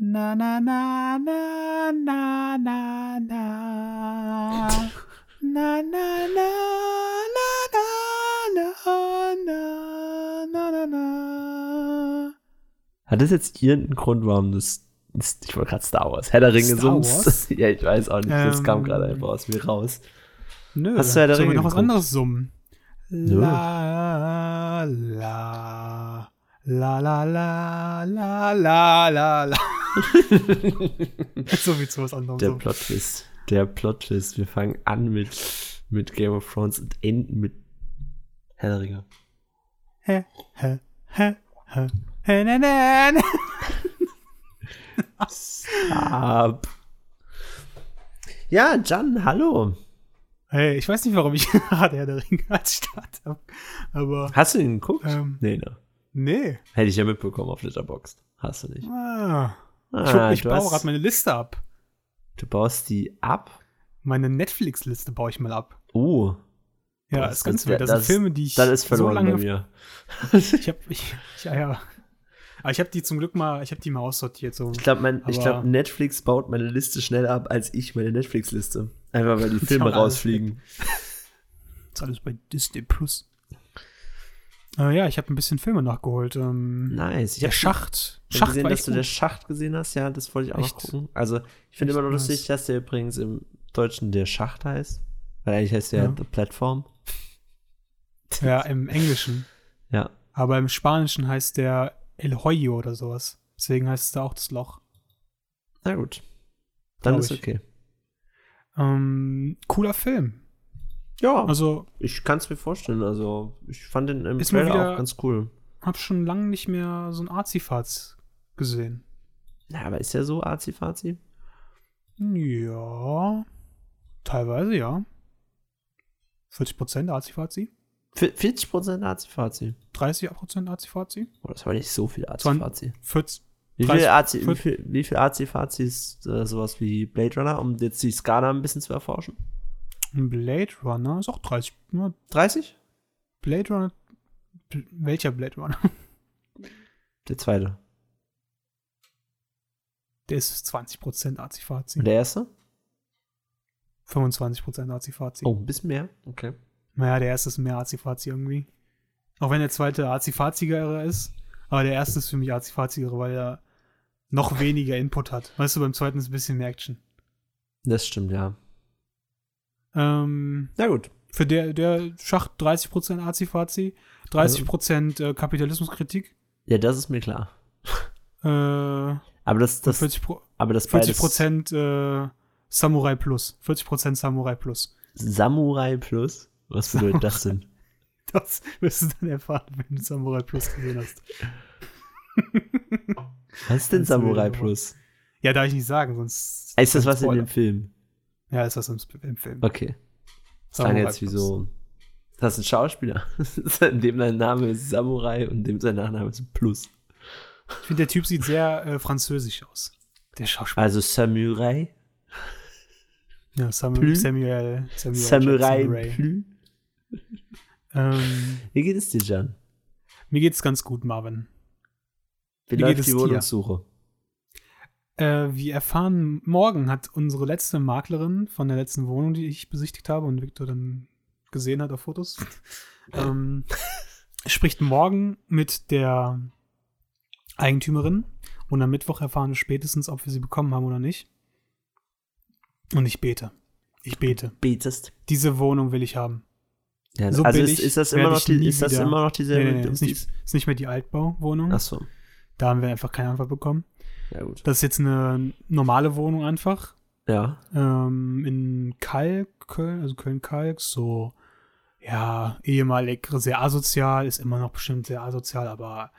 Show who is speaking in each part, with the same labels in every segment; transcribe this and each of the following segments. Speaker 1: Na, na, na, na, na, na, na. Na, na, na, na, na, na, na, na, na, na.
Speaker 2: Hat das jetzt irgendeinen Grund, warum du, S- S- ich wollte gerade Star Wars, Herr der Ringe
Speaker 1: Star
Speaker 2: summst?
Speaker 1: Wars?
Speaker 2: ja, ich weiß auch nicht, das
Speaker 1: Ähm.
Speaker 2: kam gerade einfach aus mir raus.
Speaker 1: Nö,
Speaker 2: Hast du Herr der
Speaker 1: sollen wir
Speaker 2: Ringe
Speaker 1: noch was
Speaker 2: geguckt?
Speaker 1: anderes summen?
Speaker 2: Nö.
Speaker 1: La, la, la, la, la, la, la, la, la. so wie zu was anderem.
Speaker 2: Der
Speaker 1: summen.
Speaker 2: Plot-Twist, der Plot-Twist. Wir fangen an mit, mit Game of Thrones und enden mit Herr der Ringe.
Speaker 1: Hä, hä, hä, hä, hä, na, na, na.
Speaker 2: Ab. Ja, Jan, hallo.
Speaker 1: Hey, ich weiß nicht, warum ich gerade Herr der Ringe als Start habe. Aber
Speaker 2: Hast du ihn geguckt?
Speaker 1: Ähm.
Speaker 2: nee, ne.
Speaker 1: nee.
Speaker 2: Hätte ich ja mitbekommen auf Letterboxd. Hast du nicht.
Speaker 1: Ah, ich
Speaker 2: Ah,
Speaker 1: guck, ich
Speaker 2: du,
Speaker 1: baue
Speaker 2: hast-
Speaker 1: gerade meine Liste ab.
Speaker 2: du baust die ab.
Speaker 1: Meine Netflix-Liste baue ich mal ab.
Speaker 2: Oh,
Speaker 1: Ja,
Speaker 2: Das
Speaker 1: ist ganz
Speaker 2: ist-
Speaker 1: wild. Das,
Speaker 2: das-
Speaker 1: sind Filme, die ich
Speaker 2: das ist verloren
Speaker 1: so
Speaker 2: bei
Speaker 1: lange
Speaker 2: mir.
Speaker 1: Ich habe, ich, ich, ja, ja. Aber ich habe die zum Glück mal, ich habe die mal aussortiert. So.
Speaker 2: Ich glaube, mein, ich
Speaker 1: Aber-
Speaker 2: glaub, Netflix baut meine Liste schneller ab als ich meine Netflix-Liste. Einfach weil die Filme
Speaker 1: hauen alles
Speaker 2: rausfliegen.
Speaker 1: Das ist alles bei Disney Plus. Äh, ja, ich habe ein bisschen Filme nachgeholt. Ähm,
Speaker 2: Nice. Ich
Speaker 1: der
Speaker 2: hab
Speaker 1: Schacht.
Speaker 2: Ich hab
Speaker 1: Schacht
Speaker 2: gesehen,
Speaker 1: war
Speaker 2: dass
Speaker 1: echt
Speaker 2: du den
Speaker 1: gut.
Speaker 2: Schacht gesehen hast. Ja, das wollte ich auch
Speaker 1: Echt?
Speaker 2: noch gucken. Also, ich finde
Speaker 1: Echt
Speaker 2: immer noch lustig,
Speaker 1: nice.
Speaker 2: dass der übrigens im Deutschen der Schacht heißt. Weil eigentlich heißt der halt
Speaker 1: Ja.
Speaker 2: The Platform.
Speaker 1: Ja, im Englischen.
Speaker 2: Ja.
Speaker 1: Aber im Spanischen heißt der El Hoyo oder sowas. Deswegen heißt es da auch das Loch.
Speaker 2: Na gut. Dann
Speaker 1: Glaub
Speaker 2: ist
Speaker 1: ich.
Speaker 2: okay.
Speaker 1: Ähm, cooler Film.
Speaker 2: Ja,
Speaker 1: Also,
Speaker 2: ich kann es mir vorstellen. Also, ich fand den im
Speaker 1: Ist mal
Speaker 2: Trailer
Speaker 1: wieder-
Speaker 2: auch ganz cool.
Speaker 1: hab schon lange nicht mehr so einen Arzi-Fatz gesehen.
Speaker 2: Na, aber ist ja so Azi-Fazi?
Speaker 1: Ja. Teilweise, ja. 40% Arzi-Fazi.
Speaker 2: 40% Azi-Fazi.
Speaker 1: 30% Arzi-Fazi.
Speaker 2: Oh, das war nicht so viel Azi-Fazi.
Speaker 1: 40.
Speaker 2: Wie viel
Speaker 1: 30,
Speaker 2: Azi- wie
Speaker 1: 40.
Speaker 2: viel- wie viel Azi-Fazi ist äh, sowas wie Blade Runner, um jetzt die Skala ein bisschen zu erforschen?
Speaker 1: Ein Blade Runner ist auch 30. Na,
Speaker 2: 30?
Speaker 1: Blade Runner. Bl- Welcher Blade Runner?
Speaker 2: Der zweite.
Speaker 1: Der ist 20% Arzi-Fazi.
Speaker 2: Und der erste?
Speaker 1: 25% Arzi-Fazi.
Speaker 2: Oh, ein bisschen mehr. Okay.
Speaker 1: Naja, der erste ist mehr Azifazi irgendwie. Auch wenn der zweite Azifazigere ist. Aber der erste ist für mich Azifazigere, weil er noch weniger Input hat. Weißt du, beim zweiten ist ein bisschen mehr Action.
Speaker 2: Das stimmt, ja.
Speaker 1: Ähm,
Speaker 2: Na gut.
Speaker 1: für der, der Schacht 30% Azifazi, 30% äh, Kapitalismuskritik,
Speaker 2: Ja, das ist mir klar.
Speaker 1: äh, und
Speaker 2: Aber das, das,
Speaker 1: 40%, Pro-
Speaker 2: aber das
Speaker 1: 40
Speaker 2: beides
Speaker 1: Prozent, äh, Samurai Plus. 40% Samurai Plus.
Speaker 2: Samurai Plus. Was bedeutet das denn?
Speaker 1: Das wirst du dann erfahren, wenn du Samurai Plus gesehen hast.
Speaker 2: Was ist denn
Speaker 1: Das ist eine
Speaker 2: Samurai
Speaker 1: wilde Nummer.
Speaker 2: Plus?
Speaker 1: Ja, darf ich nicht sagen, sonst.
Speaker 2: Ist das was in
Speaker 1: Spoiler.
Speaker 2: dem Film?
Speaker 1: Ja, ist was im, im Film.
Speaker 2: Okay. Sagen jetzt
Speaker 1: Plus.
Speaker 2: wieso. Das ist ein Schauspieler. dem dein Name ist Samurai und dem sein Nachname ist Plus.
Speaker 1: Ich finde, der Typ sieht sehr äh, französisch aus. Der Schauspieler.
Speaker 2: Also Samurai.
Speaker 1: Ja, Samu
Speaker 2: Plü?
Speaker 1: Samuel, Samuel.
Speaker 2: Ah, Samurai
Speaker 1: Jackson Ray.
Speaker 2: Plus.
Speaker 1: Ähm,
Speaker 2: Wie geht es dir, Jan?
Speaker 1: mir geht's ganz gut, Marvin.
Speaker 2: Wie,
Speaker 1: Wie geht
Speaker 2: läuft
Speaker 1: es
Speaker 2: die
Speaker 1: dir?
Speaker 2: Wohnungssuche?
Speaker 1: Äh, wir erfahren, morgen hat unsere letzte Maklerin von der letzten Wohnung, die ich besichtigt habe und Victor dann gesehen hat auf Fotos, ähm, spricht morgen mit der Eigentümerin und am Mittwoch erfahren wir spätestens, ob wir sie bekommen haben oder nicht. Und ich bete. Ich bete.
Speaker 2: Betest.
Speaker 1: Diese Wohnung will ich haben.
Speaker 2: Ja,
Speaker 1: So
Speaker 2: also
Speaker 1: billig
Speaker 2: ist, ist das
Speaker 1: werd
Speaker 2: immer noch
Speaker 1: ich nie
Speaker 2: die, ist das
Speaker 1: wieder-
Speaker 2: immer noch dieselbe?
Speaker 1: Nee, nee, nee, ist nicht, ist nicht mehr die Altbauwohnung.
Speaker 2: Achso.
Speaker 1: Da haben wir einfach keine Antwort bekommen.
Speaker 2: Ja, gut.
Speaker 1: Das ist jetzt eine normale Wohnung einfach.
Speaker 2: Ja.
Speaker 1: Ähm, in Kalk, Köln, also Köln-Kalk, so, ja, ehemalig sehr asozial, ist immer noch bestimmt sehr asozial, aber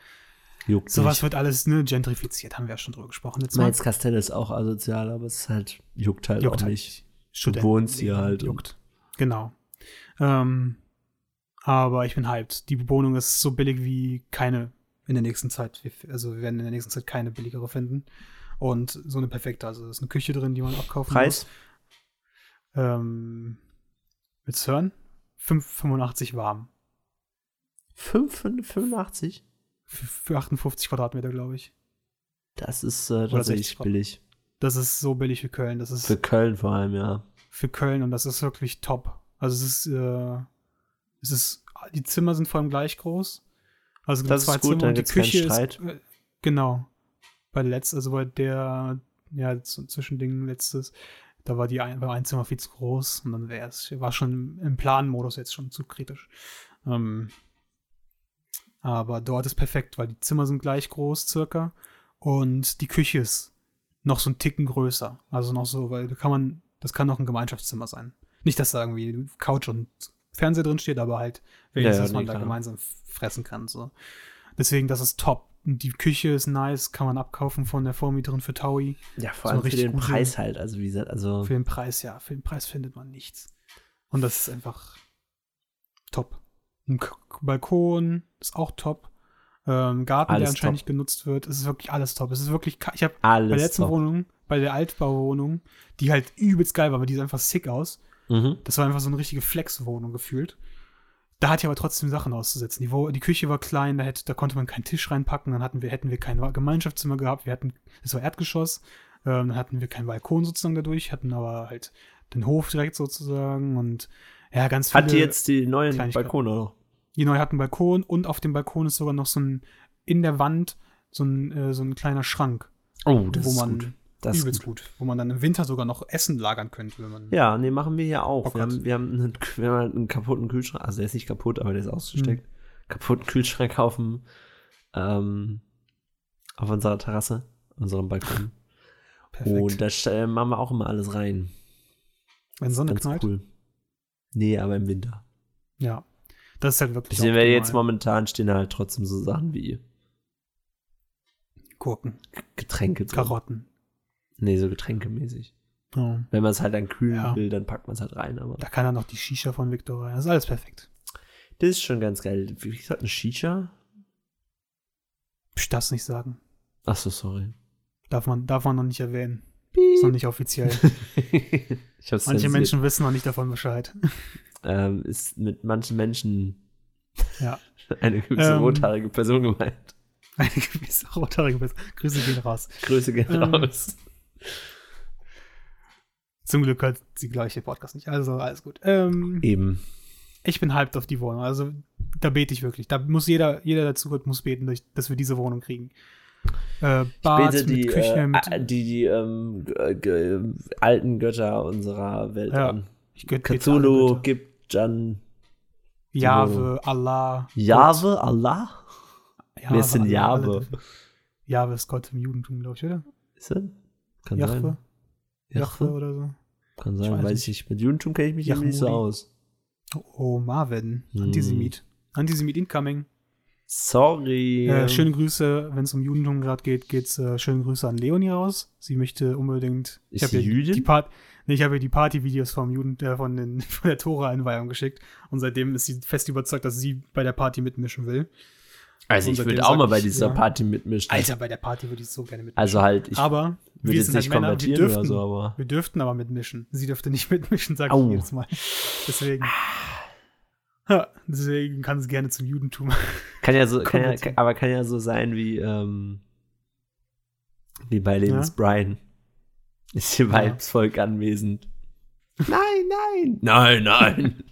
Speaker 2: Juckt
Speaker 1: sowas
Speaker 2: nicht.
Speaker 1: wird alles, ne, gentrifiziert, haben wir ja schon drüber gesprochen. Jetzt
Speaker 2: Mainz Kastell ist auch asozial, aber es ist halt, juckt halt
Speaker 1: Juckt
Speaker 2: auch
Speaker 1: halt
Speaker 2: nicht.
Speaker 1: Studenten-
Speaker 2: wohnst hier halt und-
Speaker 1: Juckt. Genau. Ähm, aber ich bin hyped. Die Bewohnung ist so billig wie keine in der nächsten Zeit. Wir- Also wir werden in der nächsten Zeit keine billigere finden. Und so eine perfekte. Also es ist eine Küche drin, die man abkaufen
Speaker 2: Preis?
Speaker 1: muss. Ähm, willst du hören? 5,85 warm.
Speaker 2: 5,85?
Speaker 1: Für, für 58 Quadratmeter, glaube ich.
Speaker 2: Das ist äh,
Speaker 1: Oder 60
Speaker 2: tatsächlich
Speaker 1: Franken.
Speaker 2: billig.
Speaker 1: Das ist so billig für Köln. Das ist
Speaker 2: Für Köln vor allem, ja.
Speaker 1: für Köln und das ist wirklich top. Also es ist, äh, es ist, die Zimmer sind vor allem gleich groß. Also es gibt
Speaker 2: Das ist gut, dann
Speaker 1: und die
Speaker 2: gibt's keinen
Speaker 1: Küche ist,
Speaker 2: Streit.
Speaker 1: äh, genau. Bei der letzten, also bei der, ja, z- Zwischending letztes, da war die ein, war ein Zimmer viel zu groß und dann wäre es, war schon im Planmodus jetzt schon zu kritisch. Ähm, aber dort ist perfekt, weil die Zimmer sind gleich groß circa und die Küche ist noch so einen Ticken größer. Also noch so, weil da kann man, das kann noch ein Gemeinschaftszimmer sein. Nicht, dass da irgendwie Couch und Fernseher drin steht, aber halt wenigstens,
Speaker 2: Ja, ja,
Speaker 1: dass man
Speaker 2: nee,
Speaker 1: da
Speaker 2: klar.
Speaker 1: gemeinsam fressen kann. So. Deswegen, das ist top. Und Die Küche ist nice, kann man abkaufen von der Vormieterin für Taui.
Speaker 2: Ja, vor
Speaker 1: So
Speaker 2: allem für
Speaker 1: richtig
Speaker 2: den
Speaker 1: gute-
Speaker 2: Preis halt. Also, wie gesagt, also.
Speaker 1: Für den Preis, ja, für den Preis findet man nichts. Und das ist einfach top. Ein K Balkon ist auch top. Ähm, Garten,
Speaker 2: Alles
Speaker 1: der anscheinend
Speaker 2: top.
Speaker 1: nicht genutzt wird. Es ist wirklich alles top. Es ist wirklich, ka- ich habe bei der
Speaker 2: Alles.
Speaker 1: letzten
Speaker 2: top.
Speaker 1: Wohnung, bei der Altbauwohnung, die halt übelst geil war, aber die sah einfach sick aus.
Speaker 2: Mhm.
Speaker 1: Das war einfach so eine richtige Flex-Wohnung gefühlt. Da hatte ich aber trotzdem Sachen auszusetzen. Die, Wo die Küche war klein, da, hätte, da konnte man keinen Tisch reinpacken, dann hatten wir, hätten wir kein Wa- Gemeinschaftszimmer gehabt, wir hatten, es war Erdgeschoss, ähm, dann hatten wir keinen Balkon sozusagen dadurch, hatten aber halt den Hof direkt sozusagen und ja, ganz viele.
Speaker 2: Hat die jetzt die neuen
Speaker 1: Kleinigkeiten.
Speaker 2: Balkone noch?
Speaker 1: Die neue hat einen Balkon und auf dem Balkon ist sogar noch so ein, in der Wand, so ein, äh, so ein kleiner Schrank,
Speaker 2: Oh,
Speaker 1: wo man
Speaker 2: Das ist
Speaker 1: übelst
Speaker 2: gut.
Speaker 1: gut. Wo man dann im Winter sogar noch Essen lagern könnte, wenn man.
Speaker 2: Ja, nee, machen wir hier auch.
Speaker 1: Oh Gott.
Speaker 2: wir, haben, wir, haben einen, wir haben halt einen kaputten Kühlschrank. Also, der ist nicht kaputt, aber der ist ausgesteckt.
Speaker 1: Hm.
Speaker 2: Kaputten Kühlschrank auf dem, ähm, auf unserer Terrasse, unserem Balkon. Und da st- äh, machen wir auch immer alles rein.
Speaker 1: Wenn Sonne
Speaker 2: Ganz
Speaker 1: knallt.
Speaker 2: cool. Nee, aber im Winter.
Speaker 1: Ja. Das ist halt wirklich.
Speaker 2: Sehen wir
Speaker 1: optimal.
Speaker 2: jetzt momentan stehen halt trotzdem so Sachen wie
Speaker 1: Gurken,
Speaker 2: Getränke drin.
Speaker 1: Karotten.
Speaker 2: Nee, so getränkemäßig.
Speaker 1: Ja.
Speaker 2: Wenn man es halt dann kühlen
Speaker 1: Ja.
Speaker 2: will, dann packt man es halt rein. Aber
Speaker 1: Da kann dann noch die Shisha von Victor rein. Das ist alles perfekt.
Speaker 2: das ist schon ganz geil. Wie gesagt, eine Shisha?
Speaker 1: Ich darf es nicht sagen.
Speaker 2: Achso, sorry.
Speaker 1: Darf man, darf man noch nicht erwähnen. Ist noch nicht offiziell.
Speaker 2: ich hab's
Speaker 1: Manche
Speaker 2: zensiert.
Speaker 1: Menschen wissen noch nicht davon Bescheid.
Speaker 2: Ähm, ist mit manchen Menschen
Speaker 1: Ja.
Speaker 2: eine gewisse
Speaker 1: Ähm.
Speaker 2: rothaarige Person gemeint.
Speaker 1: Eine gewisse rothaarige Person. Grüße gehen raus.
Speaker 2: Grüße gehen
Speaker 1: Ähm.
Speaker 2: raus.
Speaker 1: Zum Glück hört sie gleiche Podcast nicht. Also alles gut. Ähm,
Speaker 2: Eben.
Speaker 1: ich bin hyped auf die Wohnung. Also da bete ich wirklich. Da muss jeder, jeder der zuhört, muss beten, durch- dass wir diese Wohnung kriegen. Äh, Bad
Speaker 2: Bete die,
Speaker 1: mit Küche,
Speaker 2: äh,
Speaker 1: mit,
Speaker 2: äh, die, die ähm, g- g- alten Götter unserer Welt
Speaker 1: Ja.
Speaker 2: an.
Speaker 1: ich geh- bete alle
Speaker 2: Cthulhu,
Speaker 1: Götter.
Speaker 2: Gibjan,
Speaker 1: Jahwe, Allah. Gott.
Speaker 2: Jahwe, Allah?
Speaker 1: Jahwe,
Speaker 2: Wir sind
Speaker 1: alle-
Speaker 2: Jahwe.
Speaker 1: alle dürfen- Jahwe ist Gott im Judentum, glaube ich, oder?
Speaker 2: Ist das? Kann
Speaker 1: Jahwe?
Speaker 2: sein.
Speaker 1: Jahwe oder so.
Speaker 2: Kann sein,
Speaker 1: Ich weiß
Speaker 2: weiß, ich nicht. Mit Judentum kenne ich mich irgendwie nicht so
Speaker 1: Jachmudi.
Speaker 2: aus.
Speaker 1: Oh, Marvin.
Speaker 2: Hm.
Speaker 1: Antisemit. Antisemit incoming.
Speaker 2: Sorry.
Speaker 1: Äh, schöne Grüße, wenn es um Judentum gerade geht, geht's äh, schöne Grüße an Leonie raus. Sie möchte unbedingt.
Speaker 2: Ist
Speaker 1: hab
Speaker 2: sie
Speaker 1: ihr
Speaker 2: Jüdin?
Speaker 1: Die Part, nee, ich habe ihr die Partyvideos vom Juden, äh, von, den, von der Tora-Einweihung geschickt. Und seitdem ist sie fest überzeugt, dass sie bei der Party mitmischen will.
Speaker 2: also ich
Speaker 1: unter dem
Speaker 2: würde auch mal
Speaker 1: sag
Speaker 2: bei
Speaker 1: ich,
Speaker 2: dieser
Speaker 1: ja.
Speaker 2: Party mitmischen.
Speaker 1: Alter, bei der Party würde ich so gerne mitmischen.
Speaker 2: Also halt, ich würde
Speaker 1: aber wir
Speaker 2: jetzt
Speaker 1: sind halt
Speaker 2: nicht
Speaker 1: Männer, wir
Speaker 2: konvertieren
Speaker 1: dürften,
Speaker 2: oder so, aber.
Speaker 1: wir dürften aber mitmischen. Sie dürfte nicht mitmischen, sage
Speaker 2: Au. Ah.
Speaker 1: ich jedes Mal. Deswegen. Ja, deswegen kann es gerne zum Judentum.
Speaker 2: Kann ja so, kann ja,
Speaker 1: Konvertieren.
Speaker 2: kann, aber kann ja so sein wie, ähm, wie bei Lebens
Speaker 1: Ja.
Speaker 2: Brian. Ist hier
Speaker 1: Ja.
Speaker 2: Weibsvolk anwesend. Nein, nein. Nein, nein.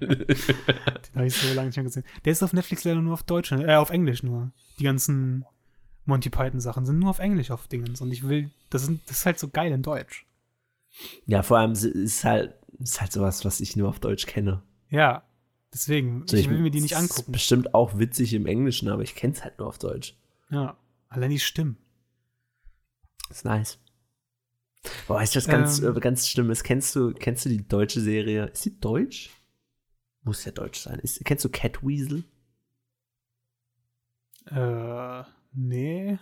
Speaker 1: Den habe ich so lange nicht mehr gesehen. Der ist auf Netflix leider nur auf Deutsch, äh, auf Englisch nur. Die ganzen Monty Python-Sachen sind nur auf Englisch auf Dingens. Und ich will, das, sind, das ist halt so geil in Deutsch.
Speaker 2: ja, vor allem es ist halt, ist halt sowas, was ich nur auf Deutsch kenne.
Speaker 1: Ja, deswegen,
Speaker 2: So,
Speaker 1: ich will mir die nicht
Speaker 2: es Ist
Speaker 1: angucken.
Speaker 2: bestimmt auch witzig im Englischen, aber ich kenne es halt nur auf Deutsch.
Speaker 1: Ja, allein die Stimmen.
Speaker 2: Ist nice. Boah, ist das ganz,
Speaker 1: Ähm.
Speaker 2: äh, ganz Schlimmes. Kennst du, kennst du die deutsche Serie? Ist die deutsch? Muss ja deutsch sein. Ist, kennst du Catweasel?
Speaker 1: Äh, nee.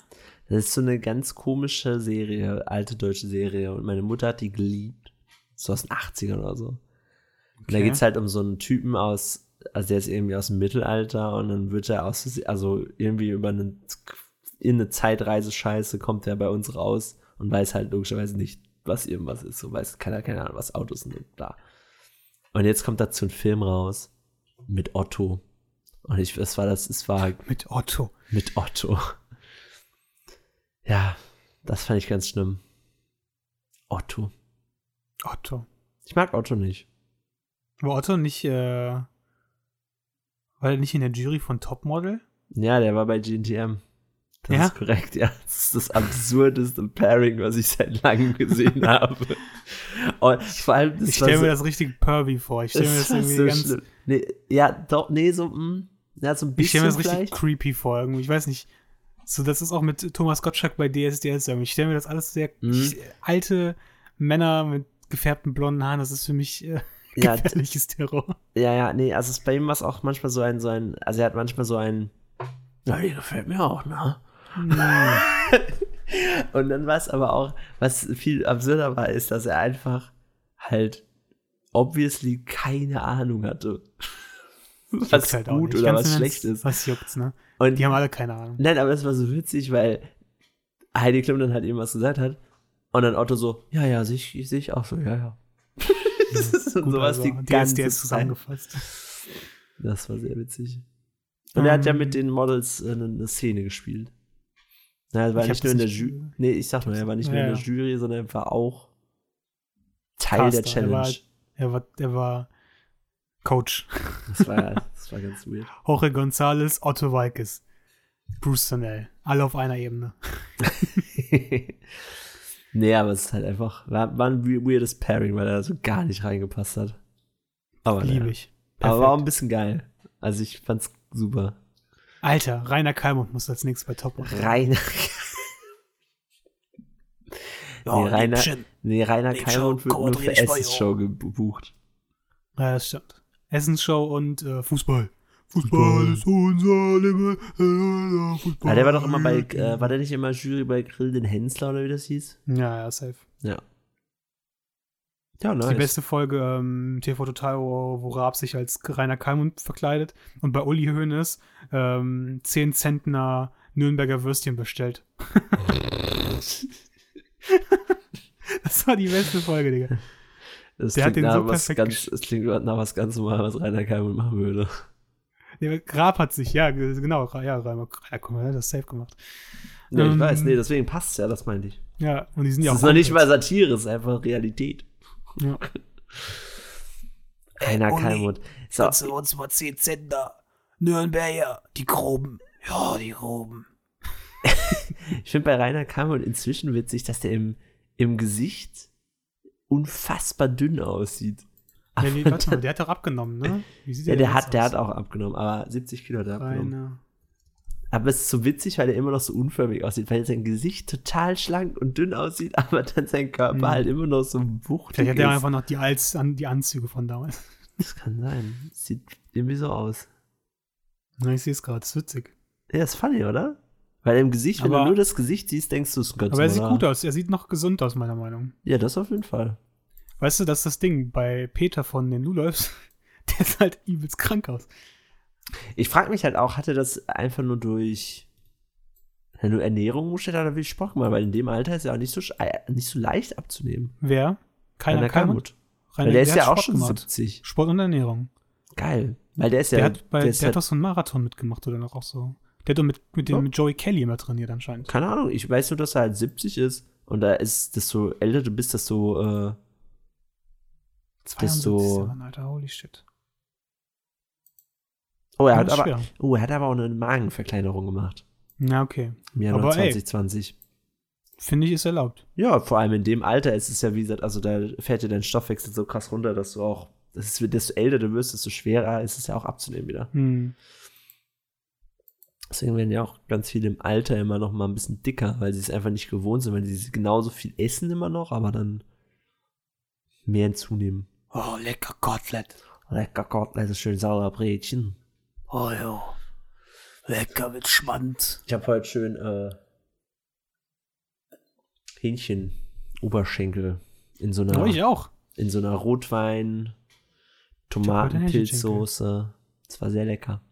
Speaker 2: Das ist so eine ganz komische Serie, alte deutsche Serie. Und meine Mutter hat die geliebt. So aus den 80ern oder so. Und da
Speaker 1: Okay.
Speaker 2: geht es halt um so einen Typen aus, also der ist irgendwie aus dem Mittelalter und dann wird er aus, also irgendwie über eine, in eine Zeitreise-Scheiße kommt er bei uns raus und weiß halt logischerweise nicht, was irgendwas ist. So weiß keiner, keine Ahnung, was Autos sind und bla. Und jetzt kommt dazu ein Film raus mit Otto. Und ich, es war das, es war
Speaker 1: Mit Otto.
Speaker 2: mit Otto. Ja, das fand ich ganz schlimm. Otto.
Speaker 1: Otto.
Speaker 2: Ich mag Otto nicht.
Speaker 1: War Otto nicht, äh, war er nicht in der Jury von Topmodel?
Speaker 2: Ja, der war bei GNTM. Das
Speaker 1: Ja?
Speaker 2: ist korrekt, ja. Das ist das absurdeste Pairing, was ich seit langem gesehen habe. Und vor allem, das
Speaker 1: ich
Speaker 2: war
Speaker 1: stelle
Speaker 2: so-
Speaker 1: mir das richtig pervy vor. Ich stelle mir das
Speaker 2: war
Speaker 1: irgendwie
Speaker 2: so
Speaker 1: ganz,
Speaker 2: schlimm. Nee, ja, doch, nee, so, mm, ja, so ein
Speaker 1: ich stelle mir
Speaker 2: bisschen
Speaker 1: das richtig
Speaker 2: vielleicht.
Speaker 1: creepy vor. Irgendwie. Ich weiß nicht. So, das ist auch mit Thomas Gottschalk bei DSDS. irgendwie. Ich stelle mir das alles sehr
Speaker 2: Mhm.
Speaker 1: ich, alte Männer mit gefärbten blonden Haaren. Das ist für mich äh,
Speaker 2: Ja,
Speaker 1: gefährliches Terror.
Speaker 2: ja, ja, nee, also es- bei ihm war es auch manchmal so ein, so ein, also er hat manchmal so ein, na, die gefällt mir auch, ne? Und dann war es aber auch, was viel absurder war, ist, dass er einfach halt obviously keine Ahnung hatte, was
Speaker 1: Juckt's halt auch
Speaker 2: gut
Speaker 1: nicht.
Speaker 2: oder
Speaker 1: Ganz
Speaker 2: was
Speaker 1: im
Speaker 2: schlecht
Speaker 1: Ernst,
Speaker 2: ist.
Speaker 1: Was juckt's, ne?
Speaker 2: Und
Speaker 1: Die haben alle keine Ahnung.
Speaker 2: Nein, aber es war so witzig, weil Heidi Klum dann halt eben was gesagt hat. Und dann Otto so, ja, ja, sehe ich, sehe ich auch so, ja, ja. das ist
Speaker 1: Gut,
Speaker 2: sowas
Speaker 1: also,
Speaker 2: die ganze
Speaker 1: DSDS
Speaker 2: Zeit.
Speaker 1: zusammengefasst.
Speaker 2: Das war sehr witzig. Und er hat
Speaker 1: Ähm.
Speaker 2: ja mit den Models äh, eine, eine Szene gespielt. Na, er war
Speaker 1: Ich hab
Speaker 2: nicht
Speaker 1: das
Speaker 2: nur in der
Speaker 1: nicht-
Speaker 2: Jury. Nee, ich sag nur, er war nicht nur
Speaker 1: Ja,
Speaker 2: in der
Speaker 1: ja.
Speaker 2: Jury, sondern er war auch Teil
Speaker 1: Caster,
Speaker 2: der
Speaker 1: er
Speaker 2: Challenge.
Speaker 1: war- halt Er war, er war Coach.
Speaker 2: Das, war, das war ganz weird.
Speaker 1: Jorge González, Otto Walkes, Bruce Sanel. Alle auf einer Ebene.
Speaker 2: nee, aber es ist halt einfach, war, war ein we- weirdes Pairing, weil er so gar nicht reingepasst hat. Aber,
Speaker 1: Liebe
Speaker 2: naja.
Speaker 1: ich.
Speaker 2: aber war auch ein
Speaker 1: Perfekt.
Speaker 2: bisschen geil. Also ich fand's super.
Speaker 1: Alter, Rainer Kalmund muss als nächstes bei Top Model.
Speaker 2: Rainer. nee, Rainer, nee, Rainer
Speaker 1: Liebchen,
Speaker 2: Kalmund wird
Speaker 1: komm,
Speaker 2: nur
Speaker 1: dreh
Speaker 2: für
Speaker 1: dich bei,
Speaker 2: Essensshow gebucht.
Speaker 1: Ja, das stimmt. Essensshow und äh, Fußball.
Speaker 2: Fußball.
Speaker 1: Fußball ist unser Leben. äh, Fußball.
Speaker 2: Ah, der war doch immer bei, äh, war der nicht immer Jury bei Grill den Hensler oder wie das hieß?
Speaker 1: ja, ja, safe.
Speaker 2: Ja. Ja,
Speaker 1: Das
Speaker 2: nice.
Speaker 1: ist Die beste Folge ähm, TV Total, wo, wo Raab sich als Rainer Kalmund verkleidet und bei Uli Hoeneß ähm, 10 Zentner Nürnberger Würstchen bestellt. das war die beste Folge, Digga.
Speaker 2: Das
Speaker 1: der hat
Speaker 2: klingt
Speaker 1: den
Speaker 2: nach
Speaker 1: so
Speaker 2: was
Speaker 1: perfekt
Speaker 2: ganz,
Speaker 1: gesch-
Speaker 2: es klingt nach was ganz normal, was Rainer Kalmund machen würde.
Speaker 1: Der Raab hat sich, ja, g- genau, Ra- ja, Rainer Kalmund hat das safe gemacht.
Speaker 2: Nee, ich
Speaker 1: Ähm,
Speaker 2: weiß, nee, deswegen passt ja, das meinte ich.
Speaker 1: Ja, und die sind ja
Speaker 2: Das
Speaker 1: auch.
Speaker 2: ist noch nicht mal Satire, es ist einfach Realität.
Speaker 1: Ja. Äh,
Speaker 2: Keiner
Speaker 3: Uli,
Speaker 2: Kalmut. So,
Speaker 3: Kannst du uns mal 10 Cent da? Nürnberger, die Groben. Ja, die Groben.
Speaker 2: ich finde bei Rainer Kalmut inzwischen witzig, dass der im, im Gesicht unfassbar dünn aussieht. Aber
Speaker 1: Ja, wie, warte mal, der hat doch abgenommen, ne? Wie sieht
Speaker 2: ja, der,
Speaker 1: jetzt
Speaker 2: hat, der
Speaker 1: aus?
Speaker 2: hat auch abgenommen, aber 70 Kilo hat er abgenommen.
Speaker 1: Rainer.
Speaker 2: Aber es ist so witzig, weil er immer noch so unförmig aussieht, weil sein Gesicht total schlank und dünn aussieht, aber dann sein Körper
Speaker 1: Hm.
Speaker 2: halt immer noch so wuchtig
Speaker 1: Vielleicht
Speaker 2: ist.
Speaker 1: hat der einfach noch die, Als, an, die Anzüge von damals.
Speaker 2: das kann sein. Sieht irgendwie so aus.
Speaker 1: Na, ich sehe es gerade, ist witzig.
Speaker 2: Ja, ist funny, oder? Weil im Gesicht, wenn
Speaker 1: Aber-
Speaker 2: du nur das Gesicht siehst, denkst du, es ist ein ganz
Speaker 1: Aber er sieht
Speaker 2: normaler.
Speaker 1: gut aus. Er sieht noch gesund aus, meiner Meinung.
Speaker 2: Ja, das auf jeden Fall.
Speaker 1: Weißt du, das ist das Ding. Bei Peter von den Du läufst, der sah halt übelst krank aus.
Speaker 2: Ich frage mich halt auch, hat er das einfach nur durch ja, nur Ernährung umgestellt oder wie Sport gemacht? Weil in dem Alter ist ja auch nicht so, sch- äh, nicht so leicht abzunehmen.
Speaker 1: Wer? Keiner
Speaker 2: Rainer
Speaker 1: Kalmut.
Speaker 2: Weil
Speaker 1: Rainer-
Speaker 2: der ist
Speaker 1: hat
Speaker 2: ja auch
Speaker 1: Sport
Speaker 2: schon
Speaker 1: gemacht.
Speaker 2: 70.
Speaker 1: Sport und Ernährung.
Speaker 2: Geil. Weil der ist ja.
Speaker 1: Der, hat, bei,
Speaker 2: der
Speaker 1: der,
Speaker 2: ist
Speaker 1: hat
Speaker 2: ja
Speaker 1: doch so einen Marathon mitgemacht oder noch auch so. Der hat doch mit, mit, dem,
Speaker 2: Ja.
Speaker 1: mit Joey Kelly immer trainiert anscheinend.
Speaker 2: keine Ahnung, ich weiß nur, dass er halt 70 ist. Und da ist, desto älter du bist, desto. Äh, Das ist so-
Speaker 1: 72 Mann, Alter, holy shit.
Speaker 2: oh, er
Speaker 1: Ja,
Speaker 2: hat
Speaker 1: das ist
Speaker 2: aber,
Speaker 1: schwer.
Speaker 2: oh, er hat aber auch eine Magenverkleinerung gemacht.
Speaker 1: Na, okay.
Speaker 2: Im Januar
Speaker 1: Aber ey.
Speaker 2: 2020.
Speaker 1: Finde ich, ist erlaubt.
Speaker 2: Ja, vor allem in dem Alter ist es ja, wie gesagt, also da fährt ja dein Stoffwechsel so krass runter, dass du auch, das ist, desto älter du wirst, desto schwerer ist es ja auch abzunehmen wieder.
Speaker 1: Hm.
Speaker 2: Deswegen werden ja auch ganz viele im Alter immer noch mal ein bisschen dicker, weil sie es einfach nicht gewohnt sind, weil sie genauso viel essen immer noch, aber dann mehr hinzunehmen.
Speaker 3: Oh, lecker Kotelett.
Speaker 2: Lecker Gott, das ist schön sauer Brötchen.
Speaker 3: Oh ja. Lecker mit Schmand.
Speaker 2: Ich habe heute schön äh, Hähnchen Oberschenkel in so einer
Speaker 1: Aber Oh, ich auch.
Speaker 2: in so einer Rotwein
Speaker 1: hab heute einen
Speaker 2: Tomatenpilzsoße. Das war sehr lecker.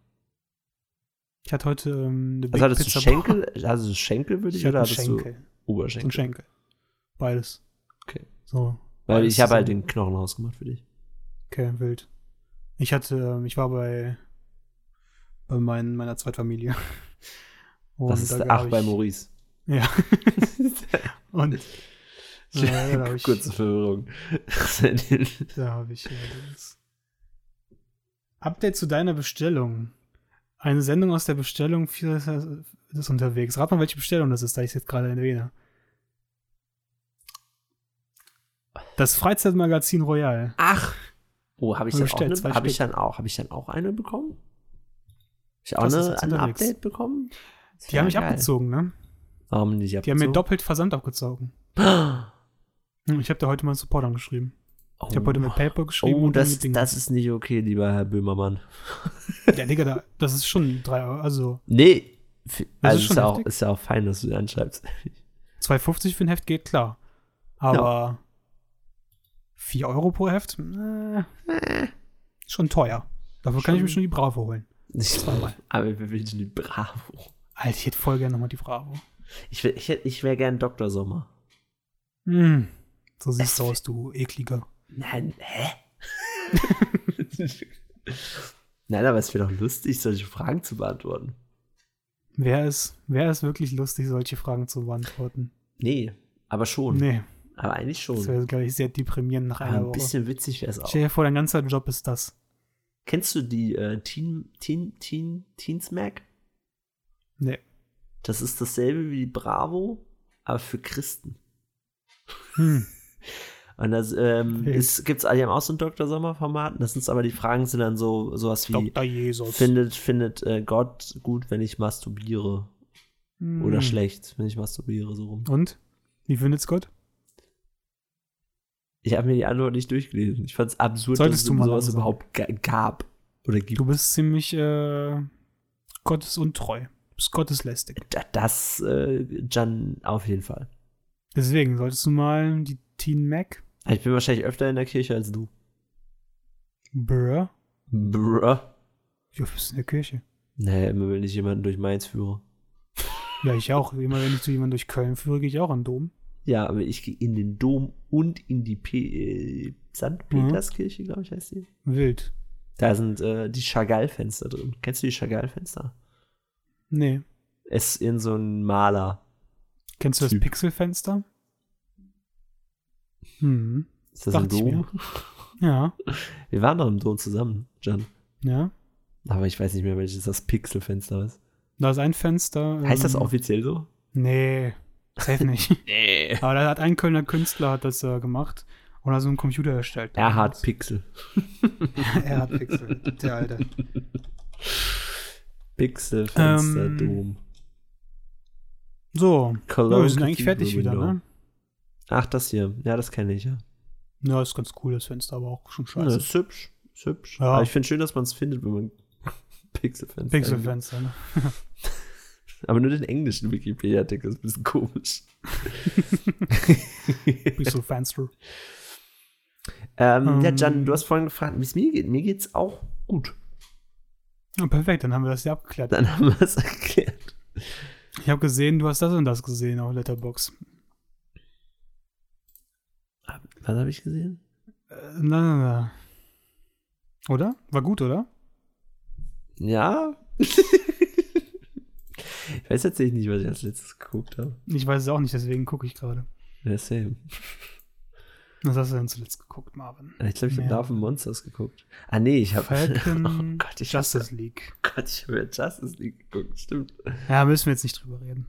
Speaker 1: Ich hatte heute ähm, eine
Speaker 2: Also hattest du
Speaker 1: Pizza-
Speaker 2: Schenkel, also du Schenkel würde ich,
Speaker 1: Ich
Speaker 2: oder
Speaker 1: hatte einen
Speaker 2: hattest
Speaker 1: Schenkel.
Speaker 2: du
Speaker 1: Und
Speaker 2: Oberschenkel?
Speaker 1: Schenkel. Beides.
Speaker 2: Okay.
Speaker 1: So,
Speaker 2: Weil
Speaker 1: Beides
Speaker 2: ich habe halt
Speaker 1: zusammen.
Speaker 2: den Knochen rausgemacht für dich.
Speaker 1: okay, wild. Ich hatte, ähm, ich war bei, bei mein, meiner Zweitfamilie. Und
Speaker 2: Das ist
Speaker 1: Oh, da
Speaker 2: der
Speaker 1: hab
Speaker 2: Ach bei
Speaker 1: ich-
Speaker 2: Maurice.
Speaker 1: Ja. Und äh, da habe ich,
Speaker 2: Kurze Verwirrung.
Speaker 1: da hab ich allerdings. Update zu deiner Bestellung. Eine Sendung aus der Bestellung vieles ist unterwegs. Rat mal, welche Bestellung das ist, da ich es jetzt gerade erwähne. Das Freizeitmagazin Royal.
Speaker 2: Ach! Oh, habe ich,
Speaker 1: Haben wir
Speaker 2: dann auch
Speaker 1: bestellt,
Speaker 2: eine-
Speaker 1: zwei
Speaker 2: hab ich
Speaker 1: Stück.
Speaker 2: dann auch, habe ich dann auch eine bekommen? Hab ich auch
Speaker 1: Das ist
Speaker 2: eine,
Speaker 1: jetzt
Speaker 2: ein
Speaker 1: unterwegs.
Speaker 2: Update bekommen? Das
Speaker 1: Die haben
Speaker 2: wär
Speaker 1: mich
Speaker 2: geil.
Speaker 1: abgezogen, ne?
Speaker 2: Warum nicht abgezogen?
Speaker 1: Die haben mir doppelt Versand abgezogen. Hm, Ich habe da heute mal einen Support angeschrieben.
Speaker 2: Oh,
Speaker 1: Ich habe heute mit Paper geschrieben
Speaker 2: oh
Speaker 1: und dann
Speaker 2: das,
Speaker 1: mit Ding.
Speaker 2: das ist nicht okay, lieber Herr Böhmermann.
Speaker 1: Ja, Digga, da, das ist schon drei Euro. Also
Speaker 2: Nee, f-
Speaker 1: Das
Speaker 2: also
Speaker 1: ist
Speaker 2: ist,
Speaker 1: schon
Speaker 2: ja auch,
Speaker 1: heftig.
Speaker 2: ist ja auch fein, dass du sie anschreibst.
Speaker 1: 2,50 für ein Heft geht klar. Aber vier 4 Euro pro Heft? Äh, schon teuer. Dafür kann ich mir schon die Bravo holen.
Speaker 2: Nicht
Speaker 1: Zweimal.
Speaker 2: Aber wir wünschen die Bravo.
Speaker 1: Alter, ich hätte voll gerne nochmal die Bravo.
Speaker 2: Ich, wär- ich, hätt- ich wäre gern Dr. Sommer.
Speaker 1: Hm, So siehst
Speaker 2: Es
Speaker 1: du
Speaker 2: wär-
Speaker 1: aus, du ekliger.
Speaker 2: Nein, hä? Nein, aber es wäre doch lustig, solche Fragen zu beantworten.
Speaker 1: Wer ist, wer ist wirklich lustig, solche Fragen zu beantworten?
Speaker 2: Nee, aber schon.
Speaker 1: Nee,
Speaker 2: Aber eigentlich
Speaker 1: das
Speaker 2: schon.
Speaker 1: wäre, glaube ich, sehr deprimierend nach
Speaker 2: Aber
Speaker 1: einer
Speaker 2: ein
Speaker 1: Woche.
Speaker 2: bisschen witzig wäre es auch.
Speaker 1: Stell dir vor, dein ganzer Job ist das.
Speaker 2: Kennst du die äh, Teen, Teen, Teen, Teen Smack?
Speaker 1: Nee.
Speaker 2: Das ist dasselbe wie Bravo, aber für Christen.
Speaker 1: Hm.
Speaker 2: Und das ähm,
Speaker 1: Okay.
Speaker 2: ist, gibt's, die haben auch so ein Dr. Sommer-Format. Das sind aber die Fragen sind dann so sowas wie
Speaker 1: Dr. Jesus.
Speaker 2: findet findet äh, Gott gut, wenn ich masturbiere
Speaker 1: Hm.
Speaker 2: oder schlecht, wenn ich masturbiere so rum.
Speaker 1: Und? Wie findet's Gott?
Speaker 2: Ich habe mir die Antwort nicht durchgelesen. Ich fand's absurd,
Speaker 1: Solltest
Speaker 2: dass
Speaker 1: du mal
Speaker 2: es sowas
Speaker 1: langsam.
Speaker 2: überhaupt ga- gab oder gibt.
Speaker 1: Du bist ziemlich äh, gottesuntreu. Du bist gotteslästig.
Speaker 2: Da- Das äh, Jan auf jeden Fall.
Speaker 1: Deswegen solltest du mal die Teen Mac,
Speaker 2: Also Ich bin wahrscheinlich öfter in der Kirche als du.
Speaker 1: bruh,
Speaker 2: Bruh.
Speaker 1: ja, du bist in der Kirche.
Speaker 2: Nee, immer wenn ich jemanden durch Mainz führe.
Speaker 1: Ja, ich auch. Immer wenn ich zu jemandem durch Köln führe, gehe ich auch an den Dom.
Speaker 2: Ja, aber ich gehe in den Dom und in die P äh, St.
Speaker 1: Mhm.
Speaker 2: Peterskirche, glaube ich, heißt die.
Speaker 1: Wild.
Speaker 2: Da sind äh, die Chagall-Fenster drin. Kennst du die Chagall-Fenster?
Speaker 1: Nee.
Speaker 2: Es ist in so ein Maler.
Speaker 1: Kennst du das
Speaker 2: Typ.
Speaker 1: Pixelfenster? Hm.
Speaker 2: Ist das
Speaker 1: Dachte
Speaker 2: ein
Speaker 1: ich
Speaker 2: Dom?
Speaker 1: Ja.
Speaker 2: Wir waren doch im Dom zusammen, Jan.
Speaker 1: Ja.
Speaker 2: Aber ich weiß nicht mehr, welches das Pixelfenster ist.
Speaker 1: Da ist ein Fenster.
Speaker 2: Heißt das
Speaker 1: ähm,
Speaker 2: offiziell so?
Speaker 1: Nee. Safe nicht.
Speaker 2: Nee.
Speaker 1: Aber da hat ein Kölner Künstler hat das äh, gemacht und hat so einen Computer erstellt.
Speaker 2: Erhard Pixel.
Speaker 1: Er hat Pixel. Der Alte.
Speaker 2: Pixelfenster,
Speaker 1: Ähm,
Speaker 2: Dom.
Speaker 1: So. Ja,
Speaker 2: Cologne
Speaker 1: wir sind eigentlich
Speaker 2: Cathedral
Speaker 1: fertig wieder,
Speaker 2: Window.
Speaker 1: ne?
Speaker 2: Ach, das hier. Ja, das kenne ich, ja.
Speaker 1: Ja, ist ganz cool, das Fenster, aber auch schon
Speaker 2: Ja,
Speaker 1: scheiße.
Speaker 2: ist hübsch. Ist hübsch.
Speaker 1: Ja.
Speaker 2: Aber ich finde schön, dass man es findet, wenn man Pixelfenster. eingibt.
Speaker 1: Pixelfenster, ne?
Speaker 2: Aber nur den englischen Wikipedia-Artikel ist ein bisschen komisch.
Speaker 1: Pixelfenster.
Speaker 2: ähm, ja,
Speaker 1: Ähm.
Speaker 2: Jan, du hast vorhin gefragt, wie es mir geht. Mir geht's auch gut.
Speaker 1: Ja, perfekt, dann haben wir das ja abgeklärt.
Speaker 2: Dann haben wir es erklärt.
Speaker 1: Ich habe gesehen, du hast das und das gesehen auf Letterbox.
Speaker 2: Was habe ich gesehen?
Speaker 1: Äh, na, na, na. Oder? War gut, oder?
Speaker 2: Ja. ich weiß tatsächlich nicht, was ich als letztes geguckt habe.
Speaker 1: Ich weiß es auch nicht, deswegen gucke ich gerade.
Speaker 2: Ja, same.
Speaker 1: Was hast du denn zuletzt geguckt, Marvin?
Speaker 2: Ah, Ich glaube, ich
Speaker 1: Ja.
Speaker 2: habe Love and Monsters geguckt. Ah, nee, ich habe.
Speaker 1: Falcon
Speaker 2: Oh Gott, ich hasse
Speaker 1: Justice League.
Speaker 2: Gott, ich habe ja Justice League geguckt, stimmt.
Speaker 1: Ja, müssen wir jetzt nicht drüber reden.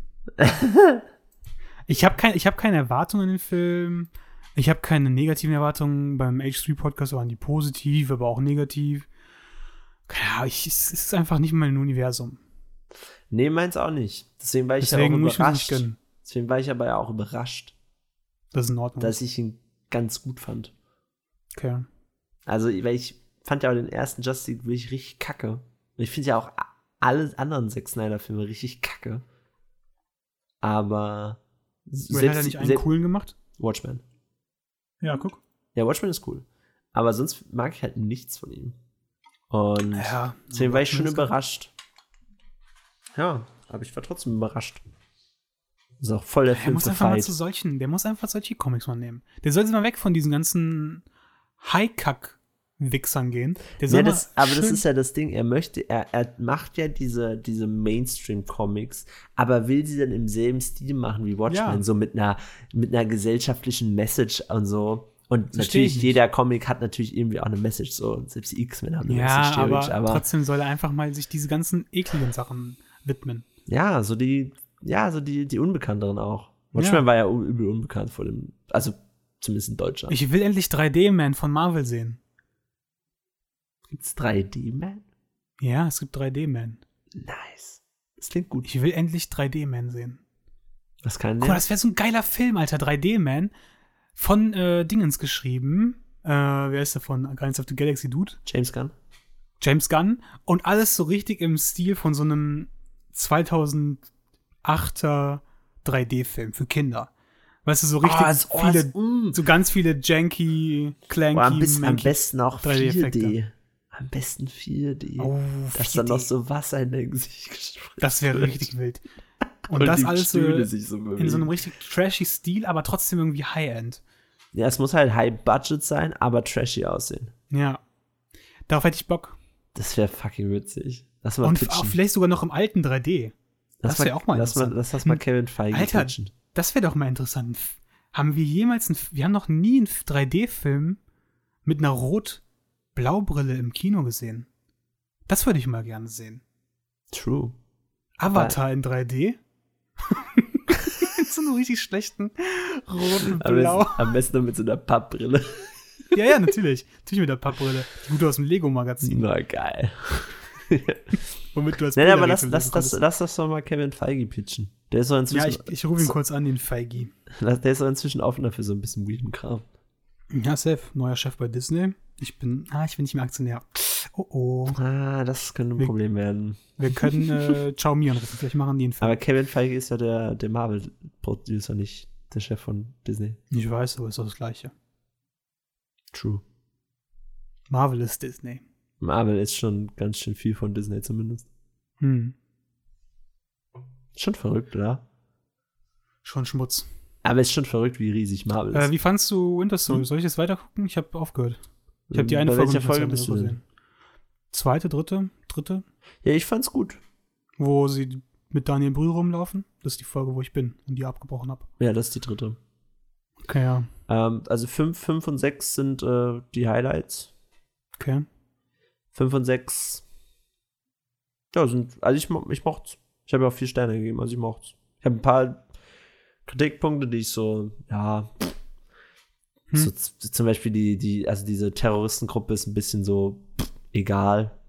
Speaker 1: ich habe kein, ich hab keine Erwartungen an den Film. Ich habe keine negativen Erwartungen. Beim H3-Podcast waren die positiv, aber auch negativ. Keine Ahnung, ich, es ist einfach nicht mein Universum.
Speaker 2: Nee, meins auch nicht. Deswegen war ich
Speaker 1: Deswegen
Speaker 2: ja auch
Speaker 1: muss ich mir das nicht
Speaker 2: überrascht.
Speaker 1: gönnen.
Speaker 2: Deswegen war ich aber ja auch überrascht,
Speaker 1: Das ist in Ordnung.
Speaker 2: dass ich ihn ganz gut fand.
Speaker 1: okay.
Speaker 2: Also, weil ich fand ja auch den ersten Justice League wirklich richtig kacke. Und ich finde ja auch a- alle anderen Zack Snyder-Filme richtig kacke. Aber
Speaker 1: Ray hat er nicht einen
Speaker 2: selbst-
Speaker 1: coolen gemacht?
Speaker 2: Watchmen.
Speaker 1: Ja, guck.
Speaker 2: Ja, Watchmen ist cool. Aber sonst mag ich halt nichts von ihm. Und
Speaker 1: Ja.
Speaker 2: deswegen war ich schon
Speaker 1: Watchmen ist
Speaker 2: überrascht. Ja, aber ich war trotzdem überrascht. Ist auch voll der
Speaker 1: Der
Speaker 2: Film
Speaker 1: muss
Speaker 2: für
Speaker 1: einfach mal
Speaker 2: Fight.
Speaker 1: zu solchen, der muss einfach solche Comics mal nehmen. Der soll sich mal weg von diesen ganzen High-Kack Wichsern gehen. Der
Speaker 2: Ja,
Speaker 1: soll mal
Speaker 2: das, aber das
Speaker 1: schön-
Speaker 2: ist ja das Ding, er möchte, er, er macht ja diese, diese Mainstream-Comics, aber will sie dann im selben Stil machen wie Watchmen,
Speaker 1: Ja.
Speaker 2: so mit einer, mit einer gesellschaftlichen Message und so. Und
Speaker 1: Versteh ich
Speaker 2: natürlich,
Speaker 1: nicht.
Speaker 2: jeder Comic hat natürlich irgendwie auch eine Message, so selbst die X-Men haben eine
Speaker 1: ja,
Speaker 2: Message,
Speaker 1: aber,
Speaker 2: theoretisch, Also aber
Speaker 1: trotzdem soll er einfach mal sich diese ganzen ekligen Sachen widmen.
Speaker 2: ja, so die, ja, so die, die Unbekannteren auch. Watchmen war ja u- übel unbekannt vor dem, also zumindest in Deutschland.
Speaker 1: Ich will endlich 3D-Man von Marvel sehen.
Speaker 2: Gibt's 3D-Man?
Speaker 1: Ja, es gibt 3D-Man.
Speaker 2: Nice. Das klingt gut.
Speaker 1: Ich will endlich 3D-Man sehen.
Speaker 2: Was kann
Speaker 1: Guck mal,
Speaker 2: der?
Speaker 1: das wäre so ein geiler Film, Alter. 3D-Man. Von äh, Dingens geschrieben. Äh, wer ist der von Guardians of the Galaxy Dude?
Speaker 2: James Gunn?
Speaker 1: James Gunn. Und alles so richtig im Stil von so einem 2008er 3D-Film für Kinder. Weißt du, so richtig
Speaker 2: Ah, so- oh,
Speaker 1: viele,
Speaker 2: so- mm.
Speaker 1: so ganz viele janky, clanky,
Speaker 2: Boah, am, besten, am
Speaker 1: manky-
Speaker 2: besten auch
Speaker 1: 3D-Effekte.
Speaker 2: 4D. Am besten 4D.
Speaker 1: Oh,
Speaker 2: Dass dann noch
Speaker 1: 4D.
Speaker 2: so Wasser in dein Gesicht gespritzt
Speaker 1: Das wäre
Speaker 2: wird.
Speaker 1: richtig wild. Und, das
Speaker 2: die
Speaker 1: alles so
Speaker 2: Stühle sich so
Speaker 1: in so einem
Speaker 2: bewegen.
Speaker 1: richtig trashy Stil, aber trotzdem irgendwie High-End.
Speaker 2: Ja, es muss halt High-Budget sein, aber trashy aussehen.
Speaker 1: Ja. Darauf hätte ich Bock.
Speaker 2: Das wäre fucking witzig. Lass mal
Speaker 1: Und
Speaker 2: pitchen.
Speaker 1: auch vielleicht sogar noch im alten 3D.
Speaker 2: lass
Speaker 1: das wär auch mal
Speaker 2: lass mal,
Speaker 1: interessant. Hm.
Speaker 2: lass das mal Kevin Feige
Speaker 1: Alter,
Speaker 2: pitchen.
Speaker 1: das wäre doch mal interessant. F- Haben wir jemals einen, F- wir haben noch nie einen 3D-Film mit einer Rot-Blau-Brille im Kino gesehen. Das würde ich mal gerne sehen.
Speaker 2: True.
Speaker 1: Avatar in 3D? In so einem richtig schlechten roten
Speaker 2: Am
Speaker 1: Blau.
Speaker 2: besten, am besten noch mit so einer Pappbrille.
Speaker 1: Ja, ja, natürlich. Natürlich mit der Pappbrille. Die gute aus dem Lego-Magazin,
Speaker 2: Na, geil.
Speaker 1: womit du als
Speaker 2: Nein,
Speaker 1: Bilder
Speaker 2: aber lass,
Speaker 1: wechseln
Speaker 2: lass, lass,
Speaker 1: konntest.
Speaker 2: lass das doch mal Kevin Feige pitchen. Der ist doch
Speaker 1: Ja,
Speaker 2: inzwischen,
Speaker 1: ich, ich rufe ihn kurz an, den Feigi.
Speaker 2: der ist doch inzwischen offener für so ein bisschen weirden Kram.
Speaker 1: Ja, Seth, neuer Chef bei Disney. Ich bin, ah, ich bin nicht mehr Aktionär. Oh, oh.
Speaker 2: Ah, das könnte ein
Speaker 1: Wir-
Speaker 2: Problem werden.
Speaker 1: Wir können äh, Xiaomi anrufen. Vielleicht machen die einen Film.
Speaker 2: Aber Kevin Feige ist ja der, der Marvel-Producer, nicht der Chef von Disney.
Speaker 1: Ich weiß, aber ist doch das Gleiche.
Speaker 2: True.
Speaker 1: Marvel ist Disney.
Speaker 2: Marvel ist schon ganz schön viel von Disney zumindest.
Speaker 1: Hm.
Speaker 2: Schon verrückt, oder?
Speaker 1: Schon Schmutz.
Speaker 2: Aber es ist schon verrückt, wie riesig Marvel ist.
Speaker 1: Äh, wie fandst du Winter Soldier? Soll ich jetzt weitergucken? Ich habe aufgehört. Ich habe die eine
Speaker 2: Hm. Bei
Speaker 1: Folge,
Speaker 2: welcher
Speaker 1: nicht mehr zu
Speaker 2: Folge
Speaker 1: Ende
Speaker 2: bist du denn?
Speaker 1: gesehen. Zweite, dritte, dritte,
Speaker 2: Ja, ich fand's gut.
Speaker 1: wo sie mit Daniel Brühl rumlaufen. Das ist die Folge, wo ich bin und die abgebrochen habe.
Speaker 2: Ja, das ist die dritte.
Speaker 1: Okay, ja.
Speaker 2: Ähm, also 5 fünf und 6 sind äh, die Highlights.
Speaker 1: Okay.
Speaker 2: 5 und 6. Ja, sind. Also ich, mo- ich mocht's. Ich habe ja auch vier Sterne gegeben, also ich mocht's. Ich habe ein paar Kritikpunkte, die ich so, ja.
Speaker 1: Hm.
Speaker 2: So, z- zum Beispiel die, die, also diese Terroristengruppe ist ein bisschen so egal,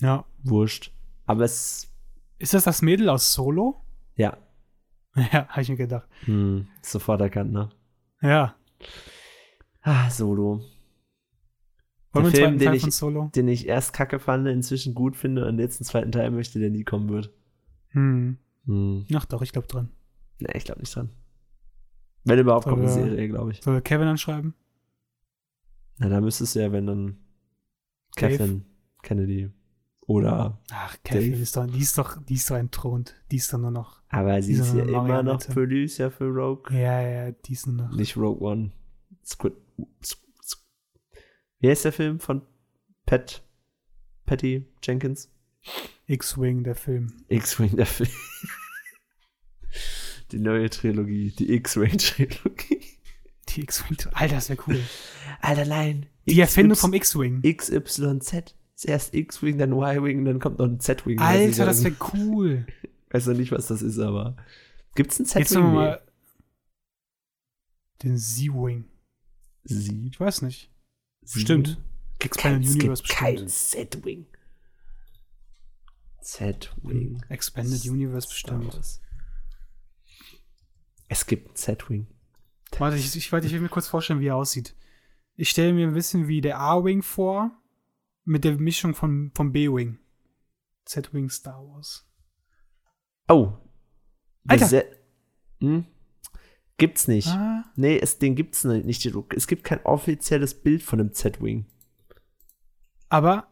Speaker 1: Ja.
Speaker 2: wurscht. Aber es,
Speaker 1: Ist das das Mädel aus Solo?
Speaker 2: ja,
Speaker 1: Ja, habe ich mir gedacht.
Speaker 2: hm, sofort erkannt, ne?
Speaker 1: Ja.
Speaker 2: Ah, Solo.
Speaker 1: Wollen wir
Speaker 2: Film,
Speaker 1: einen zweiten
Speaker 2: den
Speaker 1: Teil
Speaker 2: ich-
Speaker 1: von Solo?
Speaker 2: Den ich erst kacke fand, inzwischen gut finde und jetzt einen zweiten Teil möchte, der nie kommen wird.
Speaker 1: Hm.
Speaker 2: Hm.
Speaker 1: Ach doch, ich glaube dran.
Speaker 2: Nee, ich glaube nicht dran. Wenn überhaupt kommt eine
Speaker 1: Aber-
Speaker 2: Serie, glaube ich.
Speaker 1: Sollen wir Kevin anschreiben?
Speaker 2: Na, da müsste es ja, wenn dann
Speaker 1: Dave?
Speaker 2: Catherine Kennedy oder.
Speaker 1: Ach, Kevin
Speaker 2: Dave?
Speaker 1: ist doch, die ist doch, die ist doch entthront. Die ist doch nur noch.
Speaker 2: Aber sie ist
Speaker 1: Diese
Speaker 2: ja immer noch
Speaker 1: Marionette.
Speaker 2: Producer für Rogue.
Speaker 1: Ja, ja, die ist nur noch.
Speaker 2: Nicht Rogue One. Squid. Squ- Squ- Wie heißt der Film von Pat? Patty Jenkins?
Speaker 1: X-Wing, der Film.
Speaker 2: X-Wing, der Film. Die neue Trilogie, die X-Wing-Trilogie.
Speaker 1: Die X-Wing. Alter, das wäre cool.
Speaker 2: Alter, nein.
Speaker 1: Die Erfindung vom X-Wing.
Speaker 2: XYZ. Zuerst X-Wing, dann Y-Wing, dann kommt noch ein Z-Wing. Weiß ich
Speaker 1: Alter,
Speaker 2: ja
Speaker 1: das
Speaker 2: nicht.
Speaker 1: wäre cool.
Speaker 2: Weiß noch nicht, was das ist, aber. Gibt's ein
Speaker 1: Jetzt nehmen wir mal
Speaker 2: Z-Wing? Nee.
Speaker 1: den Z-Wing.
Speaker 2: Sie.
Speaker 1: Ich weiß nicht.
Speaker 2: Sie-
Speaker 1: Bestimmt.
Speaker 2: Kein,
Speaker 1: Expanded
Speaker 2: es
Speaker 1: Universe
Speaker 2: gibt kein
Speaker 1: bestimmt.
Speaker 2: Z-Wing. Z-Wing.
Speaker 1: Expanded Universe Hm, bestimmt.
Speaker 2: Es gibt einen Z-Wing.
Speaker 1: Warte, ich, ich, warte, ich will mir kurz vorstellen, wie er aussieht. Ich stelle mir ein bisschen wie der A-Wing vor, mit der Mischung von, vom B-Wing. Z-Wing Star Wars.
Speaker 2: Oh. Der
Speaker 1: Alter.
Speaker 2: Z- hm? Gibt's nicht.
Speaker 1: Ah,
Speaker 2: Nee, es, den gibt's nicht. nicht. Es gibt kein offizielles Bild von einem Z-Wing.
Speaker 1: aber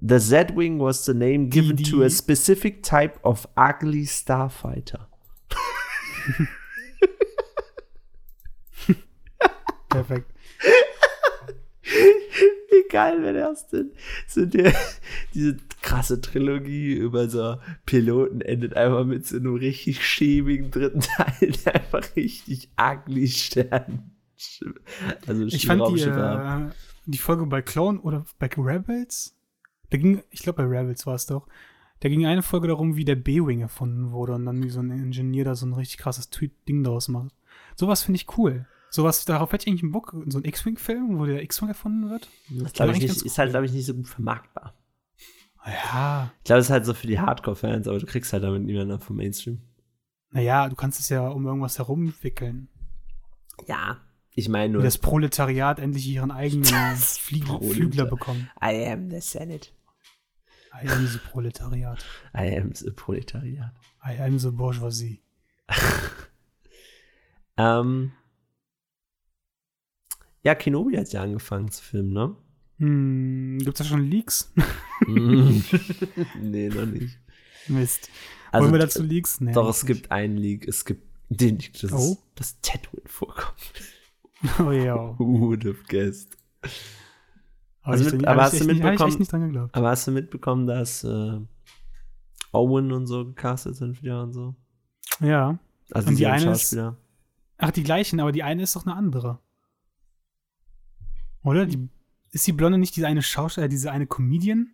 Speaker 2: The Z-Wing was the name given
Speaker 1: Die-
Speaker 2: to a specific type of ugly starfighter.
Speaker 1: perfekt.
Speaker 2: Wie geil wäre das denn? So die, diese krasse Trilogie über so Piloten endet einfach mit so einem richtig schäbigen dritten Teil, der einfach richtig ugly Stern. Also
Speaker 1: Ich fand die,
Speaker 2: Raumschiffe haben.
Speaker 1: äh, die Folge bei Clone oder bei Rebels, da ging, ich glaube bei Rebels war es doch, da ging eine Folge darum, wie der B-Wing erfunden wurde und dann wie so ein Ingenieur da so ein richtig krasses Tweet Ding daraus macht. Sowas finde ich cool. Sowas, darauf hätte ich eigentlich einen Bock, so ein X-Wing-Film, wo der X-Wing erfunden wird.
Speaker 2: Das glaube ich
Speaker 1: eigentlich
Speaker 2: nicht,
Speaker 1: ganz
Speaker 2: ist halt, glaube ich, nicht so gut vermarktbar.
Speaker 1: Ja,
Speaker 2: Ich glaube, das ist halt so für die Hardcore-Fans, aber du kriegst halt damit niemanden ab vom Mainstream.
Speaker 1: naja, du kannst es ja um irgendwas herumwickeln.
Speaker 2: Ja. Ich meine
Speaker 1: Wie
Speaker 2: nur,
Speaker 1: das Proletariat endlich ihren eigenen Flieg
Speaker 2: Proletar-
Speaker 1: Flügler bekommen.
Speaker 2: I am the Senate.
Speaker 1: I am the Proletariat.
Speaker 2: I am the Proletariat.
Speaker 1: I am the Bourgeoisie.
Speaker 2: Ähm, ja, Kenobi hat ja angefangen zu filmen, ne?
Speaker 1: Hm, gibt's da schon Leaks?
Speaker 2: Mhm. nee, noch nicht.
Speaker 1: Mist.
Speaker 2: Also, äh,
Speaker 1: Wollen wir dazu Leaks? Nee,
Speaker 2: doch, es gibt einen Leak, es gibt den Leak, dass,
Speaker 1: Oh.
Speaker 2: dass Tatooine vorkommt.
Speaker 1: Oh ja.
Speaker 2: Who would have guessed?
Speaker 1: Aber,
Speaker 2: Also
Speaker 1: ich,
Speaker 2: mit-
Speaker 1: hab
Speaker 2: aber
Speaker 1: ich
Speaker 2: hast
Speaker 1: echt nicht- hab
Speaker 2: du
Speaker 1: Ich
Speaker 2: mitbekommen-
Speaker 1: echt nicht dran geglaubt.
Speaker 2: Aber hast du mitbekommen, dass äh, Owen und so gecastet sind wieder und so?
Speaker 1: Ja.
Speaker 2: Also
Speaker 1: Und die
Speaker 2: diese
Speaker 1: eine ist-
Speaker 2: Schauspieler.
Speaker 1: Ach, die gleichen, aber die eine ist doch eine andere. Oder? Die, ist die Blonde nicht diese eine Schauspieler, diese eine Comedian?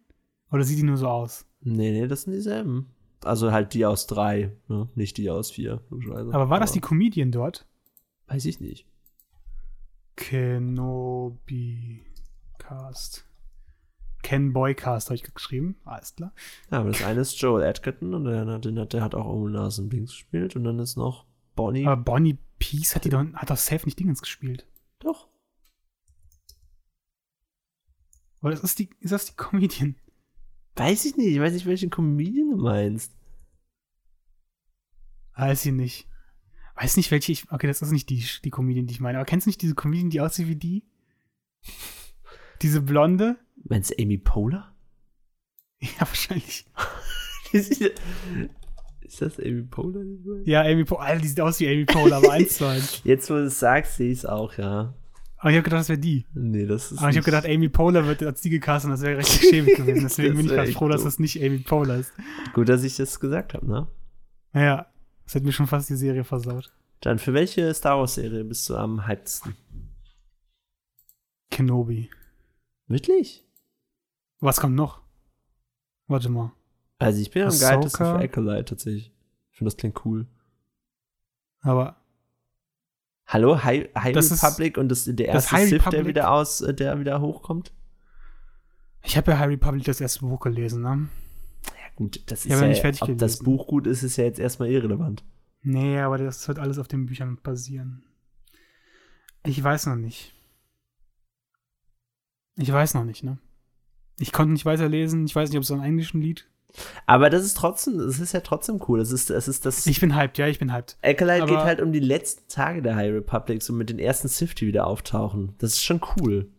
Speaker 1: Oder sieht die nur so aus?
Speaker 2: Nee, nee, das sind dieselben. Also halt die aus drei, ne? nicht die aus vier. logischerweise.
Speaker 1: Aber war das die Comedian dort?
Speaker 2: Weiß ich nicht.
Speaker 1: Kenobi Cast. Ken Boy Cast habe ich geschrieben. Alles klar.
Speaker 2: Ja, aber das eine ist Joel Edgerton und der, andere, den hat, der hat auch Owen Larson Binks gespielt und dann ist noch Bonnie.
Speaker 1: Aber Bonnie Peace hat die doch, hat doch safe nicht Dingens gespielt.
Speaker 2: Doch.
Speaker 1: Oder das ist die, ist das die Comedian?
Speaker 2: Weiß ich nicht. Ich weiß nicht, welchen Comedian du meinst.
Speaker 1: Weiß ich nicht. Weiß nicht, welche ich. Okay, das ist nicht die, die Comedian, die ich meine. Aber kennst du nicht diese Comedian, die aussieht wie die? Diese Blonde?
Speaker 2: Meinst du Amy Poehler?
Speaker 1: Ja, wahrscheinlich.
Speaker 2: ist das Amy Poehler? die du meinst?
Speaker 1: Ja, Amy Poehler. Alter, die sieht aus wie Amy Poehler, aber eins zu eins.
Speaker 2: Jetzt, wo du es sagst, sehe ich es auch, ja.
Speaker 1: Aber ich habe gedacht, das wäre die.
Speaker 2: Nee, das ist.
Speaker 1: Aber ich habe
Speaker 2: nicht-
Speaker 1: gedacht, Amy Poehler wird als die gecastet und das wäre richtig schäbig gewesen. Deswegen
Speaker 2: Das
Speaker 1: bin ich
Speaker 2: wär
Speaker 1: ganz
Speaker 2: echt
Speaker 1: froh, dass
Speaker 2: doof.
Speaker 1: das nicht Amy Poehler ist.
Speaker 2: Gut, dass ich das gesagt habe, ne?
Speaker 1: Ja, das hätte mir schon fast die Serie versaut.
Speaker 2: Dann, für welche Star Wars-Serie bist du am hypesten?
Speaker 1: Kenobi.
Speaker 2: Wirklich?
Speaker 1: Was kommt noch? Warte mal.
Speaker 2: Also, ich bin am
Speaker 1: Ahsoka.
Speaker 2: geilsten für Acolyte tatsächlich. Ich finde, das klingt cool.
Speaker 1: Aber
Speaker 2: Hallo, High, High
Speaker 1: Das ist-
Speaker 2: Republic und das, der
Speaker 1: das
Speaker 2: erste
Speaker 1: High
Speaker 2: Sith, der
Speaker 1: Republic-
Speaker 2: wieder aus, äh, der wieder hochkommt.
Speaker 1: ich habe ja Harry Public das erste Buch gelesen, ne?
Speaker 2: Ja gut, das
Speaker 1: Ich
Speaker 2: ist
Speaker 1: habe
Speaker 2: ja,
Speaker 1: ja nicht fertig
Speaker 2: ob das
Speaker 1: gelesen.
Speaker 2: Buch gut ist, ist ja jetzt erstmal irrelevant.
Speaker 1: Nee, aber das wird alles auf den Büchern basieren. Ich weiß noch nicht. Ich weiß noch nicht, ne? Ich konnte nicht weiterlesen. Ich weiß nicht, ob es so ein englischen Lied.
Speaker 2: Aber das ist trotzdem, es ist ja trotzdem cool. Das ist, es ist das.
Speaker 1: Ich bin hyped, ja, ich bin hyped.
Speaker 2: Acolyte geht
Speaker 1: aber-
Speaker 2: halt um die letzten Tage der High Republic, so mit den ersten Sith, die wieder auftauchen. Das ist schon cool.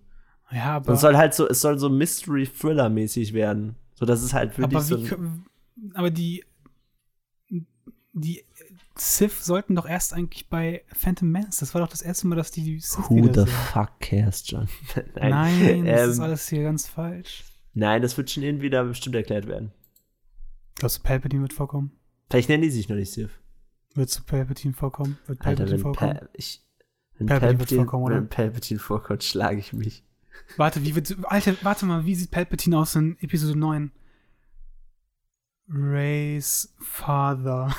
Speaker 1: Ja, aber,
Speaker 2: Und es soll halt so, es soll so Mystery Thriller mäßig werden, so dass es halt wirklich
Speaker 1: aber,
Speaker 2: so.
Speaker 1: wie,
Speaker 2: Ein,
Speaker 1: kö- aber die die Sith sollten doch erst eigentlich bei Phantom Menace. Das war doch das erste Mal, dass die die Sith
Speaker 2: who the
Speaker 1: wiedersehen.
Speaker 2: fuck cares, John?
Speaker 1: Nein, das ist
Speaker 2: ähm,
Speaker 1: alles hier ganz falsch.
Speaker 2: nein, das wird schon irgendwie da bestimmt erklärt werden.
Speaker 1: Glaubst du, Palpatine wird vorkommen?
Speaker 2: Vielleicht nennen die sich noch nicht Sith.
Speaker 1: Wird zu Palpatine vorkommen? Wird
Speaker 2: Alter,
Speaker 1: Palpatine
Speaker 2: wenn,
Speaker 1: vorkommen?
Speaker 2: Pal ich, wenn
Speaker 1: Palpatine
Speaker 2: Palpatine,
Speaker 1: wird vorkommen, oder?
Speaker 2: wenn Palpatine vorkommt, schlage ich mich.
Speaker 1: Warte, wie wird. Alter, warte mal, wie sieht Palpatine aus in Episode 9? Rays Father.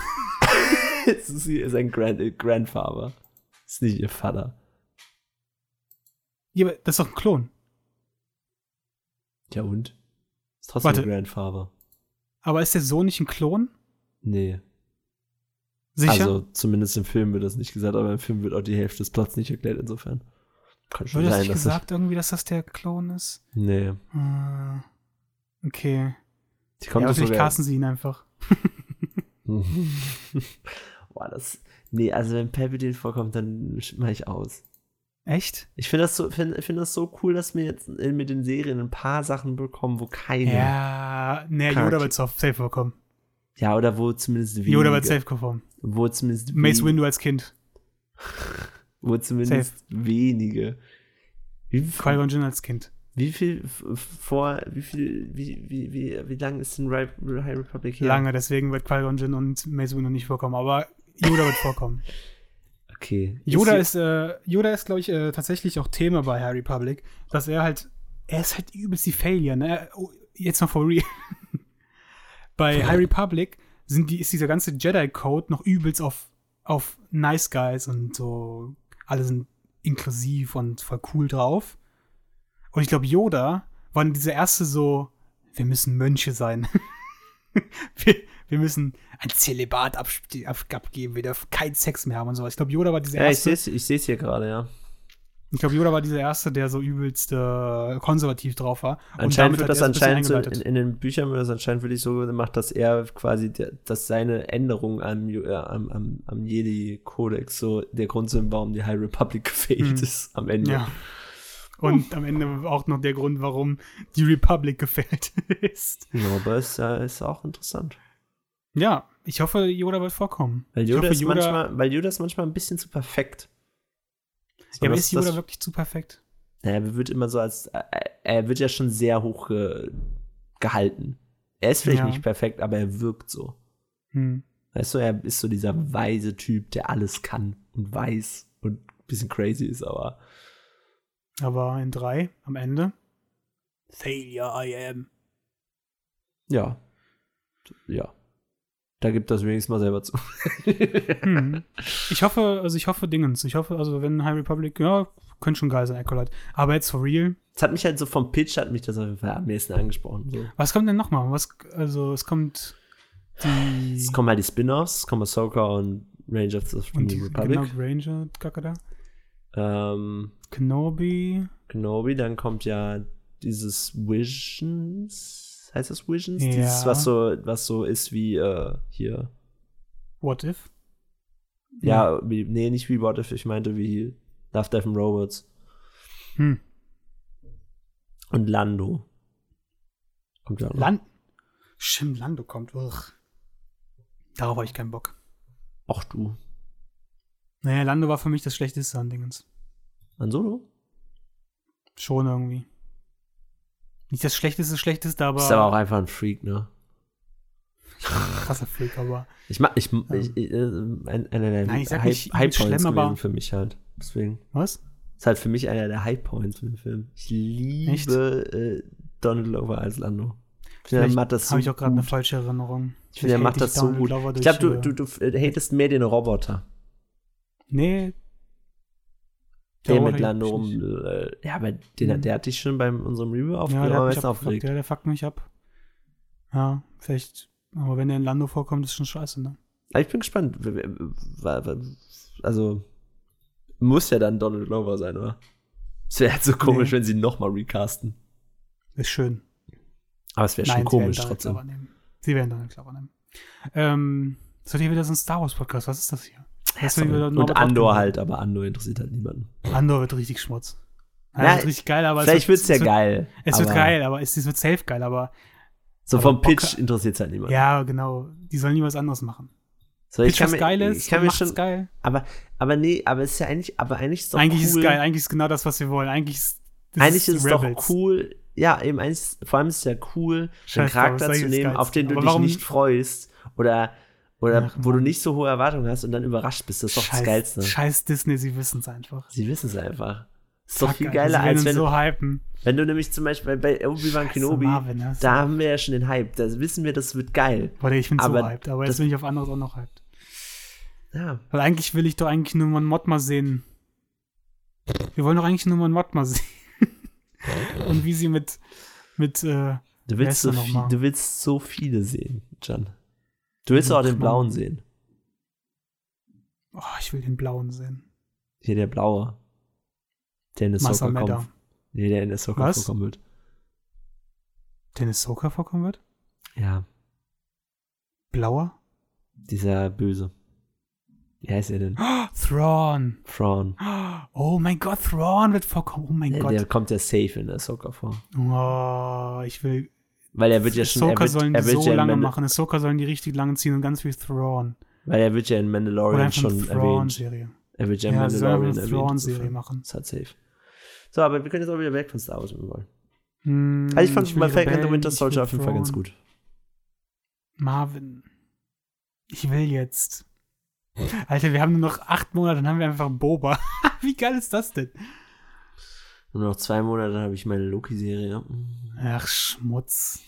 Speaker 2: es ist, ihr- sein Grand äh, Grandfather. Ist nicht ihr Vater.
Speaker 1: Ja, aber das ist doch ein Klon.
Speaker 2: Ja und? Ist trotzdem
Speaker 1: Warte.
Speaker 2: ihr Grandfather.
Speaker 1: Aber ist der Sohn nicht ein Klon?
Speaker 2: Nee.
Speaker 1: Sicher?
Speaker 2: Also zumindest im Film wird das nicht gesagt, aber im Film wird auch die Hälfte des Plots nicht erklärt, insofern. Kann schon
Speaker 1: Wurde das
Speaker 2: sein,
Speaker 1: nicht
Speaker 2: dass
Speaker 1: gesagt, irgendwie, dass das der Klon ist?
Speaker 2: Ich, nee.
Speaker 1: Äh, Okay.
Speaker 2: Die
Speaker 1: Ja,
Speaker 2: kommt
Speaker 1: aber
Speaker 2: doch
Speaker 1: vielleicht
Speaker 2: sogar.
Speaker 1: casten sie ihn einfach.
Speaker 2: Boah, das. Nee, also wenn Palpatine vorkommt, dann mache ich aus.
Speaker 1: Echt?
Speaker 2: Ich finde das, so, find, find das so cool, dass wir jetzt in- mit den Serien ein paar Sachen bekommen, wo keine.
Speaker 1: Ja. Nee, Yoda
Speaker 2: Charakter-
Speaker 1: wird safe safe vorkommen.
Speaker 2: Ja, oder wo zumindest wenige,
Speaker 1: Yoda wird safe vorkommen.
Speaker 2: wo zumindest
Speaker 1: Mace
Speaker 2: wen-
Speaker 1: Windu als Kind.
Speaker 2: wo zumindest wenige. Wie,
Speaker 1: Qui-Gon Jinn als Kind.
Speaker 2: Wie viel f- f- vor, wie viel, wie, wie, wie, wie lang ist denn Ri- High Republic her?
Speaker 1: Lange, deswegen wird Qui-Gon Jinn und Mace Windu nicht vorkommen, aber Yoda wird vorkommen.
Speaker 2: Okay.
Speaker 1: Yoda
Speaker 2: Ist-
Speaker 1: ist, äh, Yoda ist, glaube ich, äh, tatsächlich auch Thema bei Harry Public, dass er halt, er ist halt übelst die Failure, ne? Oh, jetzt mal for real. bei Harry Public sind die, ist dieser ganze Jedi-Code noch übelst auf, auf Nice Guys und so, alle sind inklusiv und voll cool drauf. Und ich glaube, Yoda war dieser erste so, wir müssen Mönche sein. wir, wir müssen ein Zelibat absp- ab- abgeben, wir dürfen keinen Sex mehr haben und sowas. Ich glaube, Yoda war dieser
Speaker 2: ja, ich
Speaker 1: erste.
Speaker 2: sehe es ich seh's hier gerade, ja.
Speaker 1: Ich glaube, Yoda war dieser Erste, der so übelst äh, konservativ drauf war. Und
Speaker 2: Anscheinend
Speaker 1: damit
Speaker 2: wird
Speaker 1: hat
Speaker 2: das
Speaker 1: er es ein
Speaker 2: anscheinend
Speaker 1: bisschen
Speaker 2: so, in,
Speaker 1: eingeleitet.
Speaker 2: in den Büchern wird das anscheinend wirklich so gemacht, dass er quasi, der, dass seine Änderung am, Ju- äh, am, am, am Jedi-Kodex so der Grund sind, warum die High Republic gefällt
Speaker 1: Mhm.
Speaker 2: ist am Ende.
Speaker 1: Ja. Und am Ende auch noch der Grund, warum die Republic gefällt ist.
Speaker 2: Ja, aber es äh, ist auch interessant.
Speaker 1: Ja, ich hoffe, Yoda wird vorkommen.
Speaker 2: Weil
Speaker 1: Ich
Speaker 2: Yoda,
Speaker 1: hoffe,
Speaker 2: ist manchmal, weil Yoda ist manchmal ein bisschen zu perfekt. So,
Speaker 1: ja, aber
Speaker 2: das-
Speaker 1: ist Yoda
Speaker 2: das-
Speaker 1: wirklich zu perfekt?
Speaker 2: Naja, er wird immer so als. äh, Er wird ja schon sehr hoch ge, gehalten. Er ist vielleicht
Speaker 1: Ja.
Speaker 2: nicht perfekt, aber er wirkt so.
Speaker 1: Hm.
Speaker 2: Weißt du, er ist so dieser weise Typ, der alles kann und weiß und ein bisschen crazy ist, aber.
Speaker 1: Aber in drei am Ende.
Speaker 3: Failure I am.
Speaker 2: Ja. Ja. Da gibt das wenigstens mal selber zu.
Speaker 1: Hm. Ich hoffe, also ich hoffe Dingens. Ich hoffe, also wenn High Republic, ja, könnte schon geil sein, Acolyte. Aber jetzt for real.
Speaker 2: Das hat mich halt so vom Pitch, hat mich das auf jeden Fall am nächsten angesprochen. So.
Speaker 1: Was kommt denn nochmal? Was, also es kommt die.
Speaker 2: Es kommen halt die Spin-Offs, es kommen Ahsoka und Rangers of the
Speaker 1: und die
Speaker 2: New Republic.
Speaker 1: genau, Ranger, Kacke da.
Speaker 2: Ähm,
Speaker 1: Kenobi.
Speaker 2: Kenobi, dann kommt ja dieses Visions, heißt das Visions?
Speaker 1: Ja.
Speaker 2: Dieses, was so, was so ist wie äh, hier.
Speaker 1: What if?
Speaker 2: Ja, wie, nee, nicht wie What If, ich meinte wie Love, Death and Robots.
Speaker 1: Hm.
Speaker 2: Und Lando. Kommt ja auch noch.
Speaker 1: Land. Stimmt, Lando kommt. Ugh. Darauf habe ich keinen Bock.
Speaker 2: Ach du.
Speaker 1: Naja, Lando war für mich das Schlechteste an Dingens.
Speaker 2: An Solo?
Speaker 1: Schon irgendwie. Nicht das Schlechteste, Schlechteste, aber,
Speaker 2: Ist aber auch einfach ein Freak, ne?
Speaker 1: krasser Freak, aber.
Speaker 2: Ich mag, ich, ich, ich, äh, ein- einer der
Speaker 1: Nein, ich sag nicht,
Speaker 2: High
Speaker 1: übelst
Speaker 2: Points gewesen
Speaker 1: schlimm, aber-
Speaker 2: für mich halt. Deswegen.
Speaker 1: Was?
Speaker 2: Ist halt für mich einer der High Points von dem Film. Ich
Speaker 1: Echt?
Speaker 2: liebe äh, Donald Glover als Lando. Ich finde, er
Speaker 1: Vielleicht
Speaker 2: macht das so
Speaker 1: Habe ich auch gerade eine
Speaker 2: gut.
Speaker 1: falsche Erinnerung.
Speaker 2: Ich finde, er macht das so gut. Ich glaube, du, du,
Speaker 1: du.
Speaker 2: du äh, hatest mehr den Roboter,
Speaker 1: Nee.
Speaker 2: der
Speaker 1: Roboter
Speaker 2: mit Lando
Speaker 1: juckt
Speaker 2: rum.
Speaker 1: mich nicht.
Speaker 2: Äh, ja, aber den,
Speaker 1: Mhm.
Speaker 2: der hat dich schon bei unserem Review auf,
Speaker 1: Ja, der
Speaker 2: am
Speaker 1: hat mich
Speaker 2: meisten
Speaker 1: abgefuckt.
Speaker 2: aufgeregt.
Speaker 1: Ja, der fuckt mich ab. Ja, vielleicht. Aber wenn der in Lando vorkommt, ist schon scheiße, ne?
Speaker 2: Aber ich bin gespannt. w- w- w- w- Also, muss ja dann Donald Glover sein, oder? Es wäre halt so komisch, wenn sie ihn nochmal recasten.
Speaker 1: Ist schön.
Speaker 2: Aber es wäre
Speaker 1: Nein, halt
Speaker 2: schon komisch
Speaker 1: sie werden Donald
Speaker 2: trotzdem.
Speaker 1: Glover nehmen. Sie werden Donald Glover nehmen. Ähm, das wird hier wieder so ein Star Wars Podcast. Was ist das hier?
Speaker 2: Ja,
Speaker 1: Das wird wieder
Speaker 2: sorry.
Speaker 1: Norbert
Speaker 2: Und Andor
Speaker 1: Hopkins.
Speaker 2: halt, aber Andor interessiert halt niemanden.
Speaker 1: Andor wird richtig Schmutz. Ja,
Speaker 2: Na,
Speaker 1: das wird richtig geil, aber
Speaker 2: Vielleicht wird's ja geil.
Speaker 1: Es wird
Speaker 2: aber
Speaker 1: geil, aber es, es wird safe geil, aber
Speaker 2: So
Speaker 1: aber
Speaker 2: vom
Speaker 1: Bock-
Speaker 2: Pitch interessiert halt niemanden.
Speaker 1: ja, genau. Die sollen nie was anderes machen.
Speaker 2: So,
Speaker 1: Pitch
Speaker 2: kann
Speaker 1: was
Speaker 2: mir-
Speaker 1: Geiles,
Speaker 2: Also Ich kann mir
Speaker 1: macht's
Speaker 2: schon,
Speaker 1: geil.
Speaker 2: Aber, aber nee, aber es ist ja eigentlich, aber eigentlich ist es doch
Speaker 1: Eigentlich
Speaker 2: cool.
Speaker 1: ist es geil, eigentlich ist genau das, was wir wollen. Eigentlich ist, das
Speaker 2: eigentlich ist es
Speaker 1: Rebels.
Speaker 2: doch cool. Ja, eben eigentlich, ist- vor allem ist es ja cool, einen
Speaker 1: Scheiß drauf,
Speaker 2: Charakter
Speaker 1: sag ich
Speaker 2: zu
Speaker 1: das
Speaker 2: nehmen,
Speaker 1: Geilste.
Speaker 2: auf den du
Speaker 1: Aber
Speaker 2: dich
Speaker 1: warum-
Speaker 2: nicht freust oder, oder
Speaker 1: Ach,
Speaker 2: wo du
Speaker 1: Mann.
Speaker 2: nicht so hohe Erwartungen hast und dann überrascht bist. Das ist doch
Speaker 1: Scheiß,
Speaker 2: das Geilste.
Speaker 1: Scheiß Disney, sie wissen es einfach.
Speaker 2: Sie wissen es einfach. Ist doch
Speaker 1: Fuck,
Speaker 2: viel
Speaker 1: Alter,
Speaker 2: geiler,
Speaker 1: sie werden
Speaker 2: als
Speaker 1: uns
Speaker 2: wenn,
Speaker 1: so hypen.
Speaker 2: wenn du nämlich zum Beispiel bei Obi-Wan
Speaker 1: Scheiße,
Speaker 2: Kenobi,
Speaker 1: Marvin, ne?
Speaker 2: da haben wir ja schon den Hype, da wissen wir, das wird geil.
Speaker 1: Boah, nee, ich bin so
Speaker 2: Aber
Speaker 1: hyped, aber
Speaker 2: das-
Speaker 1: jetzt bin ich auf anderes auch noch hyped.
Speaker 2: Ja.
Speaker 1: Weil eigentlich will ich doch eigentlich nur mal einen Mod mal sehen. Wir wollen doch eigentlich nur mal einen Mod mal sehen. Und wie sie mit, mit, äh,
Speaker 2: Du
Speaker 1: Wer
Speaker 2: willst,
Speaker 1: ist
Speaker 2: so
Speaker 1: da noch
Speaker 2: viel,
Speaker 1: mal?
Speaker 2: du willst so viele sehen, Can. Du willst
Speaker 1: Ja,
Speaker 2: auch den
Speaker 1: komm.
Speaker 2: blauen sehen.
Speaker 1: oh, ich will den blauen sehen.
Speaker 2: Hier der blaue. Der in der Soccer
Speaker 1: Massameda.
Speaker 2: kommt. Nee, der in der Soccer
Speaker 1: Was?
Speaker 2: vorkommen wird.
Speaker 1: Den Ahsoka vorkommen wird?
Speaker 2: Ja,
Speaker 1: Blauer?
Speaker 2: dieser böse. Wie heißt er denn?
Speaker 1: Oh, Thrawn.
Speaker 2: Thrawn.
Speaker 1: Oh mein Gott, Thrawn wird vorkommen. Oh mein
Speaker 2: Der, der
Speaker 1: Gott.
Speaker 2: kommt ja safe in der Soccer vor.
Speaker 1: Oh, ich will.
Speaker 2: Weil er wird ja schon. Er
Speaker 1: Ahsoka
Speaker 2: wird,
Speaker 1: sollen die
Speaker 2: er wird
Speaker 1: so
Speaker 2: ja in
Speaker 1: lange
Speaker 2: Mandal-
Speaker 1: machen. Ahsoka sollen die richtig lange ziehen und ganz viel Thrawn.
Speaker 2: Weil er wird ja in
Speaker 1: Oder
Speaker 2: Mandalorian
Speaker 1: einfach eine
Speaker 2: schon erwähnt.
Speaker 1: Thrawn-Serie.
Speaker 2: Er wird ja in
Speaker 1: Ja, sie sollen einfach
Speaker 2: Mandalorian
Speaker 1: eine
Speaker 2: erwähnt.
Speaker 1: Thrawn-Serie
Speaker 2: insofern.
Speaker 1: machen.
Speaker 2: Ist halt safe. So, aber wir können jetzt auch wieder weg von Star Wars, wenn wir wollen.
Speaker 1: Hm,
Speaker 2: Also ich fand
Speaker 1: will
Speaker 2: My Fair and the
Speaker 1: Rebellen,
Speaker 2: Winter
Speaker 1: ich
Speaker 2: Soldier
Speaker 1: will
Speaker 2: auf jeden Fall ganz
Speaker 1: Thrawn.
Speaker 2: gut.
Speaker 1: Marvin, ich will jetzt. Alter, wir haben nur noch acht Monate, dann haben wir einfach Boba. Wie geil ist das denn?
Speaker 2: Nur noch zwei Monate, dann habe ich meine Loki-Serie.
Speaker 1: Ach, Schmutz.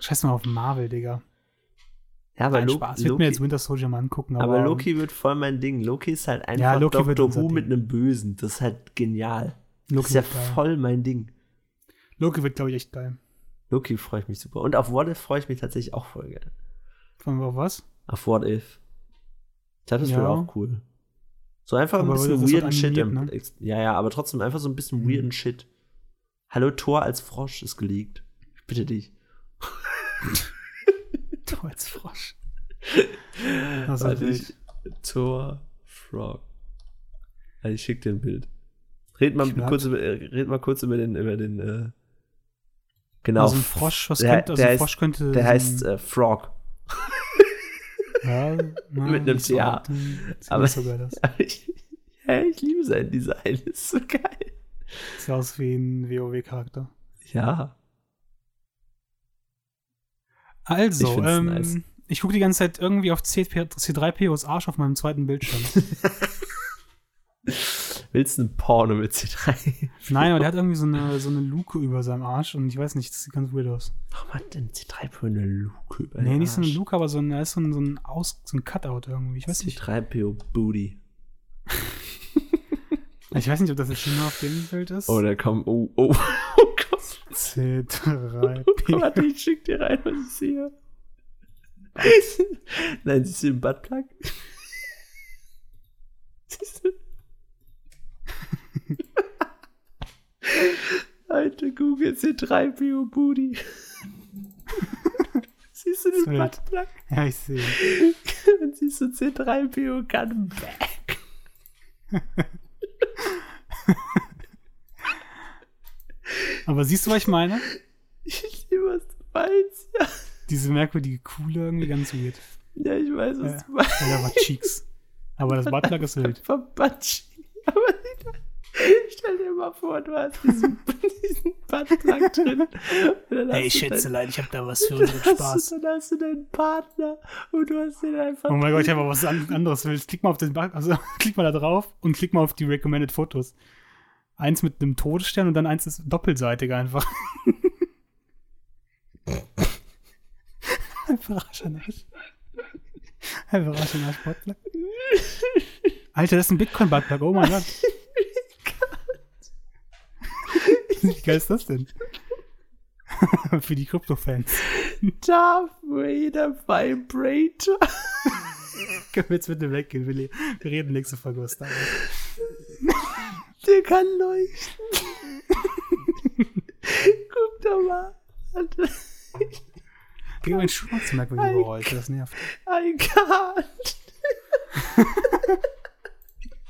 Speaker 1: Scheiß mal auf Marvel, Digga.
Speaker 2: Ja, aber
Speaker 1: Nein,
Speaker 2: Lo-
Speaker 1: Spaß. Ich
Speaker 2: Loki,
Speaker 1: würde mir jetzt Winter Soldier mal angucken. Aber,
Speaker 2: aber Loki wird voll mein Ding. Loki ist halt einfach
Speaker 1: Ja, Loki wird
Speaker 2: Doctor
Speaker 1: unser
Speaker 2: Who
Speaker 1: Ding.
Speaker 2: mit einem Bösen. Das ist halt genial.
Speaker 1: Loki
Speaker 2: das ist ja
Speaker 1: wird geil.
Speaker 2: voll mein Ding.
Speaker 1: Loki wird, glaube ich, echt geil.
Speaker 2: Loki freue ich mich super. Und auf What If freue ich mich tatsächlich auch voll gerne.
Speaker 1: Von auf was?
Speaker 2: Auf What If. Ich glaube, das
Speaker 1: Ja.
Speaker 2: wäre auch cool. So einfach ein
Speaker 1: Aber
Speaker 2: bisschen
Speaker 1: das wird
Speaker 2: weirden Shit. im-
Speaker 1: animiert, ne?
Speaker 2: Ja, ja, aber trotzdem einfach so ein bisschen
Speaker 1: Mhm.
Speaker 2: weirden Shit. Hallo, Thor als Frosch ist geleakt. Ich bitte dich.
Speaker 1: Du als Frosch.
Speaker 2: Das
Speaker 1: Also ich.
Speaker 2: Thor Frog. Also ich schick dir ein Bild. Red mal,
Speaker 1: Ich mag-
Speaker 2: kurz, über, äh, red mal kurz über den, über den, äh, genau.
Speaker 1: Also ein Frosch, was
Speaker 2: der,
Speaker 1: könnte, also
Speaker 2: der
Speaker 1: ein
Speaker 2: heißt,
Speaker 1: Frosch könnte.
Speaker 2: Der
Speaker 1: so
Speaker 2: heißt
Speaker 1: ein-
Speaker 2: äh, Frog.
Speaker 1: ja, na,
Speaker 2: mit einem
Speaker 1: nicht so
Speaker 2: TH.
Speaker 1: gut. Hm, Sieht
Speaker 2: Aber-
Speaker 1: nicht so geil aus.
Speaker 2: Aber ich, ja, ich liebe sein Design. Das ist so geil.
Speaker 1: Sieht aus wie ein WoW-Charakter.
Speaker 2: Ja. Ich
Speaker 1: Also, ich,
Speaker 2: find's
Speaker 1: ähm,
Speaker 2: nice.
Speaker 1: ich gucke die ganze Zeit irgendwie auf C3, C3POs Arsch auf meinem zweiten Bildschirm.
Speaker 2: Willst du ein Porno mit C3?
Speaker 1: Nein, aber der hat irgendwie so eine, so eine Luke über seinem Arsch und ich weiß nicht, das sieht ganz weird aus.
Speaker 2: Warum hat denn C3 für eine Luke über
Speaker 1: nee,
Speaker 2: den
Speaker 1: nicht so eine
Speaker 2: Arsch?
Speaker 1: Luke, aber so ein, da ist so ein, so ein, Aus, so ein Cutout irgendwie. Ich weiß nicht.
Speaker 2: C3PO Booty.
Speaker 1: Ich weiß nicht, ob das jetzt nur auf dem Bild ist.
Speaker 2: Oh, da kommt. Oh, oh, oh Gott.
Speaker 1: C3P.
Speaker 2: Warte, ich schick dir rein, was ich sehe. Nein, siehst du den Buttplug? Siehst du? Alter, Google C3PO Booty. siehst du den
Speaker 1: Wild.
Speaker 2: Buttplug?
Speaker 1: Ja, ich sehe.
Speaker 2: Dann siehst du C3PO kann back.
Speaker 1: Aber siehst du, was ich meine?
Speaker 2: Ich liebe, was du meinst. Ja,
Speaker 1: Diese merkwürdige Kuhle irgendwie ganz weird.
Speaker 2: ja ich weiß, was
Speaker 1: Ja.
Speaker 2: du meinst.
Speaker 1: Oder war Cheeks. Aber das Buttplug ist wild.
Speaker 2: Verbatsching. Aber die- stell dir mal vor, du hast diesen, diesen Buttplug drin. Und dann
Speaker 3: Hey,
Speaker 2: hast du
Speaker 3: Schätzelein, ich hab da was für
Speaker 2: dein-
Speaker 3: unseren
Speaker 2: dann hast,
Speaker 3: Spaß.
Speaker 2: du, dann hast du deinen Partner und du hast den einfach.
Speaker 1: Oh mein Gott, ich habe aber was an- anderes willst. Klick mal auf den Bug, also klick mal da drauf und klick mal auf die Recommended Fotos. Eins mit einem Todesstern und dann eins ist doppelseitig einfach. einfach Arsch an Arsch. Einfach Arsch an Arsch Buttplug. Alter, das ist ein Bitcoin-Buttplug, oh mein Gott. Wie geil ist das denn? Für die Krypto-Fans.
Speaker 2: Darth Vader Vibrator.
Speaker 1: Können wir jetzt bitte weggehen, Willi? Wir reden nächste Folge was da.
Speaker 2: Der kann leuchten. Guck doch mal. Warte.
Speaker 1: Gegen meinen Schuh macht merkwürdige Geräusche, das nervt.
Speaker 2: I can't.